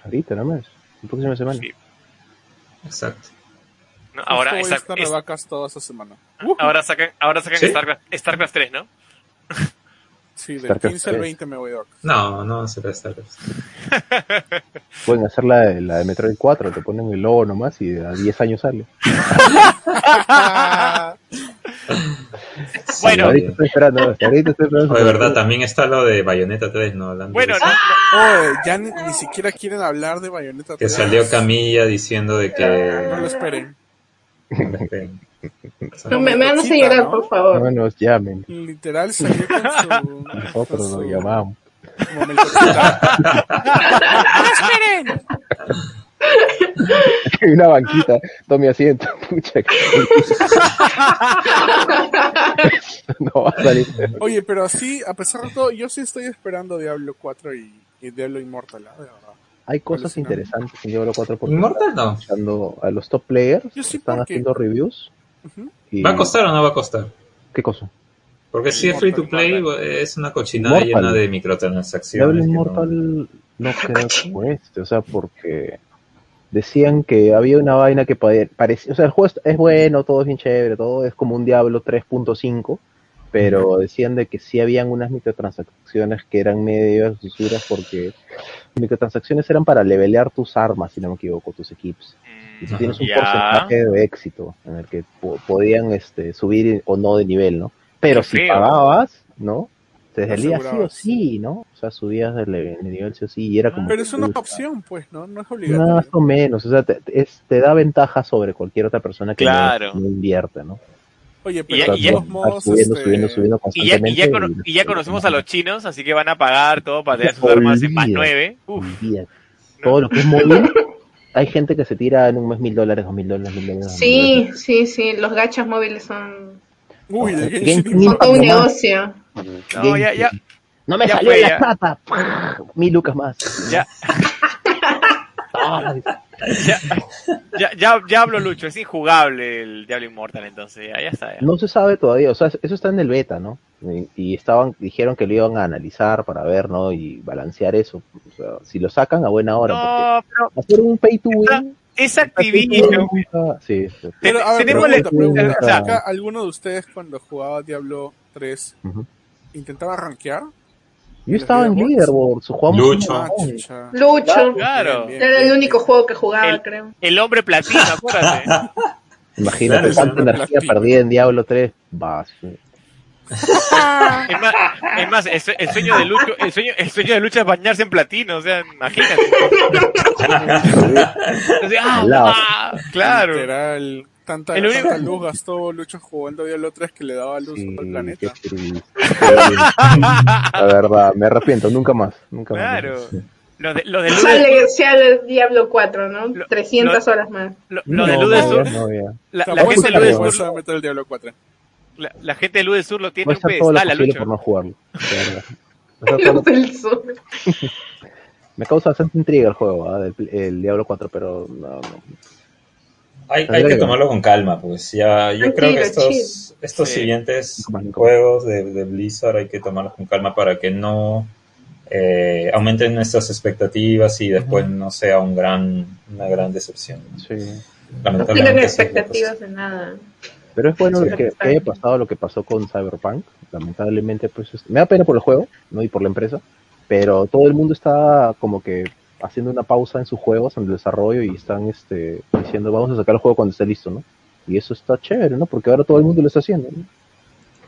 S5: Ahorita, nada más. La próxima semana.
S4: Sí.
S1: Exacto.
S4: ¿no? ahora,
S3: Justo voy a
S4: esa-
S3: estar
S4: es-
S3: de vacas toda esa semana.
S4: ahora sacan, ahora sacan
S1: ¿Sí?
S4: Starcraft, Starcraft 3, ¿no?
S3: Sí, del
S5: Starcraft
S3: 15 al
S5: tres.
S3: 20 me voy de vacas.
S1: No, no se presta.
S5: Pueden hacer la de, la de Metroid 4, te ponen el logo nomás y a 10 años sale.
S4: Bueno.
S5: Ahorita estoy esperando, hasta ahorita estoy esperando.
S1: de verdad, también está lo de Bayonetta 3, ¿no? Hablando
S4: Bueno,
S1: de
S4: no,
S1: eso.
S3: Oye, ya ni, ni siquiera quieren hablar de Bayonetta
S1: Que
S3: 3.
S1: salió Camilla diciendo de
S3: No lo
S1: que...
S3: esperen.
S2: No, me, me van a
S3: Cosita,
S2: llorar,
S3: ¿no?
S2: por favor.
S5: No nos llamen.
S3: Literal salió con su... con
S5: Nosotros
S3: su-
S5: nos llamamos.
S3: como melcochita.
S5: Hay una banquita, tome asiento, pucha. que- no va a salir.
S3: Oye, pero sí, a pesar de todo, yo sí estoy esperando Diablo 4 y, y Diablo Immortal, ¿ah? de verdad.
S5: Hay cosas
S3: Alucinante.
S5: interesantes en Diablo 4 porque
S1: Inmortal no.
S5: están escuchando a los top players
S3: Yo sí,
S5: que están
S3: porque-
S5: haciendo reviews.
S3: Ujú.
S5: y-
S1: ¿Va a costar o no va a costar?
S5: ¿Qué cosa?
S1: Porque si es free
S3: Inmortal,
S1: to play,
S4: Inmortal.
S1: es una cochinada
S5: Inmortal.
S1: llena de
S5: Diablo
S1: microtransacciones. que no-
S5: Immortal no creo que cueste, o sea, porque decían que había una vaina que pare- parecía, o sea, el juego es- es bueno, todo es bien chévere, todo es como un Diablo 3.5, pero decían de que sí habían unas microtransacciones que eran medio susuras porque microtransacciones eran para levelear tus armas, si no me equivoco, tus equipos. Y tú
S1: Ajá.
S5: tienes un
S4: Ya.
S5: porcentaje de éxito en el que po- podían este, subir o no de nivel, ¿no? Pero
S4: Qué
S5: si
S4: feo.
S5: pagabas, ¿no? Te salía sí o
S3: Asegurabas.
S5: sí, ¿no? O sea, subías de le- de nivel sí o sí y
S4: Ah,
S5: era como...
S3: Pero es una
S5: puta,
S3: opción, pues, ¿no? No es
S5: Más
S3: obligatorio.
S5: o menos, o sea, te, te- es- te da ventaja sobre cualquier otra persona que no-
S4: Claro.
S5: no, invierte, ¿no?
S3: Oye,
S4: Y ya-
S3: pero
S5: O
S3: de
S5: sea,
S4: ya-
S3: todos
S5: vas
S3: modos...
S5: Ah, subiendo,
S3: este,
S5: subiendo, subiendo
S4: Y ya, y,
S5: constantemente.
S4: ya cono- y ya conocemos a los chinos, así que van a pagar todo para tener sus
S5: Olvídate.
S4: armas en más 9. Uf,
S5: Olvídate. Todo lo que es móvil, hay gente que se tira en un mes mil dólares, dos mil dólares, mil dólares.
S2: Sí, sí, sí. Los gachas móviles son,
S3: Uy, de
S5: Genshin
S3: Genshin
S5: Impact.
S2: son todo
S3: Impact.
S2: un
S5: Mamá.
S2: negocio.
S4: no, ya, ya,
S5: No me
S4: Ya
S5: salió
S4: fue,
S5: la
S4: ya.
S5: plata. ¡Pah! Mil lucas más.
S4: ya.
S5: Ah,
S4: Ya, ya, ya, ya hablo Lucho, es injugable el Diablo Immortal, entonces ya, ya está. ya.
S5: No se sabe todavía, o sea, eso está en el beta, ¿no? Y, y estaban, dijeron que lo iban a analizar para ver, ¿no? Y balancear eso. O sea, si lo sacan a buena hora.
S4: No, pero
S5: porque hacer un pay to win.
S4: es
S5: pay
S4: Activision.
S5: to win, ah, Sí, sí.
S3: Pero, a ver,
S4: Tenemos la-
S3: pregunta, pregunta.
S4: o sea,
S3: Acá, ¿Alguno de ustedes cuando jugaba Diablo 3
S5: Ujú.
S3: intentaba rankear?
S5: Yo estaba en
S3: ¿Leaderboards?
S5: Leaderboards, jugamos.
S1: Lucho.
S5: un
S3: Ah,
S5: montón.
S3: chucha.
S2: Lucho.
S3: Bien,
S4: Claro.
S3: bien,
S2: Era el
S3: bien.
S2: único juego que jugaba,
S4: El-
S2: creo.
S4: El hombre platino, acuérdate.
S5: Imagínate
S1: Claro,
S5: tanta
S3: sí.
S5: energía perdida en Diablo 3. Vas.
S4: Es más, es más, el, sue- el sueño de Lucho, el sueño, el sueño de Lucho es bañarse en platino, o sea, imagínate. Entonces, ah,
S5: Al lado.
S4: ah, claro.
S3: Literal. Tanta,
S4: El único-
S3: tanta luz gastó Lucho jugando Diablo 3 que le daba luz
S5: Sí,
S3: al
S5: qué
S3: planeta.
S5: triste. La verdad, me arrepiento, nunca más. Nunca más.
S4: Claro. Lo de, lo de Ludes,
S2: Sale, sale el Diablo 4, ¿no?
S4: Lo-
S2: 300 horas más.
S4: lo,
S5: No,
S4: lo de Ludes
S5: no,
S4: Sur,
S5: no, ya.
S4: la, la
S3: Tampoco se
S4: gente de
S3: le
S4: Ludes
S3: llegó
S4: Sur,
S3: a meter el Diablo 4.
S4: la, la gente de Ludes Sur lo tiene
S5: Voy a
S4: un
S5: hacer todo lo
S4: pedestal, a
S5: posible
S4: Lucho.
S5: por no jugarlo. de verdad. Voy a hacer todo
S2: Los
S5: lo-
S2: del sur.
S5: Me causa bastante intriga el juego, ¿ah? Del- el, Diablo 4, pero no, no.
S1: Hay, hay que tomarlo con calma, pues ya yo creo que
S2: Tranquilo,
S1: estos, estos
S4: Sí.
S1: siguientes
S5: Nunca más, nunca más.
S1: juegos de, de Blizzard hay que tomarlos con calma para que no eh, aumenten nuestras expectativas y después no sea un gran, una gran decepción.
S5: Sí.
S2: No tienen
S1: Lamentablemente. pues. así es la
S2: expectativas de nada.
S5: Pero es bueno
S1: Sí.
S5: que, que haya pasado lo que pasó con Cyberpunk. Lamentablemente, pues es- me da pena por el juego, ¿no? Y por la empresa. Pero todo el mundo está como que haciendo una pausa en sus juegos, en el desarrollo, y están este, diciendo, vamos a sacar el juego cuando esté listo, ¿no? Y eso está chévere, ¿no? Porque ahora todo el mundo lo está haciendo, ¿no?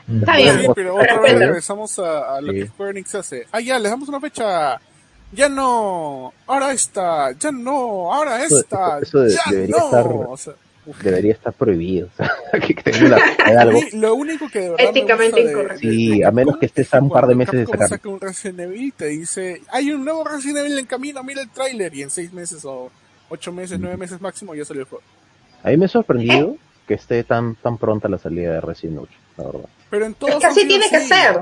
S1: cosa.
S2: Está
S3: Sí,
S2: bien.
S3: pero otra vez
S2: Pero-
S3: regresamos a, a lo
S5: Sí.
S3: que Square Enix hace. Ah, ya, les damos una fecha. Ya no, ahora esta, ya no, ahora
S5: Eso-
S3: esta,
S5: eso- eso de-
S3: ya
S5: debería
S3: no.
S5: estar-
S3: O sea, uf.
S5: Debería estar prohibido. O sea, que tenga una- de algo.
S3: Sí, Lo único que de verdad me
S2: Éticamente
S3: gusta de-
S2: incorrecto.
S3: de-
S5: Sí,
S3: de
S5: a menos
S3: Capcom
S5: que estés
S3: es que
S5: a un par de
S3: cuando
S5: meses de
S3: Capcom
S5: sacarlo.
S3: saca un Resident Evil y te dice, hay un nuevo Resident Evil en camino, mira el tráiler y en seis meses o ocho meses,
S5: Mm.
S3: nueve meses máximo ya salió el juego.
S5: A mí me ha sorprendido que esté tan tan pronta la salida de Resident 8, la verdad.
S3: Pero en todos
S2: Es que así
S3: han sido
S2: tiene que
S3: así.
S2: ser.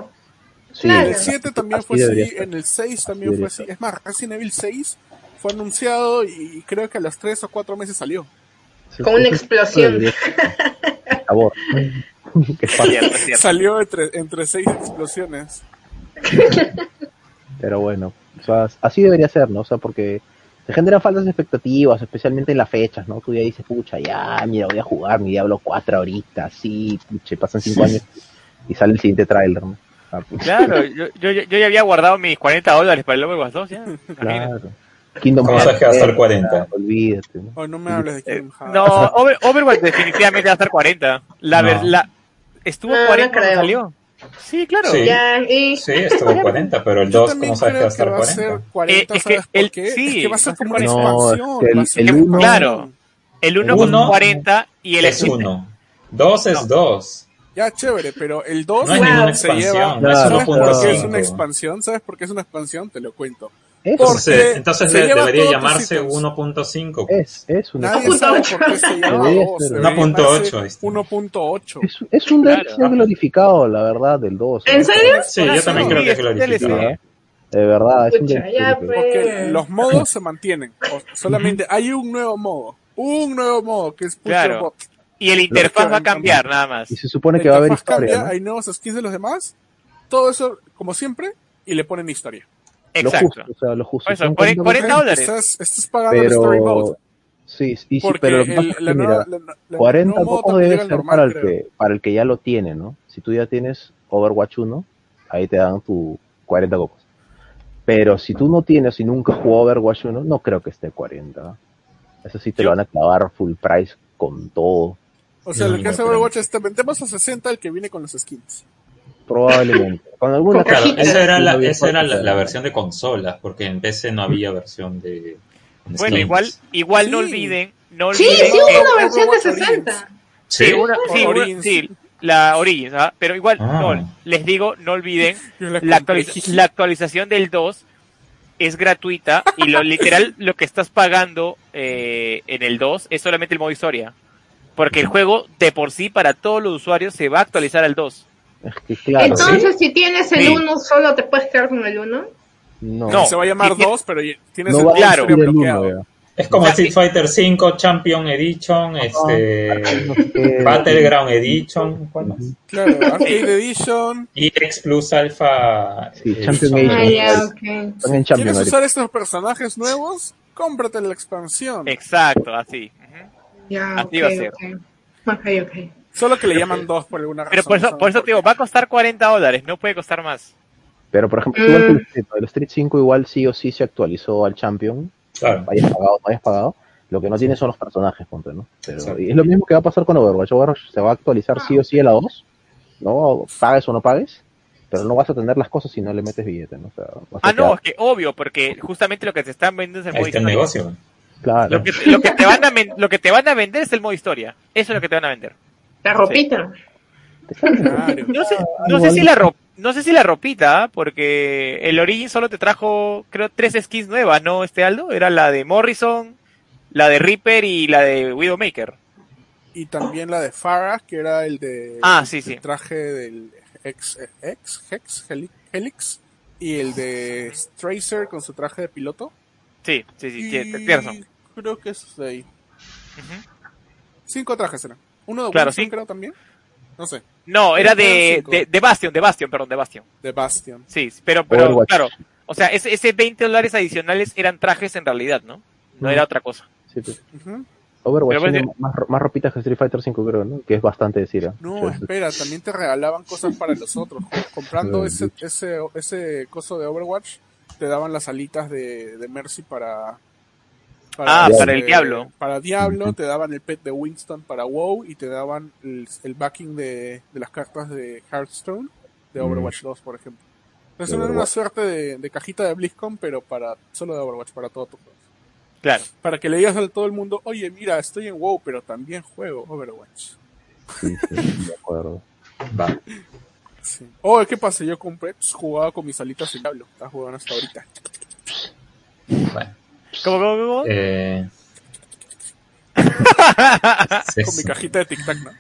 S5: Sí,
S2: Claro.
S3: En el
S2: Así-
S3: 7 también fue
S5: debería
S3: así,
S5: ser.
S3: en el 6 también fue
S5: debería
S3: así.
S5: ser.
S3: Es más, Resident Evil 6 fue anunciado y creo que a los 3 o 4 meses salió.
S5: Eso-
S2: Con una
S5: eso- eso
S2: explosión.
S5: debería ser. Por favor. Qué fácil.
S4: Cierto, cierto.
S3: Salió entre, entre 6 explosiones.
S5: Pero bueno, o sea, así debería ser, ¿no? O sea, porque se generan falsas expectativas, especialmente en las fechas, ¿no? Tú ya dices, pucha, ya, mira, voy a jugar mi Diablo 4 ahorita, sí, puche, pasan 5 años y sale el siguiente tráiler, ¿no? Ah, pucha,
S4: Claro, yo, yo, yo ya había guardado mis 40 dólares para el Overwatch 2, ya. imagínate.
S5: claro. Kingdom
S1: ¿Cómo sabes que va a estar 40?
S5: Olvídate, ¿no?
S3: Oh, no me hables de
S4: Eh,
S3: Kingdom Hearts.
S4: No, Over- Overwatch definitivamente va a estar 40. La
S1: No.
S4: ver- la- estuvo
S2: No, no
S4: 40 cuando
S2: creo.
S4: salió. Sí, claro.
S1: Sí.
S2: Ya, y
S1: Sí, estuvo 40, pero el
S3: Yo
S1: 2,
S3: también
S1: ¿cómo sabes que va
S3: creo
S1: a
S3: que
S1: estar
S3: va a ser
S1: 40?
S3: 40,
S4: Eh, es
S3: ¿sabes
S4: que el-
S3: por qué?
S4: sí,
S3: es que va a
S4: va
S3: ser
S4: a
S3: como
S4: ser
S3: una
S4: 40.
S3: expansión.
S5: No, es que
S3: va a
S5: el-
S3: ser
S5: el
S3: una
S5: uno-
S3: expansión.
S4: El 1 costó
S1: Uno
S4: 40 y el
S1: Es
S4: split-
S1: 1. 2 es 2.
S3: Ya, chévere, pero el 2
S1: No hay
S2: Wow.
S1: ninguna
S3: se lleva...
S1: expansión, no es
S5: Claro,
S3: ¿Sabes por qué es una
S1: 1.5.
S3: expansión? ¿Sabes por qué es una expansión? Te lo cuento.
S5: Eso,
S3: Por-
S1: Entonces,
S3: Porque
S1: entonces
S3: se
S1: de-
S3: lleva
S1: debería
S3: todos tus
S1: llamarse
S3: ítems.
S1: 1.5.
S5: es, es una
S3: Nadie sabe por qué se llama
S5: Debería
S3: dos,
S5: ser.
S3: debería
S1: 1.8
S3: llamarse
S1: ahí está.
S3: 1.8.
S5: Es, es un
S4: Claro.
S5: DLC glorificado, la verdad, del 2. ¿no?
S2: ¿En serio?
S1: Sí, yo también
S3: Sí,
S1: creo que
S4: es
S1: es glorificado.
S4: DLC.
S5: ¿eh? De verdad, es un
S2: Pucha,
S5: DLC.
S2: ya,
S5: glorificado.
S2: pues.
S3: Porque los modos se mantienen. o- solamente hay un nuevo modo. Un nuevo modo que es Push
S4: Claro.
S3: Your Bot.
S4: y el interfaz
S3: que
S4: va a
S3: han
S4: cambiar nada más.
S5: Y se supone
S3: El
S5: que va a haber
S3: interfaz
S5: historia,
S3: cambia,
S5: ¿no?
S3: hay nuevos skins de los demás. Todo eso, como siempre, y le ponen historia.
S5: Lo
S4: Exacto.
S5: justo, o sea, lo justo.
S4: Por eso,
S5: Son
S4: 40
S5: 40
S3: Estás-
S4: dólares.
S3: Estás, estás pagando el Story Mode.
S5: pero... Sí, sí, sí,
S3: Porque
S5: pero lo que pasa
S3: el,
S5: es
S3: la
S5: que,
S3: nueva,
S5: mira,
S3: la, la- el
S5: 40
S3: nuevo modo
S5: pocos
S3: también llega
S5: debe
S3: al
S5: ser para
S3: normal,
S5: el,
S3: creo.
S5: que, para el que ya lo tiene, ¿no? Si tú ya tienes Overwatch 1, ahí te dan tu 40 cocos. Pero si tú no tienes y nunca jugó Overwatch 1, no creo que esté 40. Eso sí te
S4: Yo-
S5: lo van a clavar full price con todo.
S3: O sea,
S1: No,
S3: lo que
S1: no
S3: hace
S1: creo.
S3: Overwatch es te vendemos a 60 el que viene con los skins.
S5: Probablemente. Con alguna
S2: Con
S1: Claro,
S2: Cajita.
S1: esa era, la,
S5: Sí, no
S1: esa era la, la
S5: había-
S1: versión de consolas, porque en PC no había versión de de
S4: Bueno,
S1: skins.
S4: igual, igual no
S3: Sí.
S4: olviden, no
S2: Sí,
S4: olviden
S2: sí
S4: que-
S2: hubo una versión de
S3: Overwatch
S2: 60.
S1: Sí.
S4: sí, una-
S3: O
S4: sí, una-
S3: Origins.
S4: sí, la Origins, ¿ah? pero igual
S1: Ah.
S4: no, les digo, no olviden,
S3: Yo la
S4: la,
S3: compré,
S4: actualiz- la actualización del 2 es gratuita y lo literal lo que estás pagando eh, en el 2 es solamente el modo historia. Porque el juego de por sí para todos los usuarios se va a actualizar al 2.
S5: Es que claro,
S2: Entonces, si tienes el
S4: Sí.
S2: 1, solo te puedes quedar con el 1.
S5: no,
S4: no.
S3: se va a llamar
S4: Sí, sí.
S3: 2, pero tienes el
S5: no va
S3: modo
S4: claro.
S5: a
S3: historia
S5: existir el uno,
S3: bloqueado.
S5: ya.
S1: Es como Street Fighter V, Champion Edition, este,
S5: Eh,
S1: Battleground Edition, ¿cuál más?
S3: Claro, Arcade Edition.
S1: EX Plus Alpha.
S5: Sí,
S1: eh,
S5: Champion
S1: son-
S2: Ah,
S5: Edition.
S2: ya, ok.
S5: Están en Champions
S3: ¿Quieres
S5: ahorita.
S3: usar estos personajes nuevos? Cómprate la expansión.
S4: Exacto, así. Ujú.
S2: Ya,
S4: Así va a
S2: ok,
S4: ser.
S2: ok. Ok, ok.
S3: Solo que le llaman dos por alguna razón.
S4: Pero por
S3: no
S4: eso,
S3: sabemos
S4: por eso
S3: por
S4: te digo,
S3: qué.
S4: va a costar 40 dólares, no puede costar más.
S5: Pero por ejemplo,
S2: Mm.
S5: igual que el, Street, el Street 5 igual sí o sí se actualizó al Champion,
S1: Claro.
S5: hayas pagado, no hayas pagado. Lo que no tiene son los personajes, ponte, ¿no? Pero,
S1: Exacto.
S5: y es lo mismo que va a pasar con Overwatch. Overwatch se va a actualizar sí o sí a la 2, ¿no? Pagues o no pagues, pero no vas a tener las cosas si no le metes billete, ¿no? O sea, vas a
S4: Ah, no,
S5: quedar-
S4: es que obvio, porque justamente lo que te están vendiendo es el
S1: Ahí
S4: modo
S1: está el
S4: historia.
S1: negocio.
S5: Claro.
S4: Lo que, lo, que te van a men- lo que te van a vender es el modo historia. Eso es lo que te van a vender.
S2: La ropita.
S3: Claro.
S4: No sé, no sé si la ro- no sé si la ropita, ¿ah? porque el Origin solo te trajo, creo, tres skins nuevas, ¿no, este Aldo? Era la de Morrison, la de Reaper y la de Widowmaker.
S3: Y también la de Farah, que era el de
S4: Ah, sí, sí.
S3: el traje del ex, ex Hex, Heli- Helix, y el de Tracer con su traje de piloto.
S4: Sí, sí, sí,
S3: Y
S4: tie- tienes razón.
S3: Creo que eso es de ahí.
S4: Ujú.
S3: Cinco trajes eran. Uno de
S4: Claro,
S3: Wilson,
S4: sí.
S3: creo también. No sé,
S4: No, era
S3: Eran
S4: de,
S3: cinco.
S4: de, de Bastion, de Bastion, perdón, de Bastion.
S3: de Bastion.
S4: Sí, pero, pero
S5: Overwatch.
S4: claro. O sea, ese, ese 20 dólares adicionales eran trajes en realidad, ¿no? No
S5: Mm.
S4: era otra cosa.
S5: Sí, pues.
S3: Ujú.
S5: Overwatch
S4: Pero
S5: tiene más, ro- más ropitas que Street Fighter 5, creo, ¿no? Que es bastante decir. ¿eh?
S3: No,
S5: Entonces,
S3: espera, también te regalaban cosas para los otros. Comprando
S5: Ay,
S3: ese, ese, ese coso de Overwatch, te daban las alitas de, de Mercy para,
S4: Ah,
S5: para
S3: este,
S4: el Diablo.
S3: Para Diablo,
S5: Ujú.
S3: te daban el pet de Winston para WoW y te daban el, el backing de, de las cartas de Hearthstone de
S5: Mm.
S3: Overwatch 2, por ejemplo. Entonces
S5: De
S3: era una
S5: Overwatch.
S3: suerte de, de cajita de BlizzCon, pero para solo de Overwatch, para todo tu juego.
S4: Claro.
S3: Para que le digas a todo el mundo, oye, mira, estoy en WoW, pero también juego Overwatch.
S5: sí, sí, de acuerdo.
S1: Va.
S3: Sí. Oh, ¿qué pasa? Yo compré, pues, jugaba con mis alitas en Diablo. Las jugando hasta ahorita.
S1: Bueno,
S4: ¿Cómo, cómo, cómo?
S1: eh, es
S3: Con mi
S1: eso.
S3: cajita de tic-tac, ¿no?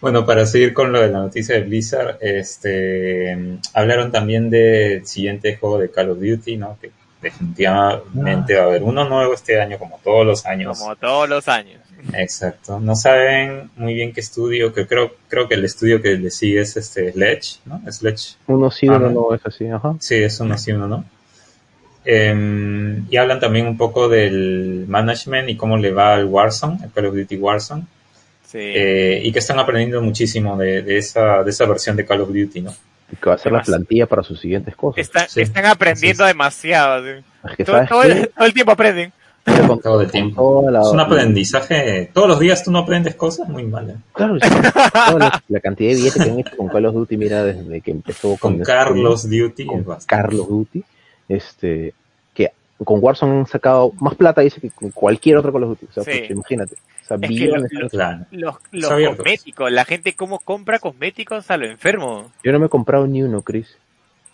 S1: Bueno, para seguir con lo de la noticia de Blizzard, este, mm, hablaron también del siguiente juego de Call of Duty, ¿no? Que definitivamente va a haber uno nuevo este año, como todos los años.
S4: Ah. Como todos los años.
S1: Exacto. No saben muy bien qué estudio, que creo, creo que el estudio que le sigue es este Sledge, ¿no? Sledge.
S5: Uno sí,
S1: Ah,
S5: uno
S1: no.
S5: no es así, ajá.
S1: Sí, eso no sí, uno no. Em, y hablan también un poco del management y cómo le va al Warzone, al Call of Duty Warzone.
S4: Sí.
S1: Eh, y que están aprendiendo muchísimo de, de esa, de esa versión de Call of Duty, ¿no?
S5: Y que va a ser la
S4: Además-
S5: plantilla para sus siguientes cosas.
S4: Está-
S1: sí.
S4: Están aprendiendo demasiado. sí.
S5: Es que,
S4: Todo,
S5: ¿sabes
S4: todo
S5: qué?
S4: el, todo el tiempo aprenden.
S5: Con-
S1: Todo el
S5: con
S1: tiempo.
S5: toda la-
S1: Es un aprendizaje. Todos los días tú no aprendes cosas muy ¿eh? malas.
S5: Claro, sí. Toda la, la cantidad de billetes que han hecho con Call of Duty, mira, desde que empezó
S1: Con
S5: el-
S1: Carlos Duty
S5: con
S1: es bastante.
S5: Carlos Duty, este, que con Warzone han sacado más plata, dice que con cualquier otro Call of Duty. O sea,
S4: Sí.
S5: pucha, imagínate. O sea,
S4: que
S5: billones.
S4: lo- lo-
S1: Claro.
S4: Los, los
S1: Sabía todos.
S4: cosméticos, la gente cómo compra cosméticos a lo enfermo.
S5: Yo no me he comprado ni uno, Chris.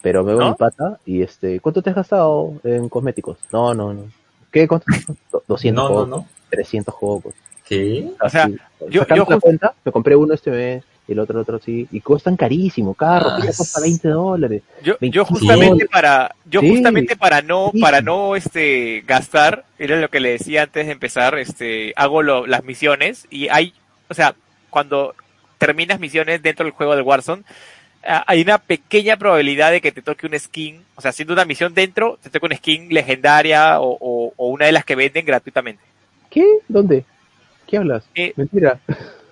S5: Pero me veo
S4: ¿No?
S5: mi pata y este, ¿cuánto te has gastado en cosméticos? No, no, no. ¿Qué? ¿Cuánto? Do- 200
S1: No, no,
S5: juegos,
S1: no.
S5: 300 juegos.
S1: ¿Qué?
S4: O sea,
S5: Así.
S4: yo- yo
S5: Sacando la
S4: justo-
S5: cuenta, me compré uno este mes, el otro, el otro sí, y cuestan carísimo, cada
S1: Ah,
S5: ropita cuesta 20 dólares.
S4: Yo, yo
S5: 25
S4: justamente
S5: dólares.
S4: para, yo
S5: Sí.
S4: justamente para no,
S5: Sí.
S4: para no este gastar, era lo que le decía antes de empezar, este, hago lo- las misiones y hay, o sea, cuando terminas misiones dentro del juego del Warzone, a- hay una pequeña probabilidad de que te toque un skin, o sea, haciendo una misión dentro, te toque una skin legendaria o, o- o una de las que venden gratuitamente.
S5: ¿Qué? ¿Dónde? ¿Qué hablas?
S4: Eh,
S5: Mentira,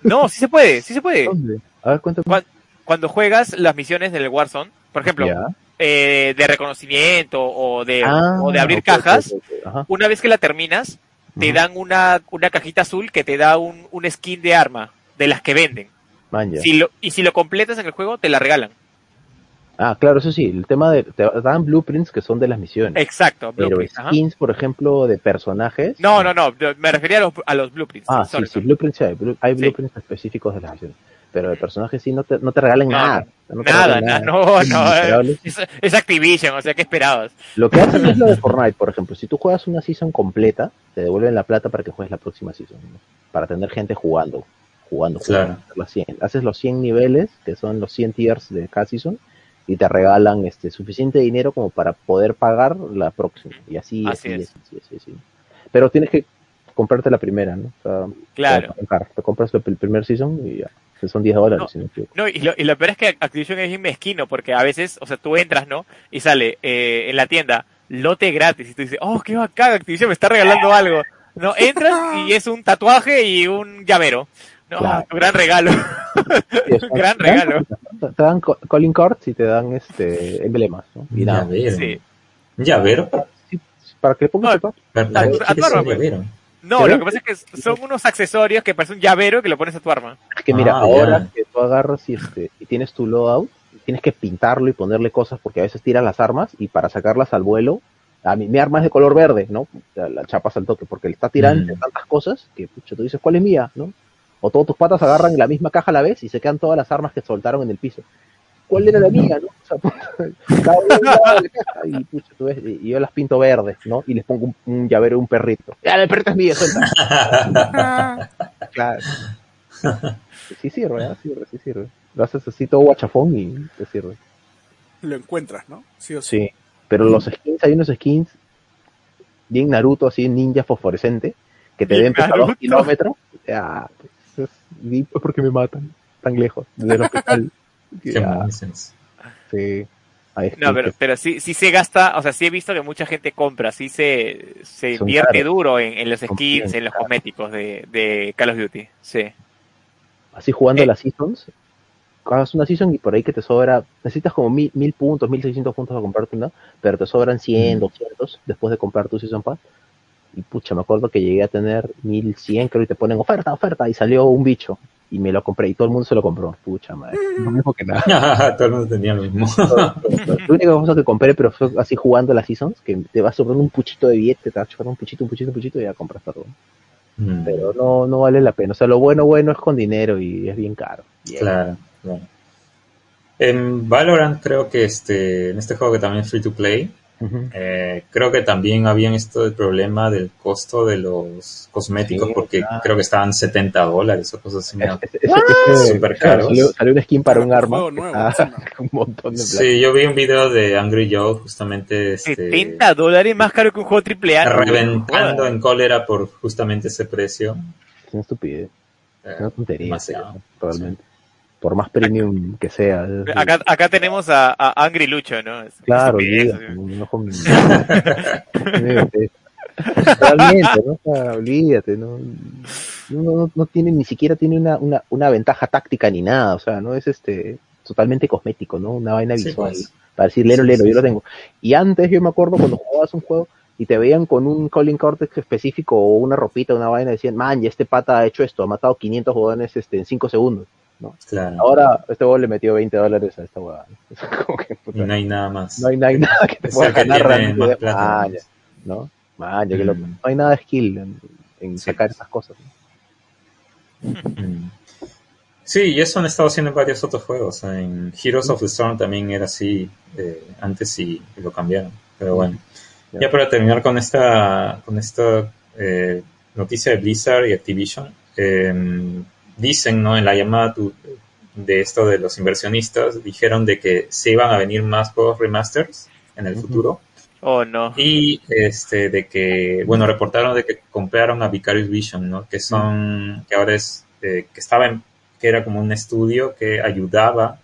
S4: no, sí se puede, sí se puede.
S5: ¿dónde? A ver, cuéntame.
S4: ¿Cuál? Cuando juegas las misiones del Warzone, por ejemplo,
S5: Ya.
S4: eh, de reconocimiento o de,
S5: Ah,
S4: o de abrir
S5: ok, ok,
S4: cajas,
S5: ok, ok, ajá.
S4: una vez que la terminas, te
S5: Ujú.
S4: dan una, una cajita azul que te da un, un skin de arma, de las que venden.
S5: Man, ya.
S4: Si lo, y si lo completas en el juego, te la regalan.
S5: Ah, claro, eso sí, el tema de. Te dan blueprints que son de las misiones.
S4: Exacto,
S5: Pero
S4: blueprints. ajá.
S5: skins, por ejemplo, de personajes.
S4: No, no, no, de- me refería a los, a los blueprints.
S5: Ah, sí,
S4: sorry,
S5: sí,
S4: sorry.
S5: blueprints sí hay, blu- hay
S4: Sí.
S5: blueprints específicos de las misiones. Pero de personajes sí, no te, no te regalen
S4: No,
S5: nada. no te
S4: Nada,
S5: regalen
S4: nada, no, no, eh.
S5: Miserables.
S4: es, es Activision, o sea, ¿qué esperabas?
S5: Lo que hacen es lo de Fortnite, por ejemplo. Si tú juegas una season completa, te devuelven la plata para que juegues la próxima season. ¿no? Para tener gente jugando, jugando, jugando.
S1: Claro.
S5: hacer las 100. Haces los 100 niveles, que son los 100 tiers de cada season, y te regalan este suficiente dinero como para poder pagar la próxima. Y así,
S4: Así
S5: así,
S4: es.
S5: así, así, así. Pero tienes que comprarte la primera, ¿no? O sea,
S4: Claro.
S5: Te, te compras el primer season y ya. Que son 10 dólares.
S4: No.
S5: si no me equivoco.
S4: No, y lo, y lo peor es que Activision es bien mezquino, porque a veces, o sea, tú entras, ¿no? Y sale eh, en la tienda, lote gratis, y tú dices, oh, qué bacán, Activision me está regalando algo. No, entras y es un tatuaje y un llavero. No,
S5: Claro.
S4: gran regalo.
S5: Sí, o sea,
S4: gran
S5: te dan-
S4: regalo.
S5: Te, dan co- calling cards y te dan este emblemas, ¿no? Y nada.
S1: llavero.
S4: Sí.
S1: Llavero.
S5: Sí, Para que le pongas
S4: No,
S5: el pack.
S1: ¿Para, para qué
S4: a tu
S1: quieres un
S4: arma, pues.
S1: llavero?
S4: No, lo
S5: ¿Te ves?
S4: que pasa es que son unos accesorios que parece un llavero que lo pones a tu arma.
S5: Es que mira,
S1: Ah,
S5: ahora
S1: ya.
S5: que tú agarras y, este, y tienes tu loadout, tienes que pintarlo y ponerle cosas porque a veces tiras las armas y para sacarlas al vuelo, a mí mi arma es de color verde, ¿no? La, la chapas al toque porque le está tirando
S1: Mm.
S5: tantas cosas que pucha, tú dices, ¿cuál es mía? ¿no? O todos tus patas agarran la misma caja a la vez y se quedan todas las armas que soltaron en el piso. ¿Cuál era la mía? ¿no? O sea, puta, cada uno agarra la caja y, pucha, tú ves, y- y yo las pinto verdes, ¿no? Y les pongo un, un llavero de un perrito. ¡Ah, el perrito es mío! Suelta. Claro. Sí sirve, ¿eh? sirve, sí sirve. Lo haces así todo guachafón y te sirve.
S3: Lo encuentras, ¿no? Sí o sí.
S5: Sí.
S4: Mm.
S5: Pero los skins, hay unos skins bien Naruto, así ninja fosforescente, que te
S4: Bien
S5: den pues, a dos
S4: Naruto.
S5: kilómetros. Ah, pues, es- di, pues, porque me matan tan lejos del hospital.
S1: Qué
S5: Ya, Ah,
S1: nonsense.
S5: sí. Hay skins
S4: No, pero,
S5: que
S4: pero sí, sí se gasta, o sea, sí he visto que mucha gente compra, sí se, se
S5: Son
S4: invierte
S5: caros.
S4: duro en, en los
S5: Son
S4: skins,
S5: bien
S4: en los
S5: caros.
S4: cosméticos de, de Call of Duty. Sí.
S5: así jugando
S4: eh.
S5: las seasons, hagas una season y por ahí que te sobra, necesitas como mil, mil puntos, mil seiscientos puntos para comprarte una, pero te sobran 100, 200 después de comprar tu season pass. Y pucha, me acuerdo que llegué a tener 1100, creo, y te ponen oferta, oferta, y salió un bicho. Y me lo compré, y todo el mundo se lo compró. Pucha madre, lo mismo que nada.
S1: Ah, Todo el mundo tenía lo mismo.
S5: La única cosa que compré, pero fue así jugando las seasons, que te va sobrando un puchito de billete, te va chupando un puchito, un puchito, un puchito, y ya compras todo.
S1: Mm,
S5: Pero no, no vale la pena. O sea, lo bueno, bueno es con dinero y es bien caro. Bien
S1: Claro, claro. En Valorant creo que este, en este juego que también es free to play,
S5: Ujú.
S1: Eh, creo que también habían esto del problema del costo de los cosméticos,
S5: Sí,
S1: porque
S5: claro.
S1: creo que estaban 70 dólares o cosas así. ¿no?
S5: Es- es- es-
S1: Súper
S5: claro,
S1: caros.
S5: Salió, salió una skin para un
S3: Juego
S5: arma.
S3: nuevo,
S5: que
S1: Ah.
S5: está
S3: encima.
S5: un montón de plata.
S1: Sí, yo vi un video de Angry Joe justamente este,
S4: 70 dólares más caro que un juego triple A.
S1: reventando
S4: Joder.
S1: en cólera por justamente ese precio.
S5: Es una estupidez.
S1: Eh,
S5: Es una tontería.
S1: demasiado.
S5: sí, realmente. Por más premium que sea. es-
S4: Acá, acá tenemos a, a Angry Lucho, ¿no? Es-
S5: claro,
S4: es- es-
S5: olvídate. no con- Olvídate. Realmente, ¿no? O sea, olvídate, ¿no? No, no- no tiene, ni siquiera tiene una, una, una ventaja táctica ni nada, o sea, no es este totalmente cosmético, ¿no? Una vaina
S1: Sí,
S5: visual.
S1: pues.
S5: para decir, lero,
S1: Sí,
S5: lero,
S1: sí,
S5: yo lo
S1: sí.
S5: tengo. Y antes yo me acuerdo cuando jugabas un juego y te veían con un Colin Cortex específico o una ropita, una vaina, decían, man, ya este pata ha hecho esto, ha matado 500 jugadores este, en 5 segundos.
S1: Claro,
S5: Ahora este juego le metió 20 dólares a esta huevada. Es como que,
S1: y
S5: puta,
S1: no hay nada más.
S5: no hay, no hay nada que te
S1: Es
S5: pueda
S1: el que
S5: ganar
S1: tiene
S5: realmente
S1: más
S5: de-
S1: plata,
S5: Man, ya, ¿no? Man, ya que
S1: Mm.
S5: loco. No hay nada de skill en, en
S1: Sí.
S5: sacar esas cosas.
S1: Mm. Sí, y eso han estado haciendo en varios otros juegos. En Heroes of the Storm también era así eh, antes y lo cambiaron. Pero bueno,
S5: Ya.
S1: ya para terminar con esta, con esta eh, noticia de Blizzard y Activision, eh, dicen ¿no? en la llamada tu- de esto de los inversionistas, dijeron de que se iban a venir más juegos remasters en el
S5: Ujú.
S1: futuro.
S4: Oh, no.
S1: Y este de que, bueno, reportaron de que compraron a Vicarious Vision, ¿no? Que son, que ahora es, eh, que estaba en, que era como un estudio que ayudaba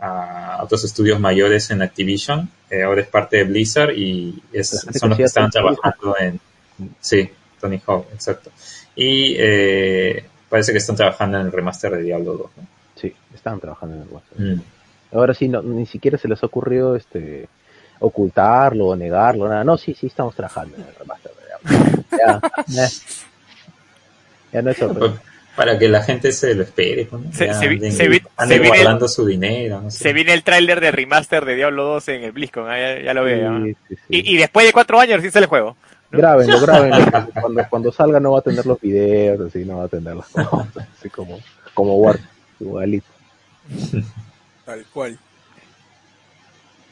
S1: a otros estudios mayores en Activision. Eh, ahora es parte de Blizzard y es-
S5: La gente
S1: son los
S5: que
S1: que
S5: hacía
S1: están
S5: Tony Hawk.
S1: trabajando en, sí, Tony Hawk, exacto. Y eh, parece que están trabajando en el remaster de Diablo 2, ¿no?
S5: Sí, estaban trabajando en el WhatsApp.
S1: Mm.
S5: Ahora sí, no, ni siquiera se les ha ocurrido este, ocultarlo o negarlo, nada. No, sí, sí, estamos trabajando en el remaster. Ya, ya, eh. Ya no es sorpresa.
S1: Pa- Para que la gente se lo espere, ¿no?
S4: Se-
S1: Ya
S4: se vi-
S1: anden-
S4: se vi-
S1: anden
S4: se viene-
S1: guardando su dinero, no sé.
S4: Se viene el tráiler de remaster de Diablo 2 en el BlizzCon, ah, ya, ya lo veo. ¿no?
S5: Sí, sí, sí.
S4: Y, y después de cuatro años recién sale el juego.
S5: Grábenlo, grábenlo. porque Cuando, cuando salga no va a tener los videos, así no va a tener las cosas, así como, como War, igualito.
S3: Tal cual.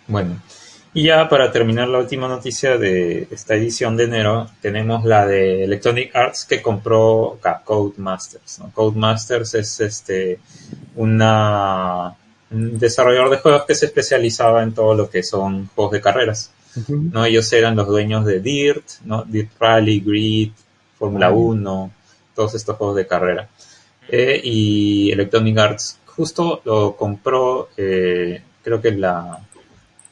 S1: Bueno, y ya para terminar la última noticia de esta edición de enero, tenemos la de Electronic Arts que compró Ca- Codemasters. ¿no? Codemasters es este una desarrollador de juegos que se especializaba en todo lo que son juegos de carreras.
S5: Ujú.
S1: ¿no? Ellos eran los dueños de Dirt, ¿no? Dirt Rally, Grid, Fórmula 1, todos estos juegos de carrera. Eh, y Electronic Arts justo lo compró, eh, creo que la,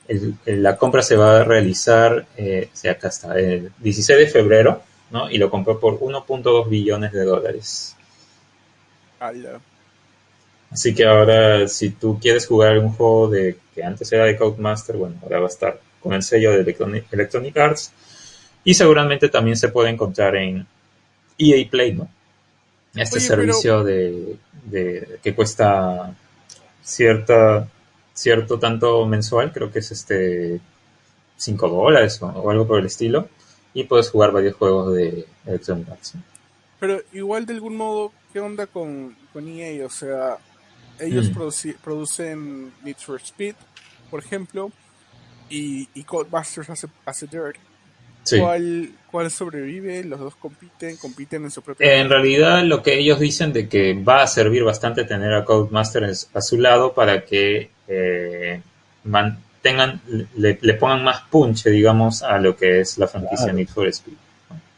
S1: el- el- la compra se va a realizar, eh, o sea, acá está, el 16 de febrero, ¿no? Y lo compró por 1.2 billones de dólares.
S3: Ala.
S1: Así que ahora, si tú quieres jugar algún juego de que antes era de Codemaster, bueno, ahora va a estar con el sello de Electronic, Electronic Arts. Y seguramente también se puede encontrar en EA Play, ¿no? Este
S3: Oye,
S1: servicio de, de- que cuesta cierta cierto tanto mensual, creo que es este 5 dólares o, o algo por el estilo, y puedes jugar varios juegos de Electronic Arts. ¿no?
S3: Pero igual de algún modo, ¿qué onda con, con EA? O sea, ellos
S1: Mm.
S3: produci- producen Need for Speed, por ejemplo, y, y Codemasters hace, hace Dirt.
S1: Sí.
S3: ¿Cuál, ¿Cuál sobrevive? Los dos compiten, compiten en su propio...
S1: En realidad lo que ellos dicen de que va a servir bastante tener a Codemaster en- a su lado para que eh, mantengan, le, le pongan más punche, digamos, a lo que es la franquicia
S5: Claro.
S1: Need for Speed.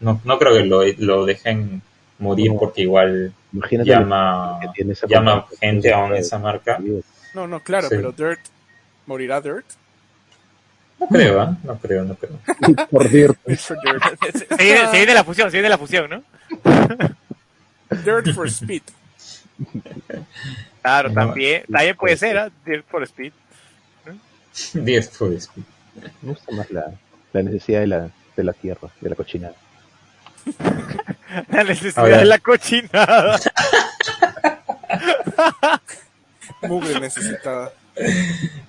S1: No, no creo que lo, lo dejen morir
S5: No.
S1: porque igual
S5: Imagínate
S1: llama,
S5: que tiene esa
S1: llama
S5: compañía.
S1: gente aún a esa marca.
S5: Dios.
S3: No, no, claro,
S1: Sí.
S3: pero Dirt, ¿morirá Dirt?
S1: No creo, ¿ah? no creo, no creo.
S5: Por Dirt.
S3: Need for Dirt.
S4: Se, se viene, se viene la fusión, se viene la fusión, ¿no?
S3: Dirt for Speed.
S4: Claro,
S1: No,
S4: también, también puede ser, ¿ah? Dirt for Speed.
S1: 10 for Speed.
S5: Me gusta más la, la necesidad de la, de la tierra, de la cochinada.
S4: La necesidad
S1: Ahora-
S4: de la cochinada.
S3: Mugre necesitada.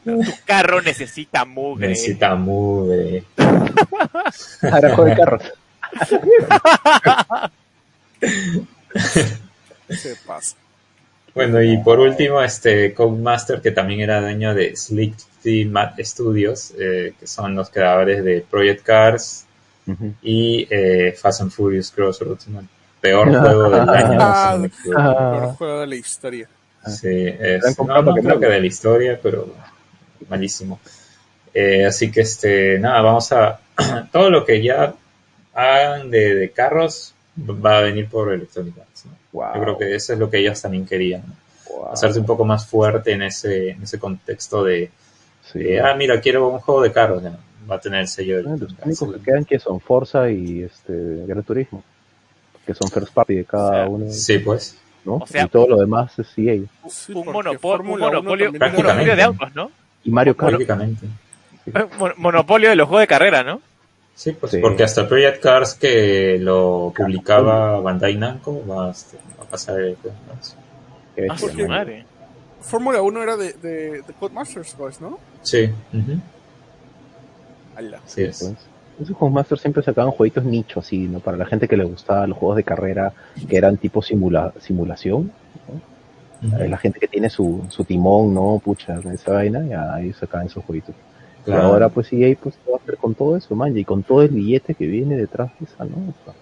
S4: tu carro necesita mugre.
S1: Necesita move. eh.
S5: Carajo Ah, de carros.
S3: Se pasa.
S1: Bueno, y por último, este Codemaster, que también era dueño de Slick T Mat Studios, eh, que son los creadores de Project Cars
S5: Ujú.
S1: y eh, Fast and Furious Crossroads, ¿no? peor juego del año. si no me equivoco.
S3: Peor
S5: Ah,
S3: juego de la historia.
S1: sí, es-
S5: Gran
S1: no, no
S5: compacto que
S1: creo
S5: tal.
S1: que de la historia, pero malísimo. Eh, así que, este, nada, vamos a... todo lo que ya hagan de, de carros va a venir por Electronic Arts, ¿no?
S5: wow,
S1: Yo creo que eso es lo que ellos también querían, ¿no?
S5: wow.
S1: hacerse un poco más fuerte en ese, en ese contexto de,
S5: Sí.
S1: de, ah, mira, quiero un juego de carros, ya, va a tener el sello
S5: Ah, Los
S1: del
S5: únicos que quedan que son Forza y este Gran Turismo, que son first party de cada
S4: O sea,
S5: uno,
S1: Sí, pues.
S5: ¿no?
S4: o sea-
S5: y todo lo demás es E EA.
S3: Sí,
S4: un,
S3: porque
S4: monopo- un
S3: Fórmula Uno
S4: monopolio, un
S3: también
S1: Prácticamente.
S4: monopolio de autos, ¿no?
S5: Y Mario Kart.
S1: Prácticamente.
S4: Un mon- Monopolio de los juegos de carrera, ¿no?
S1: Sí, pues
S5: Sí.
S1: porque hasta Project Cars que lo publicaba Bandai Namco va a, este, va a pasar el juego.
S5: que
S4: Ah,
S5: es
S4: su
S3: porque-
S5: llamado.
S4: madre.
S3: Fórmula 1 era de, de, de Codemasters, pues, ¿no?
S1: Sí, ujú,
S3: Ala.
S1: así es.
S5: Entonces, Esos juegos Master siempre sacaban jueguitos nicho, así, ¿no? Para la gente que le gustaba los juegos de carrera que eran tipo simula simulación. Eh,
S1: Ujú,
S5: La gente que tiene su, su timón, ¿no? Pucha, esa vaina, ya ahí sacaban esos jueguitos.
S1: claro.
S5: Y ahora, pues, EA pues, ¿qué va a hacer con todo eso, man, y con todo el billete que viene detrás de esa nota.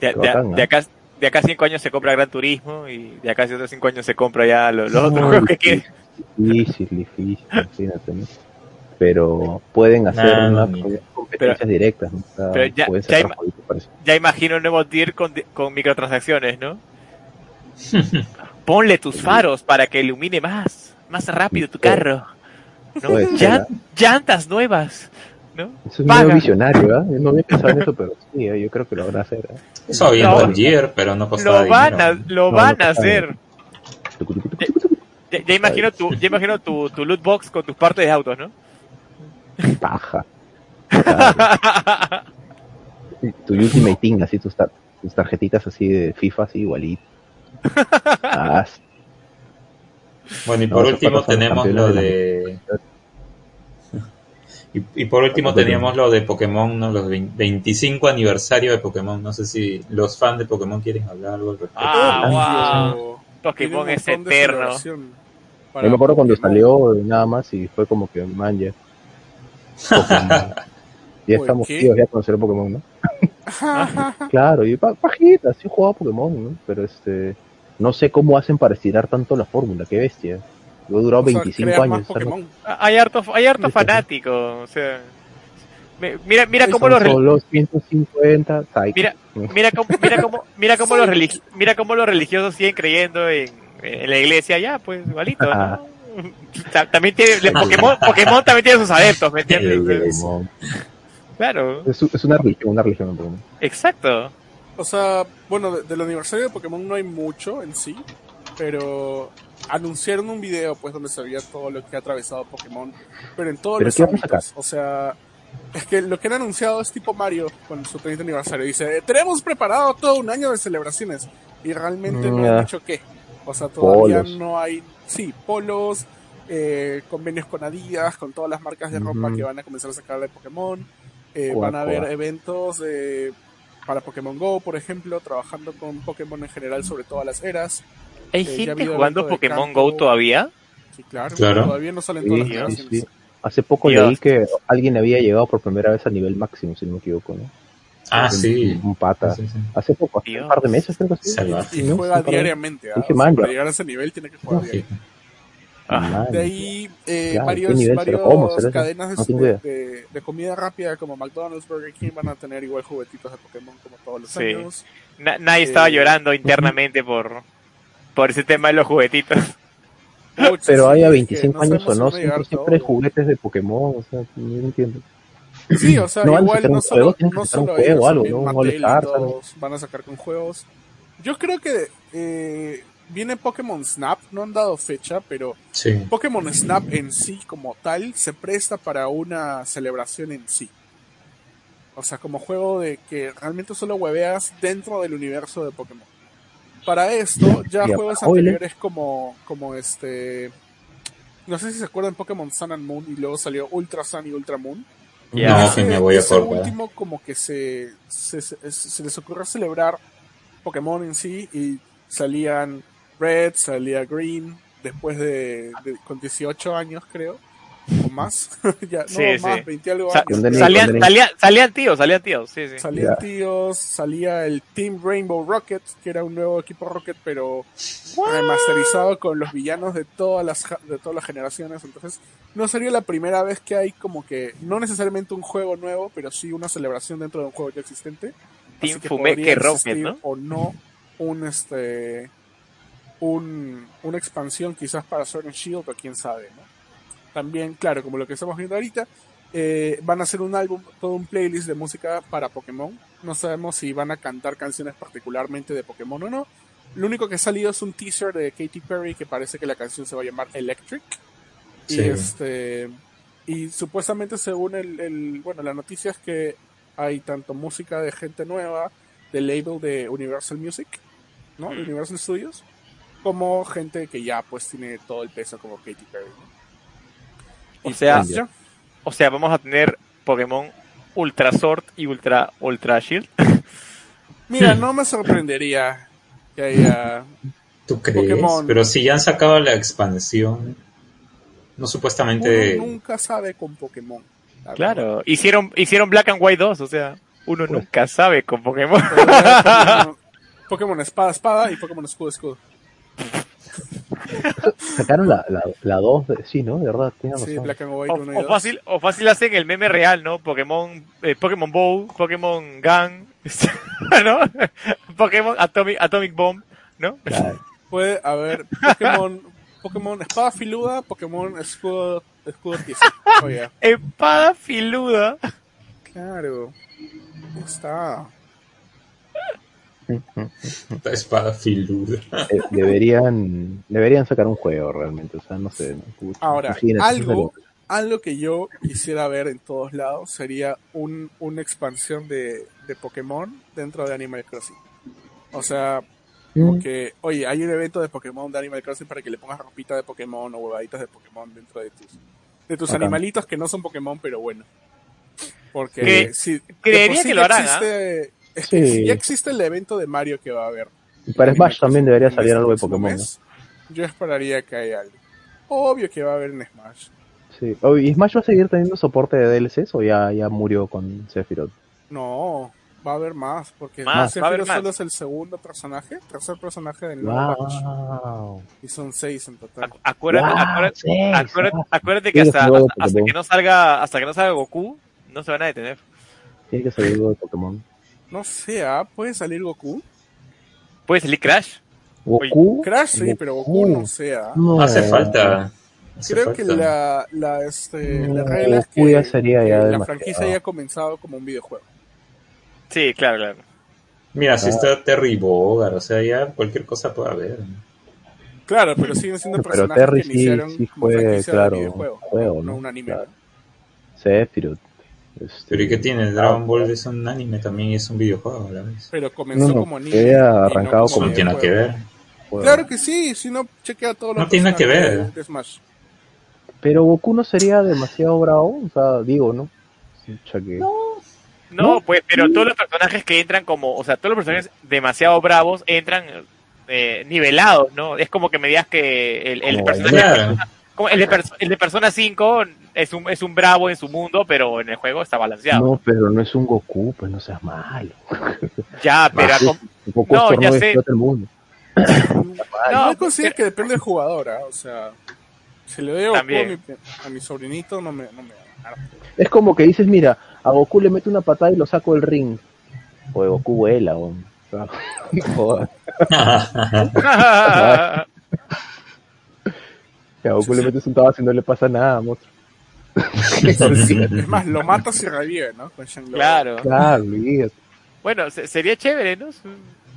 S4: De,
S5: Qué
S4: de-
S5: bacán, ¿eh?
S4: de acá, de acá cinco años se compra Gran Turismo y de acá hace otros cinco años se compra ya los, los otros
S5: Muy
S4: juegos que quieren.
S5: Difícil, difícil, imagínate, ¿no? Pero pueden hacer
S1: Nah, no,
S5: una-
S1: ni-
S5: unas competencias directas, ¿no? O sea,
S4: pero ya-
S5: pueden
S4: ya
S5: sacar
S4: ima-
S5: jueguitos parecidos.
S4: Ya imagino un nuevo tier con, di- con microtransacciones, ¿no? Ponle tus faros para que ilumine más, más rápido tu carro. ¿no?
S5: Puede ser,
S4: Llan-
S5: ¿ah?
S4: llantas nuevas, ¿no?
S5: Eso es
S4: Paga.
S5: medio visionario, ¿ah? Yo no había pensado en eso, pero sí, ¿eh? yo creo que lo van a hacer. ¿eh?
S1: Eso había en
S4: No.
S1: Top Gear, pero no costaba
S4: Lo van a,
S1: dinero.
S4: lo
S5: No,
S4: van
S5: no
S4: a
S5: pasa
S4: hacer. Ya, ya imagino tu, ya imagino tu, tu loot box con tus partes de autos, ¿no?
S5: Paja. Claro. Y Tu Ultimate Team, así tus, tar- tus tarjetitas así de FIFA, así igualito. Ah, sí.
S1: Bueno, y
S5: No,
S1: por
S5: esos
S1: último
S5: patas son
S1: tenemos lo
S5: campeones
S1: de... Y, y por último
S5: Campeones.
S1: teníamos lo de Pokémon, ¿no? Los vein- 25 aniversario de Pokémon. No sé si los fans de Pokémon quieren hablar algo al respecto.
S4: Ah,
S3: Obvio.
S4: guau.
S3: Tiene un
S4: Pokémon es
S3: montón de
S4: eterno.
S3: celebración para
S5: Yo me acuerdo cuando
S3: Pokémon.
S5: salió eh, nada más y fue como que, man, ya. Pokémon. ya
S3: ¿Por
S5: estamos
S3: qué? Ah.
S5: tíos, ya conocieron Pokémon, ¿no? Claro, y pa- pajita, sí he jugado a Pokémon, ¿no? Pero este. No sé cómo hacen para estirar tanto la fórmula, qué bestia. Yo he durado
S3: O sea,
S5: 25
S3: crean más
S5: años. estar-
S3: Pokémon.
S4: Hay harto, hay harto
S5: Sí, sí, sí.
S4: fanático, o sea. me- Mira, mira cómo
S5: son
S4: los, rel-
S5: solo 150. psych.
S4: Mira, mira cómo, mira cómo, mira cómo los religi- mira cómo los religiosos siguen creyendo en, en la iglesia ya, pues igualito, ¿no?
S5: Ah.
S4: Ta- También tiene, le- Pokémon, Pokémon también tiene sus adeptos, ¿me entiendes?
S5: Pokémon.
S4: Claro,
S5: Es, es una religión, una religión. Pokémon.
S4: exacto.
S3: O sea, bueno, de- del aniversario de Pokémon no hay mucho en sí, pero anunciaron un video pues donde se veía todo lo que ha atravesado Pokémon, pero en todos
S5: ¿Pero
S3: los
S5: qué vamos a
S3: ámbitos. O sea, es que lo que han anunciado es tipo Mario con su 30 aniversario. Dice, "Eh, tenemos preparado todo un año de celebraciones. Y realmente no
S5: Ya.
S3: han dicho qué. O sea, todavía
S5: Polos.
S3: no hay, sí, polos, eh, convenios con Adidas, con todas las marcas de ropa
S5: Ujú.
S3: que van a comenzar a sacar de Pokémon. Eh,
S5: Coa,
S3: van a haber
S5: coa.
S3: eventos eh, para Pokémon Go, por ejemplo, trabajando con Pokémon en general sobre todas las eras.
S4: ¿Hay
S3: Eh, ya
S4: gente
S3: había
S4: jugando
S3: evento de
S4: Pokémon
S3: campo.
S4: Go todavía?
S3: Sí, claro.
S1: Claro.
S3: Todavía no salen
S5: Sí,
S3: todas las
S5: sí,
S3: generaciones.
S5: sí. Hace poco
S4: Dios.
S5: leí que alguien había llegado por primera vez al nivel máximo, si no me equivoco. ¿no?
S1: Ah,
S5: Un-
S1: sí.
S5: Un pata.
S1: Sí, sí, sí.
S5: Hace poco, hace
S4: Dios.
S5: un par de meses creo que sí.
S1: Salvaje.
S3: Y
S5: ¿no?
S3: juega
S5: Un par de-
S3: diariamente. ¿ah?
S5: Dije,
S3: O sea,
S5: man,
S3: para
S5: ya.
S3: llegar a ese nivel tiene que jugar diariamente.
S4: Ah,
S5: Man,
S3: De ahí, eh,
S5: Ya, ¿qué
S3: varios,
S5: nivel será?
S3: varios
S5: ¿Cómo será eso?
S3: cadenas de,
S5: No tengo
S3: de-
S5: idea.
S3: de- de comida rápida como McDonald's, Burger King van a tener igual juguetitos de Pokémon como todos los
S4: Sí.
S3: años.
S4: na- nadie estaba
S3: Eh,
S4: llorando internamente por, por ese tema de los juguetitos.
S3: Muchos,
S5: Pero
S3: sí,
S5: haya
S3: es que
S5: 25 años
S3: sabemos
S5: o
S3: si
S5: no,
S3: van a llegar
S5: siempre, siempre hay
S3: todos.
S5: juguetes de Pokémon, o sea, no entiendo.
S3: Sí, o sea,
S5: No van a
S3: igual
S5: sacar
S3: no
S5: un juego,
S3: solo,
S5: tienen que
S3: no
S5: sacar un
S3: solo
S5: juego
S3: ellos,
S5: o algo,
S3: también
S5: ¿no? Un All
S3: Mattel y
S5: Stars, algo.
S3: todos van a sacar con juegos. Yo creo que eh, viene Pokémon Snap, no han dado fecha, pero
S1: Sí.
S3: Pokémon Snap en sí como tal se presta para una celebración en sí. O sea, como juego de que realmente solo hueveas dentro del universo de Pokémon. Para esto, ya
S5: Ya,
S3: juegos
S5: oye.
S3: anteriores como, como este... No sé si se acuerdan Pokémon Sun and Moon y luego salió Ultra Sun y Ultra Moon.
S4: Ya.
S1: No,
S3: Ese-
S1: que Ah, me voy a
S3: ese
S1: acordar.
S3: último como que se, se, se- se les ocurrió celebrar Pokémon en sí y salían Red, salía Green, después de, de- con 18 años creo, o más, ya, no,
S4: Sí, sí.
S3: más, 20 algo
S4: Sa-
S3: años.
S5: Con Denny,
S4: salían,
S5: con Denny.
S4: salían, salían tíos, salían tíos, sí, sí.
S3: Salían
S5: Ya.
S3: tíos, salía el Team Rainbow Rocket, que era un nuevo equipo Rocket, pero remasterizado con los villanos de todas las ja- de todas las generaciones. Entonces, no sería la primera vez que hay como que no necesariamente un juego nuevo, pero sí una celebración dentro de un juego ya existente. Así
S4: Team
S3: que
S4: Fumeque
S3: podría
S4: Rocket,
S3: existir
S4: ¿no?
S3: O no un este un, una expansión quizás para Sword and Shield o quién sabe, ¿no? También, claro, como lo que estamos viendo ahorita, eh, van a hacer un álbum, todo un playlist de música para Pokémon. No sabemos si van a cantar canciones particularmente de Pokémon o no. Lo único que ha salido es un teaser de Katy Perry que parece que la canción se va a llamar Electric.
S1: Sí.
S3: Y este y supuestamente según el, el- bueno la noticia es que hay tanto música de gente nueva del label de Universal Music, ¿no?
S4: Mm.
S3: Universal Studios, como gente que ya pues tiene todo el peso como Katy Perry. ¿no?
S4: O sea,
S3: pues, ya.
S4: O sea, vamos a tener Pokémon Ultra Sword y Ultra Ultra Shield.
S3: mira, no me sorprendería que haya
S1: ¿Tú crees?
S3: Pokémon.
S1: Pero si ya han sacado la expansión, no supuestamente.
S3: uno nunca sabe con Pokémon. la verdad.
S4: Claro. Hicieron hicieron Black and White 2, o sea, uno
S5: Pues-
S4: nunca sabe con Pokémon.
S3: Pero ya Pokémon, Pokémon Espada Espada y Pokémon Escudo Escudo.
S5: Sacaron la, la, la 2, de, sí, ¿no? De verdad, tienes
S3: Sí,
S5: razón.
S3: Black and White
S4: O,
S3: 1 y
S4: o
S3: 2.
S4: fácil o fácil hacen el meme real, ¿no? Pokémon eh, Pokémon Bow, Pokémon Gun, ¿no? Pokémon Atomic Atomic Bomb, ¿no?
S5: Claro.
S3: Puede haber Pokémon, Pokémon Espada Filuda, Pokémon Escudo, Escudo Tiza. Oye,
S4: Espada filuda.
S3: claro. Ya Está.
S1: Esta espada filuda.
S5: Eh, deberían, deberían sacar un juego realmente, o sea, no sé. ¿no? Pucha,
S3: Ahora,
S5: imagínate,
S3: algo, algo que yo quisiera ver en todos lados sería un, una expansión de, de Pokémon dentro de Animal Crossing. O sea,
S5: Mm,
S3: porque, oye, hay un evento de Pokémon de Animal Crossing para que le pongas ropita de Pokémon o huevaditas de Pokémon dentro de tus, de tus
S5: Bacán.
S3: animalitos que no son Pokémon, pero bueno. Porque
S4: Cre-
S3: si, de
S4: creería
S3: por
S4: que lo harán, ¿ah?
S3: existe, es que
S5: Sí.
S3: ya existe el evento de Mario que va a haber.
S5: y para
S3: Animal
S5: Smash
S3: Crossing
S5: también debería
S3: en
S5: salir
S3: este
S5: algo de
S3: próximo
S5: Pokémon. ¿no?
S3: mes, Yo esperaría que haya algo. Obvio que va a haber en Smash.
S5: Sí. Oh, ¿Y Smash va a seguir teniendo soporte de DLCs o ya, ya murió con Sephiroth?
S3: No, va a haber más, porque
S4: Más, va a haber
S3: Sephiroth
S4: más.
S3: solo es el segundo personaje, tercer personaje del nuevo patch,
S5: Wow.
S3: y son seis en total.
S4: ¿ah? Acu- Acuérdate,
S5: Wow,
S4: acuérdate,
S5: sí,
S4: acuérdate,
S5: sí.
S4: acuérdate que
S5: Sí,
S4: hasta,
S5: es nuevo
S4: hasta- hasta
S5: Pokémon.
S4: que no salga, hasta que no salga Goku, no se van a detener.
S5: Tiene que salir algo de Pokémon.
S3: No sé, ¿ah? ¿puede salir Goku?
S4: Puede salir Crash.
S5: Goku.
S3: Crash sí, pero Goku no sea.
S5: No. eh,
S1: Hace falta. hace
S3: Creo
S1: falta.
S3: que la, la, este,
S5: No,
S3: la regla es que,
S5: Goku ya sería
S3: que
S5: ya
S3: la
S5: demasiado.
S3: franquicia haya comenzado como un videojuego.
S4: Sí, claro, claro.
S1: Mira,
S5: Ah.
S1: si está Terry Bogard, o sea, ya cualquier cosa puede haber.
S3: Claro, pero siguen siendo
S5: Pero
S3: personajes
S5: Terry
S3: que
S5: sí,
S3: iniciaron
S5: sí
S3: como
S5: fue,
S3: franquicia
S5: claro,
S3: de videojuego,
S5: un juego,
S3: no
S5: ¿no?
S3: un anime.
S5: Claro.
S3: ¿no?
S5: Sephiroth. Este,
S1: Pero ¿y qué tiene?
S3: Ah,
S1: Dragon Ball es un anime también y es un videojuego a la vez.
S3: Pero comenzó
S5: No, no,
S3: como anime.
S5: que haya
S3: y no
S5: arrancado
S1: Eso
S3: como
S1: no tiene nada que
S3: videojuego.
S1: ver.
S5: juego.
S3: Claro que sí, si no, chequea todos los
S1: No tiene nada que
S3: personajes
S1: ver.
S3: de Smash.
S5: Pero Goku no sería demasiado bravo, o sea, digo, ¿no? Pucha que-
S4: No,
S5: No.
S4: pues, pero todos los personajes que entran como, o sea, todos los personajes demasiado bravos entran eh, nivelados, ¿no? Es como que me digas que el, el
S5: Como
S4: personaje,
S1: Claro.
S4: como el, de Perso- el de Persona 5 es un, es un bravo en su mundo, pero en el juego está balanceado.
S5: No, pero no es un Goku, pues no seas malo.
S4: Ya, pero a com-
S5: Un Goku
S4: No, ya
S5: estornuda y
S4: sé.
S5: explota el mundo.
S3: No,
S4: No,
S3: yo considero que depende del jugador, ¿ah? o sea, si le doy a, Goku a,
S4: También.
S3: mi, a mi sobrinito, no me... No me harto.
S5: Es como que dices, mira, a Goku le meto una patada y lo saco del ring. O de Goku vuela, o... No jodas. Que a Goku le metes un tabazo y no le pasa nada, monstruo.
S3: es más, lo matas y revive, ¿no? Con Shang-Lo.
S4: claro.
S5: Claro, olvídate.
S4: Bueno, se- sería chévere, ¿no?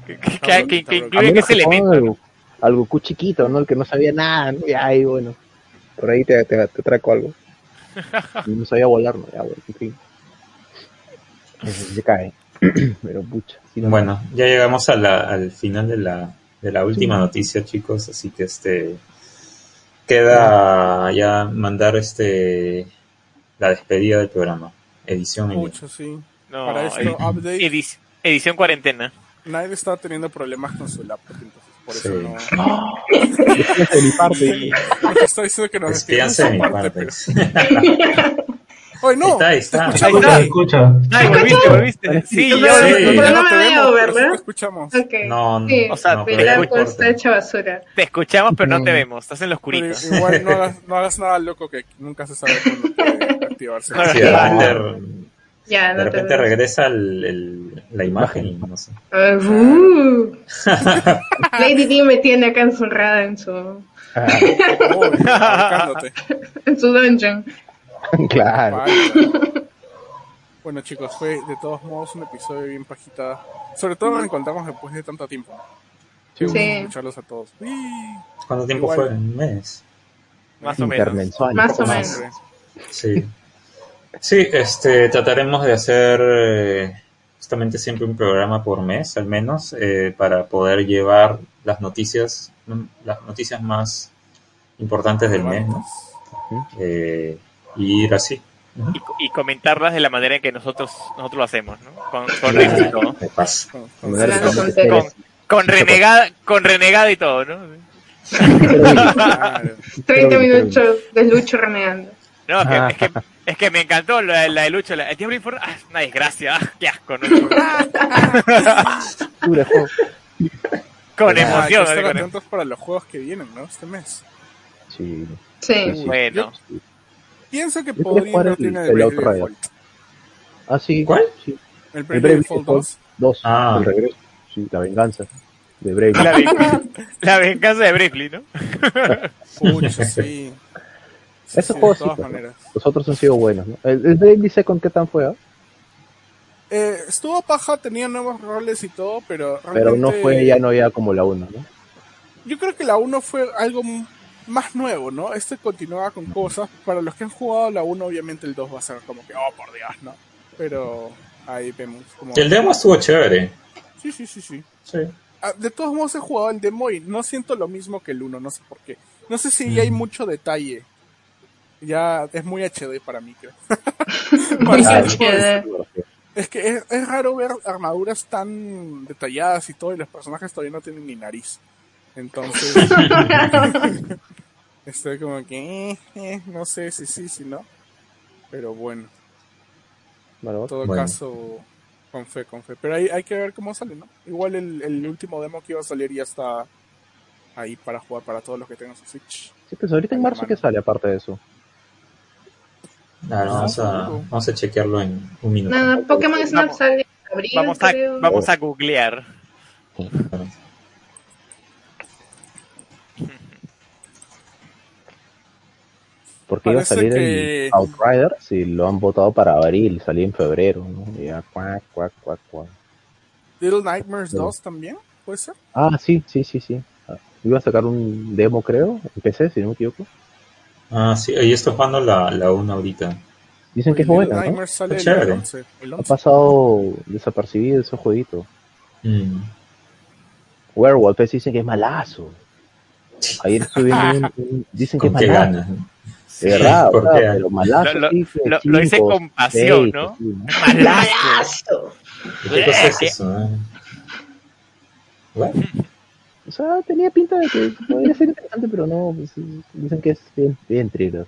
S4: Que, que,
S3: Está
S4: que-
S3: bueno,
S4: que
S3: está bueno.
S5: A
S4: incluyen
S5: menos
S4: ese
S5: que pongan
S4: elemento.
S5: al, al Goku chiquito, ¿no? El que no sabía nada, ¿no? Y ahí, bueno, por ahí te, te, te atraco algo. No sabía volar, ¿no? Ya, bueno, en fin. Eso sí se cae. Pero pucha. sí, no.
S1: Bueno, ya llegamos a la- al final de la, de la última noticia, chicos, así que este queda ya mandar este la despedida del programa, edición y
S3: Mucho, sí.
S4: No,
S3: Para esto,
S4: edi-
S3: update,
S4: edic- edición cuarentena.
S3: nadie está teniendo problemas con su laptop, entonces por eso
S1: Sí.
S3: no...
S5: Esa es mi parte.
S3: No te estoy diciendo que nos despidamos
S1: Despídanse de
S3: de
S1: mi
S3: su parte,
S1: parte.
S3: pero... ¡Oye, no!
S1: Ahí está, ahí
S3: Te
S1: está.
S3: escuchamos,
S6: Escucha,
S3: Ahí
S6: escucha.
S4: Ay, volviste, volviste. Sí, yo.
S2: Pero,
S1: Sí.
S2: pero
S3: Ya
S2: no me
S3: te
S2: veo,
S3: vemos, pero sí
S2: ¿verdad?
S3: te escuchamos.
S2: Ok.
S1: No, no,
S2: Sí.
S1: no,
S4: O sea,
S1: no,
S2: Mi
S1: pero ya
S2: laptop
S1: no
S2: está
S1: importa.
S2: hecho basura.
S4: Te escuchamos, pero no te vemos. Estás en los
S3: Pero
S4: curitos.
S3: igual no hagas, no hagas nada loco que nunca se sabe cuándo puede activarse.
S1: Sí, de repente,
S2: Ya,
S1: de
S2: no
S1: repente
S2: te veo.
S1: regresa el- el- la imagen y no sé.
S2: Ah, uh. Lady D me tiene acá encerrada en su,
S5: Ah,
S3: Uy, arrancándote.
S2: en su dungeon.
S5: claro.
S3: Vaya. Bueno, chicos, fue de todos modos un episodio bien pajita. Sobre todo nos encontramos después de tanto tiempo. Qué gusto
S2: Sí.
S3: escucharlos a todos. Y-
S1: ¿Cuánto tiempo
S3: Igual.
S1: fue? ¿Un mes?
S4: Más o menos.
S5: Intermensual.
S2: Más o
S3: Sí,
S2: menos.
S3: hombre.
S1: Sí. Sí, este, trataremos de hacer eh, justamente siempre un programa por mes, al menos, eh, para poder llevar las noticias, mm, las noticias más importantes del mes, ¿no? Eh, y ir así.
S4: Y, co- y comentarlas de la manera en que nosotros nosotros lo hacemos, ¿no? Con, con risas y todo.
S1: Me pasa.
S3: Con- con-
S5: Claro,
S2: Claro,
S5: como que
S2: con-
S5: eres-
S4: Con renegada, con renegada y todo, ¿no?
S3: Claro.
S2: 30
S5: Pero-
S2: minutos de Lucho renegando.
S4: No,
S5: Ah.
S4: que- es, que, es que me encantó la, la de Lucho. La, el diablo informa. Ah, una desgracia. ah, qué asco, ¿no?
S5: Pura juego.
S3: Ah,
S4: Con
S3: hay que
S4: emoción.
S3: estar
S4: ¿no? Con-
S3: atentos para los juegos que vienen, ¿no? Este mes.
S5: Sí.
S2: Sí.
S4: Bueno,
S3: Pienso que
S5: Yo
S3: podría
S5: quería jugar
S3: invertir en
S5: el-
S3: el
S5: el
S3: Brave
S5: Outrider.
S3: Default.
S5: Ah, sí.
S1: ¿Cuál?
S5: Sí.
S3: El
S5: El
S3: Brave
S5: Brave
S3: Default 2.
S5: 2.
S1: Ah.
S5: El regreso. Sí, la venganza. De Brave.
S4: la, ven- la venganza de Bravely, ¿no?
S3: Pucha, sí. Sí,
S5: Esos
S3: sí,
S5: juegos
S3: de todas
S5: sí, pues, ¿no?
S3: maneras.
S5: Los otros han sido buenos, ¿no? El, el Brave Second, ¿qué tan fue? ah?
S3: Eh, estuvo paja, tenía nuevos roles y todo, pero
S5: Pero no
S3: realmente-
S5: fue ya no ya como la 1, ¿no?
S3: Yo creo que la 1 fue algo m- más nuevo, ¿no? Este continuaba con cosas. Para los que han jugado la 1, obviamente el 2 va a ser como que, oh, por Dios, ¿no? Pero ahí vemos como...
S1: El demo estuvo chévere.
S3: Sí, sí, sí, sí.
S1: Sí.
S3: Ah, De todos modos he jugado el demo y no siento lo mismo que el 1, no sé por qué. No sé si hay
S1: Mm.
S3: mucho detalle. Ya es muy HD para mí, creo.
S2: Muy
S3: Para
S2: HD.
S3: ser honesto. Es que es, es raro ver armaduras tan detalladas y todo, y los personajes todavía no tienen ni nariz. Entonces, estoy como que, eh, eh, no sé si sí, si no. Pero bueno,
S5: Bueno,
S3: en todo
S1: Bueno.
S3: caso, Con fe, con fe. Pero hay, hay que ver cómo sale, ¿no? Igual el, el último demo que iba a salir ya está ahí para jugar para todos los que tengan su Switch.
S5: Sí, pues ahorita en marzo que sale aparte de eso.
S1: Claro, Ah, vamos a, vamos a chequearlo en un minuto.
S2: No, no, Pokémon Snap
S4: Vamos.
S2: sale en abril,
S4: Vamos a,
S2: creo.
S4: vamos a googlear.
S5: Porque iba a
S3: Parece
S5: salir
S3: que-
S5: el Outrider si lo han votado para abril, salía en febrero, ¿no? Y ya, cuac, cuac, cuac, cuac.
S3: Little Nightmares
S5: Sí.
S3: 2 también, puede ser.
S5: Ah, sí, sí, sí, sí. Ah, Iba a sacar un demo, creo, en PC, si no me equivoco.
S1: Ah, sí, ahí está jugando la, la 1 ahorita.
S5: Dicen que es
S3: Little
S5: buena, ¿no?
S3: Nightmares sale
S1: Está
S3: el
S1: chévere.
S3: 11. El
S5: Ha
S3: 11.
S5: pasado desapercibido ese jueguito.
S1: Mm.
S5: Werewolf, pues dicen que es malazo. Ayer subiendo un, un- Dicen que es
S1: Con qué
S5: malazo.
S1: ganas. ¿no?
S5: De verdad,
S1: ¿por
S5: o sea,
S1: qué?
S5: pero malazo.
S4: Lo- lo-
S5: sí, que
S4: lo- lo hice
S5: cinco,
S4: con pasión,
S5: seis,
S4: ¿no?
S5: así, ¿no?
S2: ¡Malazo!
S1: ¿Qué cosa es eso? eh? Bueno,
S5: O sea, tenía pinta de que podría ser interesante, pero no. pues, sí, dicen que es bien, bien thriller.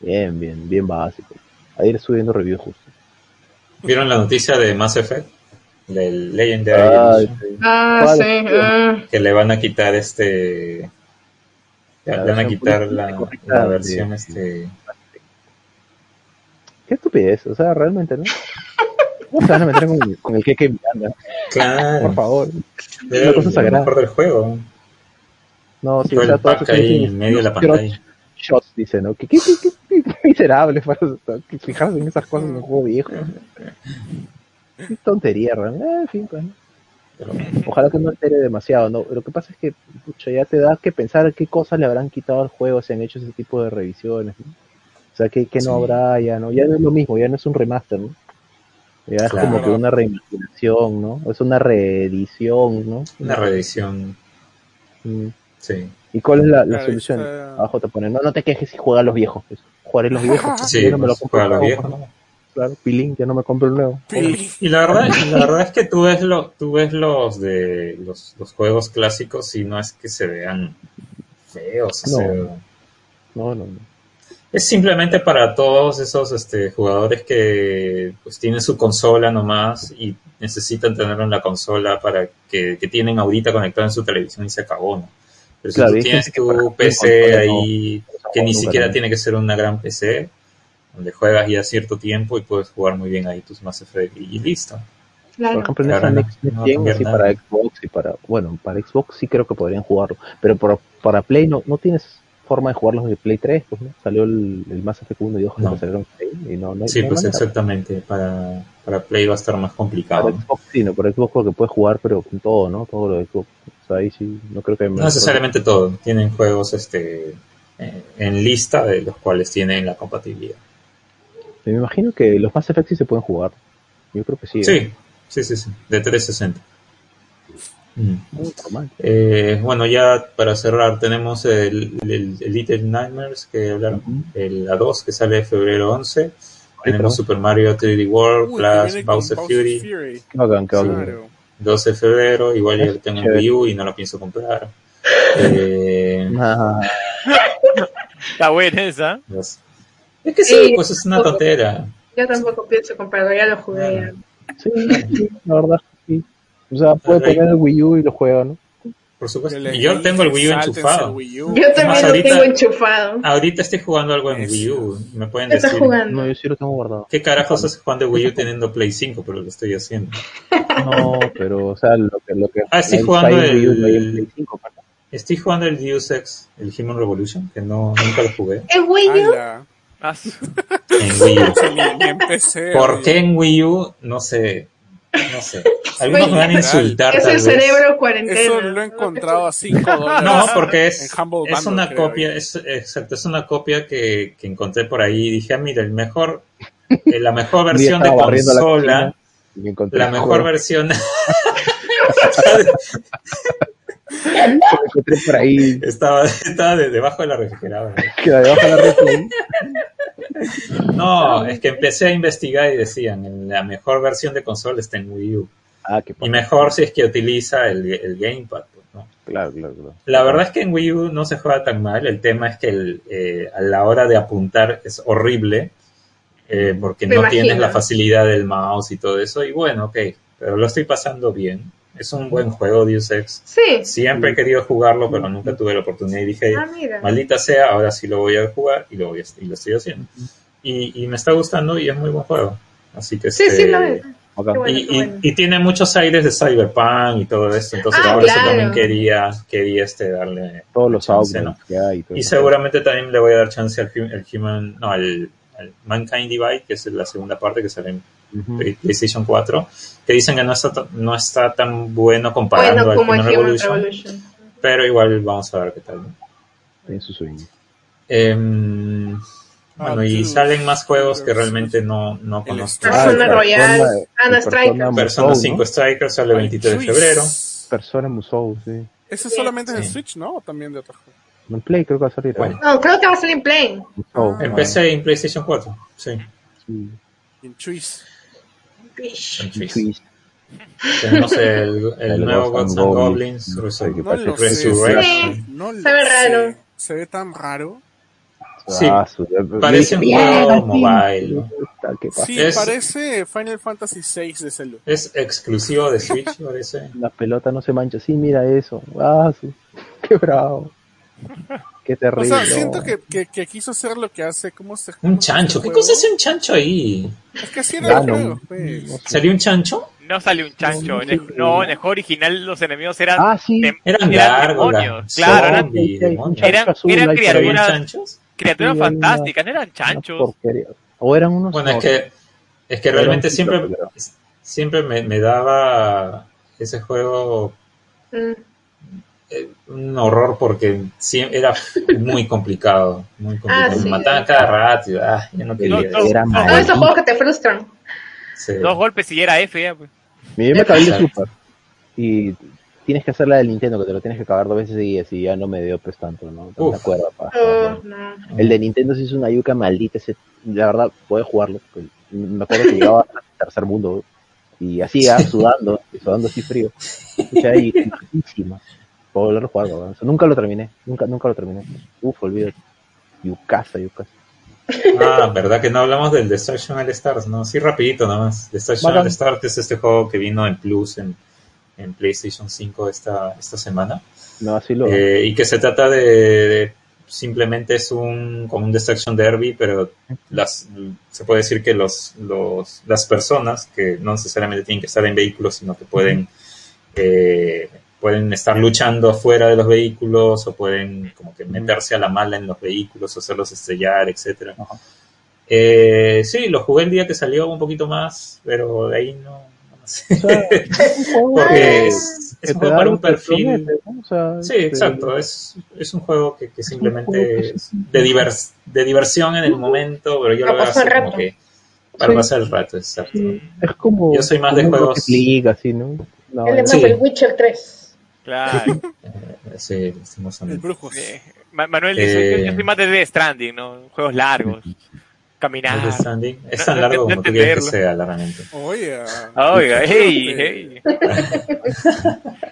S5: Bien, bien, bien básico. Ayer subiendo reviews justo.
S1: ¿vieron la noticia de Mass Effect? Del Legendary
S5: Ay,
S1: Edition,
S5: sí.
S2: Ah,
S5: ¿Cuál?
S2: sí. ah.
S1: Que le van a quitar este...
S5: La
S1: le van a
S5: versión
S1: quitar
S5: política
S1: la,
S5: correcta
S1: la
S5: de-
S1: versión este...
S5: Qué estupidez, o sea, realmente, ¿no? ¿Cómo se van a meter con, con el que que Miranda? Por
S1: Claro,
S5: favor.
S1: era
S5: una cosa
S1: lo
S5: sagrada.
S1: mejor del juego.
S5: No, si
S1: Todo
S5: o sea,
S1: el
S5: todos
S1: pack
S5: esos
S1: ahí
S5: dicen,
S1: en medio de la
S5: "Quiero
S1: pantalla.
S5: shots, dice, ¿no? ¿Qué, qué, qué, qué- qué miserables para que fijarse en esas cosas en un juego viejo. Qué tontería, realmente. Eh, en fin, pues, ¿no?
S1: Pero,
S5: Ojalá que no altere demasiado, ¿no? Lo que pasa es que, pucha, ya te da que pensar qué cosas le habrán quitado al juego si han hecho ese tipo de revisiones, ¿no? O sea, que, que no
S1: Sí.
S5: habrá ya, ¿no? Ya no es lo mismo, ya no es un remaster, ¿no? Ya es
S1: Claro.
S5: como que una reimaginación, ¿no? Es una reedición, ¿no?
S1: una reedición,
S5: Mm.
S1: sí.
S5: ¿Y cuál es la, la
S3: Claro,
S5: solución?
S3: está-
S5: Abajo te ponen, no, no te quejes si juega a los viejos. pues. Jugaré los viejos. pues.
S1: Sí,
S5: Yo no me lo
S1: pues,
S5: compro
S1: para los
S5: nuevo,
S1: viejos,
S5: pues,
S1: ¿no?
S5: Claro, pilín, ya no me compro el nuevo.
S3: Pili.
S1: Y la verdad, y la verdad es que tú ves, lo, tú ves los de los, los juegos clásicos y no es que se vean feos. o
S5: No.
S1: sea,
S5: No, no, no.
S1: es simplemente para todos esos este, jugadores que pues, tienen su consola nomás y necesitan tener en la consola para que, que tienen ahorita conectada en su televisión y se acabó. ¿no? Pero si
S5: Claro,
S1: tú
S5: hay
S1: tienes
S5: gente que, por
S1: tu
S5: ejemplo,
S1: PC
S5: en consola no-
S1: ahí que ni
S5: Nunca,
S1: siquiera
S5: no.
S1: tiene que ser una gran PC, donde juegas ya cierto tiempo y puedes jugar muy bien ahí tus Mass Effect y, y listo.
S2: Claro.
S5: Por ejemplo, en
S1: Claro,
S5: esa
S1: no,
S5: Next Gen,
S1: no va a cambiar
S5: así
S1: nada.
S5: para Xbox y para. Bueno, para Xbox sí creo que podrían jugarlo. Pero por- para Play no, no tienes forma de jugarlos de Play 3, pues, ¿no? Salió el, el Mass Effect 1 y 2
S1: No.
S5: que salieron ahí, y no, no hay-
S1: Sí,
S5: no hay
S1: pues
S5: manera.
S1: exactamente. Para, para Play va a estar más complicado.
S5: Para
S1: ¿no?
S5: Xbox sí, no, para Xbox porque puedes jugar, pero con todo, ¿no? Todo lo de Xbox. O sea, ahí sí, no creo que.
S1: No necesariamente todo. Tienen juegos este eh, en lista de los cuales tienen la compatibilidad.
S5: Me imagino que los Mass Effect sí se pueden jugar. Yo creo que sí. ¿eh?
S1: Sí, sí, sí, sí. De 360. Mm.
S5: Muy normal.
S1: Eh, bueno, ya para cerrar, tenemos el, el- el Little Nightmares que hablaron,
S5: Mm.
S1: el, la 2 que sale de febrero 11.
S5: perdón.
S1: Tenemos Super Mario 3D World,
S3: Uy, que
S1: Plus
S3: viene con
S1: Bowser
S3: Bowser
S1: Fury,
S3: Fury.
S5: Qué bacán, qué bacán.
S3: Claro.
S1: 12 de febrero. Igual yo
S5: Es
S1: tengo un
S5: Ah, chévere.
S1: Wii U y no lo pienso comprar. Eh,
S5: Nah,
S4: Está buena esa.
S1: Los- Es que sí,
S2: Sí,
S1: pues es una
S2: tampoco.
S1: tontera.
S2: Yo tampoco pienso comprarlo, ya lo jugué.
S1: Claro.
S5: sí, sí, la verdad, sí. O sea, puede
S1: Rey.
S5: poner el Wii U y lo juega, ¿no?
S1: Por
S3: Que
S1: supuesto.
S3: les
S1: Y Pues, yo
S3: dije,
S1: tengo el Wii U
S3: "Sáltense el
S1: enchufado.
S3: Wii U".
S2: Yo también lo
S1: ahorita- Ah,
S2: tengo enchufado.
S1: Ahorita estoy jugando algo en
S3: Eso.
S1: Wii U. Me pueden
S2: ¿Qué estás
S1: decir,
S5: No,
S2: jugando?
S5: yo sí lo tengo guardado.
S1: ¿qué carajos haces jugando Wii U teniendo Play 5? Pero lo estoy haciendo.
S5: No, pero, o sea, lo que. Lo que
S1: Ah, sí,
S5: ahí
S1: jugando
S5: está en Wii U,
S1: el-
S5: no hay en Play 5, ¿no?
S1: Estoy jugando el Deus Ex, el Human Revolution, que no, nunca lo jugué.
S2: ¿El Wii U?
S3: Ala.
S4: Ah, su-
S1: En Wii U.
S3: O sea, ni- ni en PC,
S1: ¿Por
S3: oye.
S1: qué en Wii U? No sé. No sé. Algunos me van a insultar. Ah,
S2: Es
S1: tal
S2: el
S1: vez.
S2: cerebro cuarentena.
S3: Eso lo he encontrado a 5 dólares.
S1: No, porque es,
S3: en Humble
S1: es
S3: Bundle,
S1: una
S3: creo,
S1: copia, es, exacto, es una copia que, que encontré por ahí y dije, ah, mira, el mejor, eh, la mejor
S5: Un día
S1: versión de
S5: estaba barriendo la
S1: consola,
S5: cocina y me encontré
S1: la
S5: el
S1: mejor
S5: juego.
S1: versión,
S5: Lo encontré por ahí,
S1: estaba, estaba de- debajo de la refrigeradora.
S5: que debajo de la red.
S1: No, es que empecé a investigar y decían, la mejor versión de consola está en Wii U.
S5: Ah, qué
S1: Y
S5: paja.
S1: mejor si es que utiliza el, el Gamepad, pues, ¿no?
S5: Claro, claro, claro.
S1: La verdad es que en Wii U no se juega tan mal. El tema es que el, eh, a la hora de apuntar es horrible. eh, porque
S2: Me
S1: no
S2: imagino.
S1: tienes la facilidad del mouse y todo eso. Y bueno, ok, pero lo estoy pasando bien. Es un buen juego, Deus Ex.
S2: Sí.
S1: Siempre he querido jugarlo, pero nunca tuve la oportunidad y dije,
S2: Ah, mira.
S1: maldita sea, ahora sí lo voy a jugar y lo, voy a- y lo estoy haciendo. Y, y me está gustando y es muy buen juego. Así que
S2: Sí,
S1: este,
S2: sí, lo es.
S5: Acá.
S2: Qué bueno,
S1: y,
S2: qué
S1: y-
S2: bueno.
S1: y tiene muchos aires de Cyberpunk y todo esto, entonces
S2: Ah,
S1: ahora sí
S2: claro.
S1: también quería, quería este darle
S5: Todos los
S1: chance,
S5: outbreaks que hay. todo
S1: y
S5: eso.
S1: seguramente también le voy a dar chance al, hum- al Human, no, al, al Mankind Divide, que es la segunda parte que sale en
S5: Ujú.
S1: Play- PlayStation 4, que dicen que no está, ta- no está tan bueno comparando
S2: Bueno,
S1: al
S2: como el
S1: Human,
S2: Human
S1: Revolution,
S2: Revolution.
S5: Ah,
S1: pero igual vamos a ver qué tal. ¿no?
S5: En su sueño.
S1: Em, bueno, y
S3: Ah,
S1: salen más juegos que
S3: Strikers.
S1: realmente no, no conozco.
S3: Ah,
S2: Persona
S5: claro,
S2: Royal,
S5: Persona-
S2: Ana
S5: Persona
S2: Striker.
S5: Mobile.
S1: Persona
S5: Soul, ¿no?
S1: 5 Striker sale el 23 de
S3: Ay,
S1: febrero.
S3: Switch.
S5: Persona Musou, sí.
S3: Ese solamente es de
S1: Sí.
S3: Switch, ¿no? O también de otro juego.
S5: En Play creo que va a salir.
S1: Bueno.
S2: No, creo que va a salir en Plane.
S5: Musou.
S3: Ah.
S1: Empecé en PlayStation 4, sí.
S5: Sí.
S3: Y en Chuis.
S2: Bish.
S1: Tenemos el, el
S5: El
S1: nuevo
S5: Ghosts
S1: Gods
S5: and
S1: and
S5: Goblins.
S1: Goblins,
S5: Sí,
S1: Resur-
S3: No lo sé.
S1: Resurrection.
S2: Sí.
S3: No lo
S2: Se ve raro.
S3: sé. Se ve tan raro.
S1: Sí.
S5: Ah, su-
S1: Parece un
S5: Bien,
S1: juego
S5: sí.
S1: mobile.
S5: Puta, ¿Qué pasa?
S3: Sí,
S1: Es-
S3: parece Final Fantasy VI de celu.
S1: Es exclusivo de Switch, parece.
S5: La pelota no se mancha. Sí, mira eso. Ah, su- Qué bravo. Qué
S3: O
S5: terrible.
S3: sea, siento que, que, que quiso hacer lo que hace. ¿Cómo se
S1: Un
S3: cómo se
S1: chancho. ¿Qué
S3: ¿Este juego?
S1: cosa hace un chancho ahí?
S3: Es que así era el
S5: Ganon.
S3: juego,
S5: No
S3: pues.
S5: sé.
S1: ¿Salió un chancho?
S4: No sale un chancho.
S5: No,
S4: en el-
S5: sí,
S4: no,
S5: pero-
S4: en el juego original los enemigos eran,
S5: Ah, sí.
S4: dem-
S1: Eran
S4: demonios.
S1: gárgolas,
S4: Claro, eran
S1: zombies,
S5: Hay un
S1: demonios.
S5: chancho
S4: eran-
S5: azul,
S4: eran
S5: hay
S1: ¿Pero
S5: por ahí.
S1: habían
S4: criaturas-
S1: chanchos?
S4: criaturas
S5: Sí, hay una-
S4: fantásticas, no eran
S5: Una
S4: chanchos.
S5: porquería. O eran unos.
S1: Bueno, es
S5: no,
S1: que, es que
S5: Era un
S1: realmente
S5: chico,
S1: siempre,
S5: pero-
S1: siempre me, me daba ese juego
S2: Mm.
S1: eh, un horror porque sie- era muy complicado. Muy complicado.
S2: sí.
S1: Me mataban cada rato. y, ah, yo no quería
S4: No, no,
S1: eso.
S5: Era
S4: no,
S2: Ah,
S5: mal.
S2: esos juegos que te frustran.
S1: Sí.
S4: Dos golpes y era F. ya, pues.
S5: Mira, Yo me acabé de
S1: Exacto.
S5: Super. Y tienes que hacer la del Nintendo, que te lo tienes que cagar dos veces seguidas y ya no me dio pues tanto, ¿no? Tanta
S1: Uf.
S5: cuerda para
S3: Ah,
S2: Oh, no.
S5: El de Nintendo sí es una yuca maldita. Ese, la verdad, puedes jugarlo. porque Me acuerdo que llegaba al tercer mundo y así, ah, sudando, sudando así frío. Escucha ahí, muchísima. Para volver a jugarlo, ¿verdad? O sea, nunca lo terminé. Nunca, nunca lo terminé. Uf, olvídate. Yucasa, yucasa.
S1: Ah, verdad que no hablamos del Destruction All Stars, ¿no? Sí, rapidito nomás. Destruction
S5: Bacán.
S1: All Stars es este juego que vino en Plus en, en PlayStation 5 esta, esta semana.
S5: No, así lo.
S1: Eh, y que se trata de, de- simplemente es un como un Destruction Derby, pero las se puede decir que los, los las personas que no necesariamente tienen que estar en vehículos, sino que pueden eh, pueden estar luchando afuera de los vehículos o pueden como que meterse a la mala en los vehículos o hacerlos estrellar, etcétera.
S5: Ajá.
S1: Eh, sí, lo jugué el día que salió un poquito más, pero de ahí no, no
S5: O
S1: sé.
S5: sea, es un juego
S1: Porque
S5: que-
S1: es,
S5: que
S1: es un
S5: te
S1: juego
S5: da
S1: para
S5: lo
S1: un
S5: que
S1: perfil
S5: promete, ¿no? O sea,
S1: Sí,
S5: este,
S1: exacto. Es, es un juego que, que
S5: un juego que
S1: simplemente
S5: se-
S2: pues,
S1: es de, divers- de diversión en el momento, pero yo
S2: Para
S1: lo veo
S2: pasar
S1: así
S2: el
S1: como
S2: rato.
S1: que para
S5: Sí.
S1: pasar el rato, exacto.
S5: Es como.
S1: Yo soy más de
S5: como un
S1: juegos-
S5: Rocket League, así, ¿no? No,
S2: Él es
S1: Sí.
S2: más del Witcher 3.
S4: Claro.
S1: Eh, Sí,
S3: El
S1: lastimosamente.
S3: Brujos.
S4: Eh, Ma- Manuel dice,
S1: Eh.
S4: yo, yo soy más de Death Stranding, ¿no? Juegos largos. Caminar.
S1: El standing es
S4: No-
S1: tan
S4: no-
S1: largo
S4: no
S1: como tú quieres que
S4: entenderlo.
S1: sea, largamente.
S3: Oye.
S1: Ah,
S4: Oiga, hey,
S3: fuerte.
S4: hey.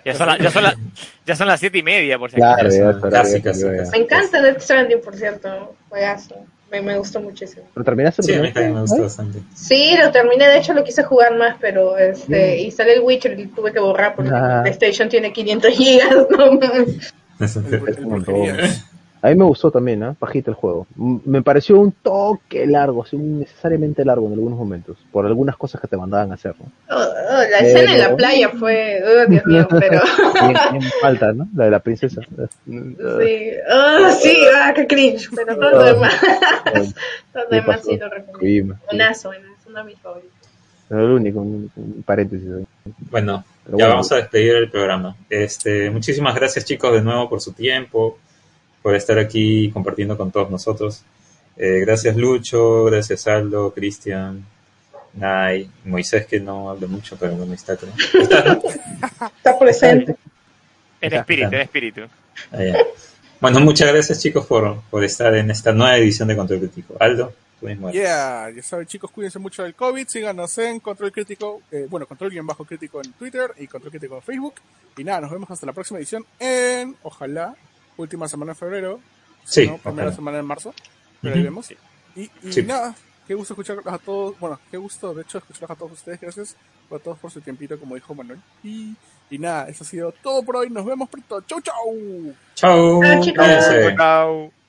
S4: Ya son, la- ya, son la- ya son las siete y media, por si acaso.
S5: Claro,
S1: Ya
S5: ya,
S1: son-
S5: pero
S1: casi,
S5: ya,
S1: casi,
S5: ya.
S1: casi.
S2: Me encanta Death Stranding, por cierto. Juegazo. Me, me gustó muchísimo.
S5: Pero terminaste, lo
S1: Sí, a mí
S5: terminaste,
S1: también me
S5: ¿no?
S1: gusta
S2: ¿Eh?
S1: bastante.
S2: Sí, lo terminé. De hecho, lo quise jugar más, pero este.
S5: Sí.
S2: Y sale el Witcher y tuve que borrar porque
S5: Ah.
S2: mi PlayStation tiene 500 gigas. No mames.
S3: El, bru- el
S5: un montón.
S3: brujerías.
S5: A mí me gustó también, ¿ah? Pajita el juego. M- Me pareció un toque largo, así, un necesariamente largo en algunos momentos, por algunas cosas que te mandaban a hacer, ¿no?
S2: Oh, oh, la escena en la
S5: Pero-
S2: playa fue. Oh, Dios mío, pero.
S5: Bien, bien falta, ¿no? La de la princesa.
S2: Sí, oh, sí, ah, qué cringe, pero todo lo demás, todo lo
S5: ¿Qué
S2: demás
S5: Ah. pasó?
S2: sí lo recomiendo.
S5: Sí,
S2: Buenazo, buenazo, uno de mis favoritos.
S5: Era el único, un, un paréntesis. ahí.
S1: Bueno,
S5: Pero
S1: ya
S5: bueno,
S1: vamos a despedir el programa. Este, muchísimas gracias chicos de nuevo por su tiempo, por estar aquí compartiendo con todos nosotros. Eh, gracias Lucho, gracias Aldo, Cristian, Nay, Moisés que no habla mucho, pero bueno, ahí está. creo.
S2: Está presente.
S4: En espíritu, en espíritu.
S1: Ah, ya. Bueno, muchas gracias chicos por, por estar en esta nueva edición de Control Crítico. Aldo, tú mismo.
S3: Yeah, ya saben chicos, cuídense mucho del COVID, síganos en Control Crítico, eh, bueno, Control Guión Bajo Crítico en Twitter y Control Crítico en Facebook. Y nada, nos vemos hasta la próxima edición en, ojalá, última semana de febrero,
S1: Sí,
S3: ¿no? primera
S1: ojalá.
S3: semana de marzo, pero ahí
S1: Ujú.
S3: vemos. Y, y
S1: Sí.
S3: nada, Qué gusto escucharlos a todos. Bueno, qué gusto, de hecho, escucharlos a todos ustedes. Gracias a todos por su tiempito, como dijo Manuel. Y, y nada, eso ha sido todo por hoy. Nos vemos pronto. Chau, chau.
S1: Chao. Ah,
S2: Chao, chicos.
S1: cuídense.
S4: Chao.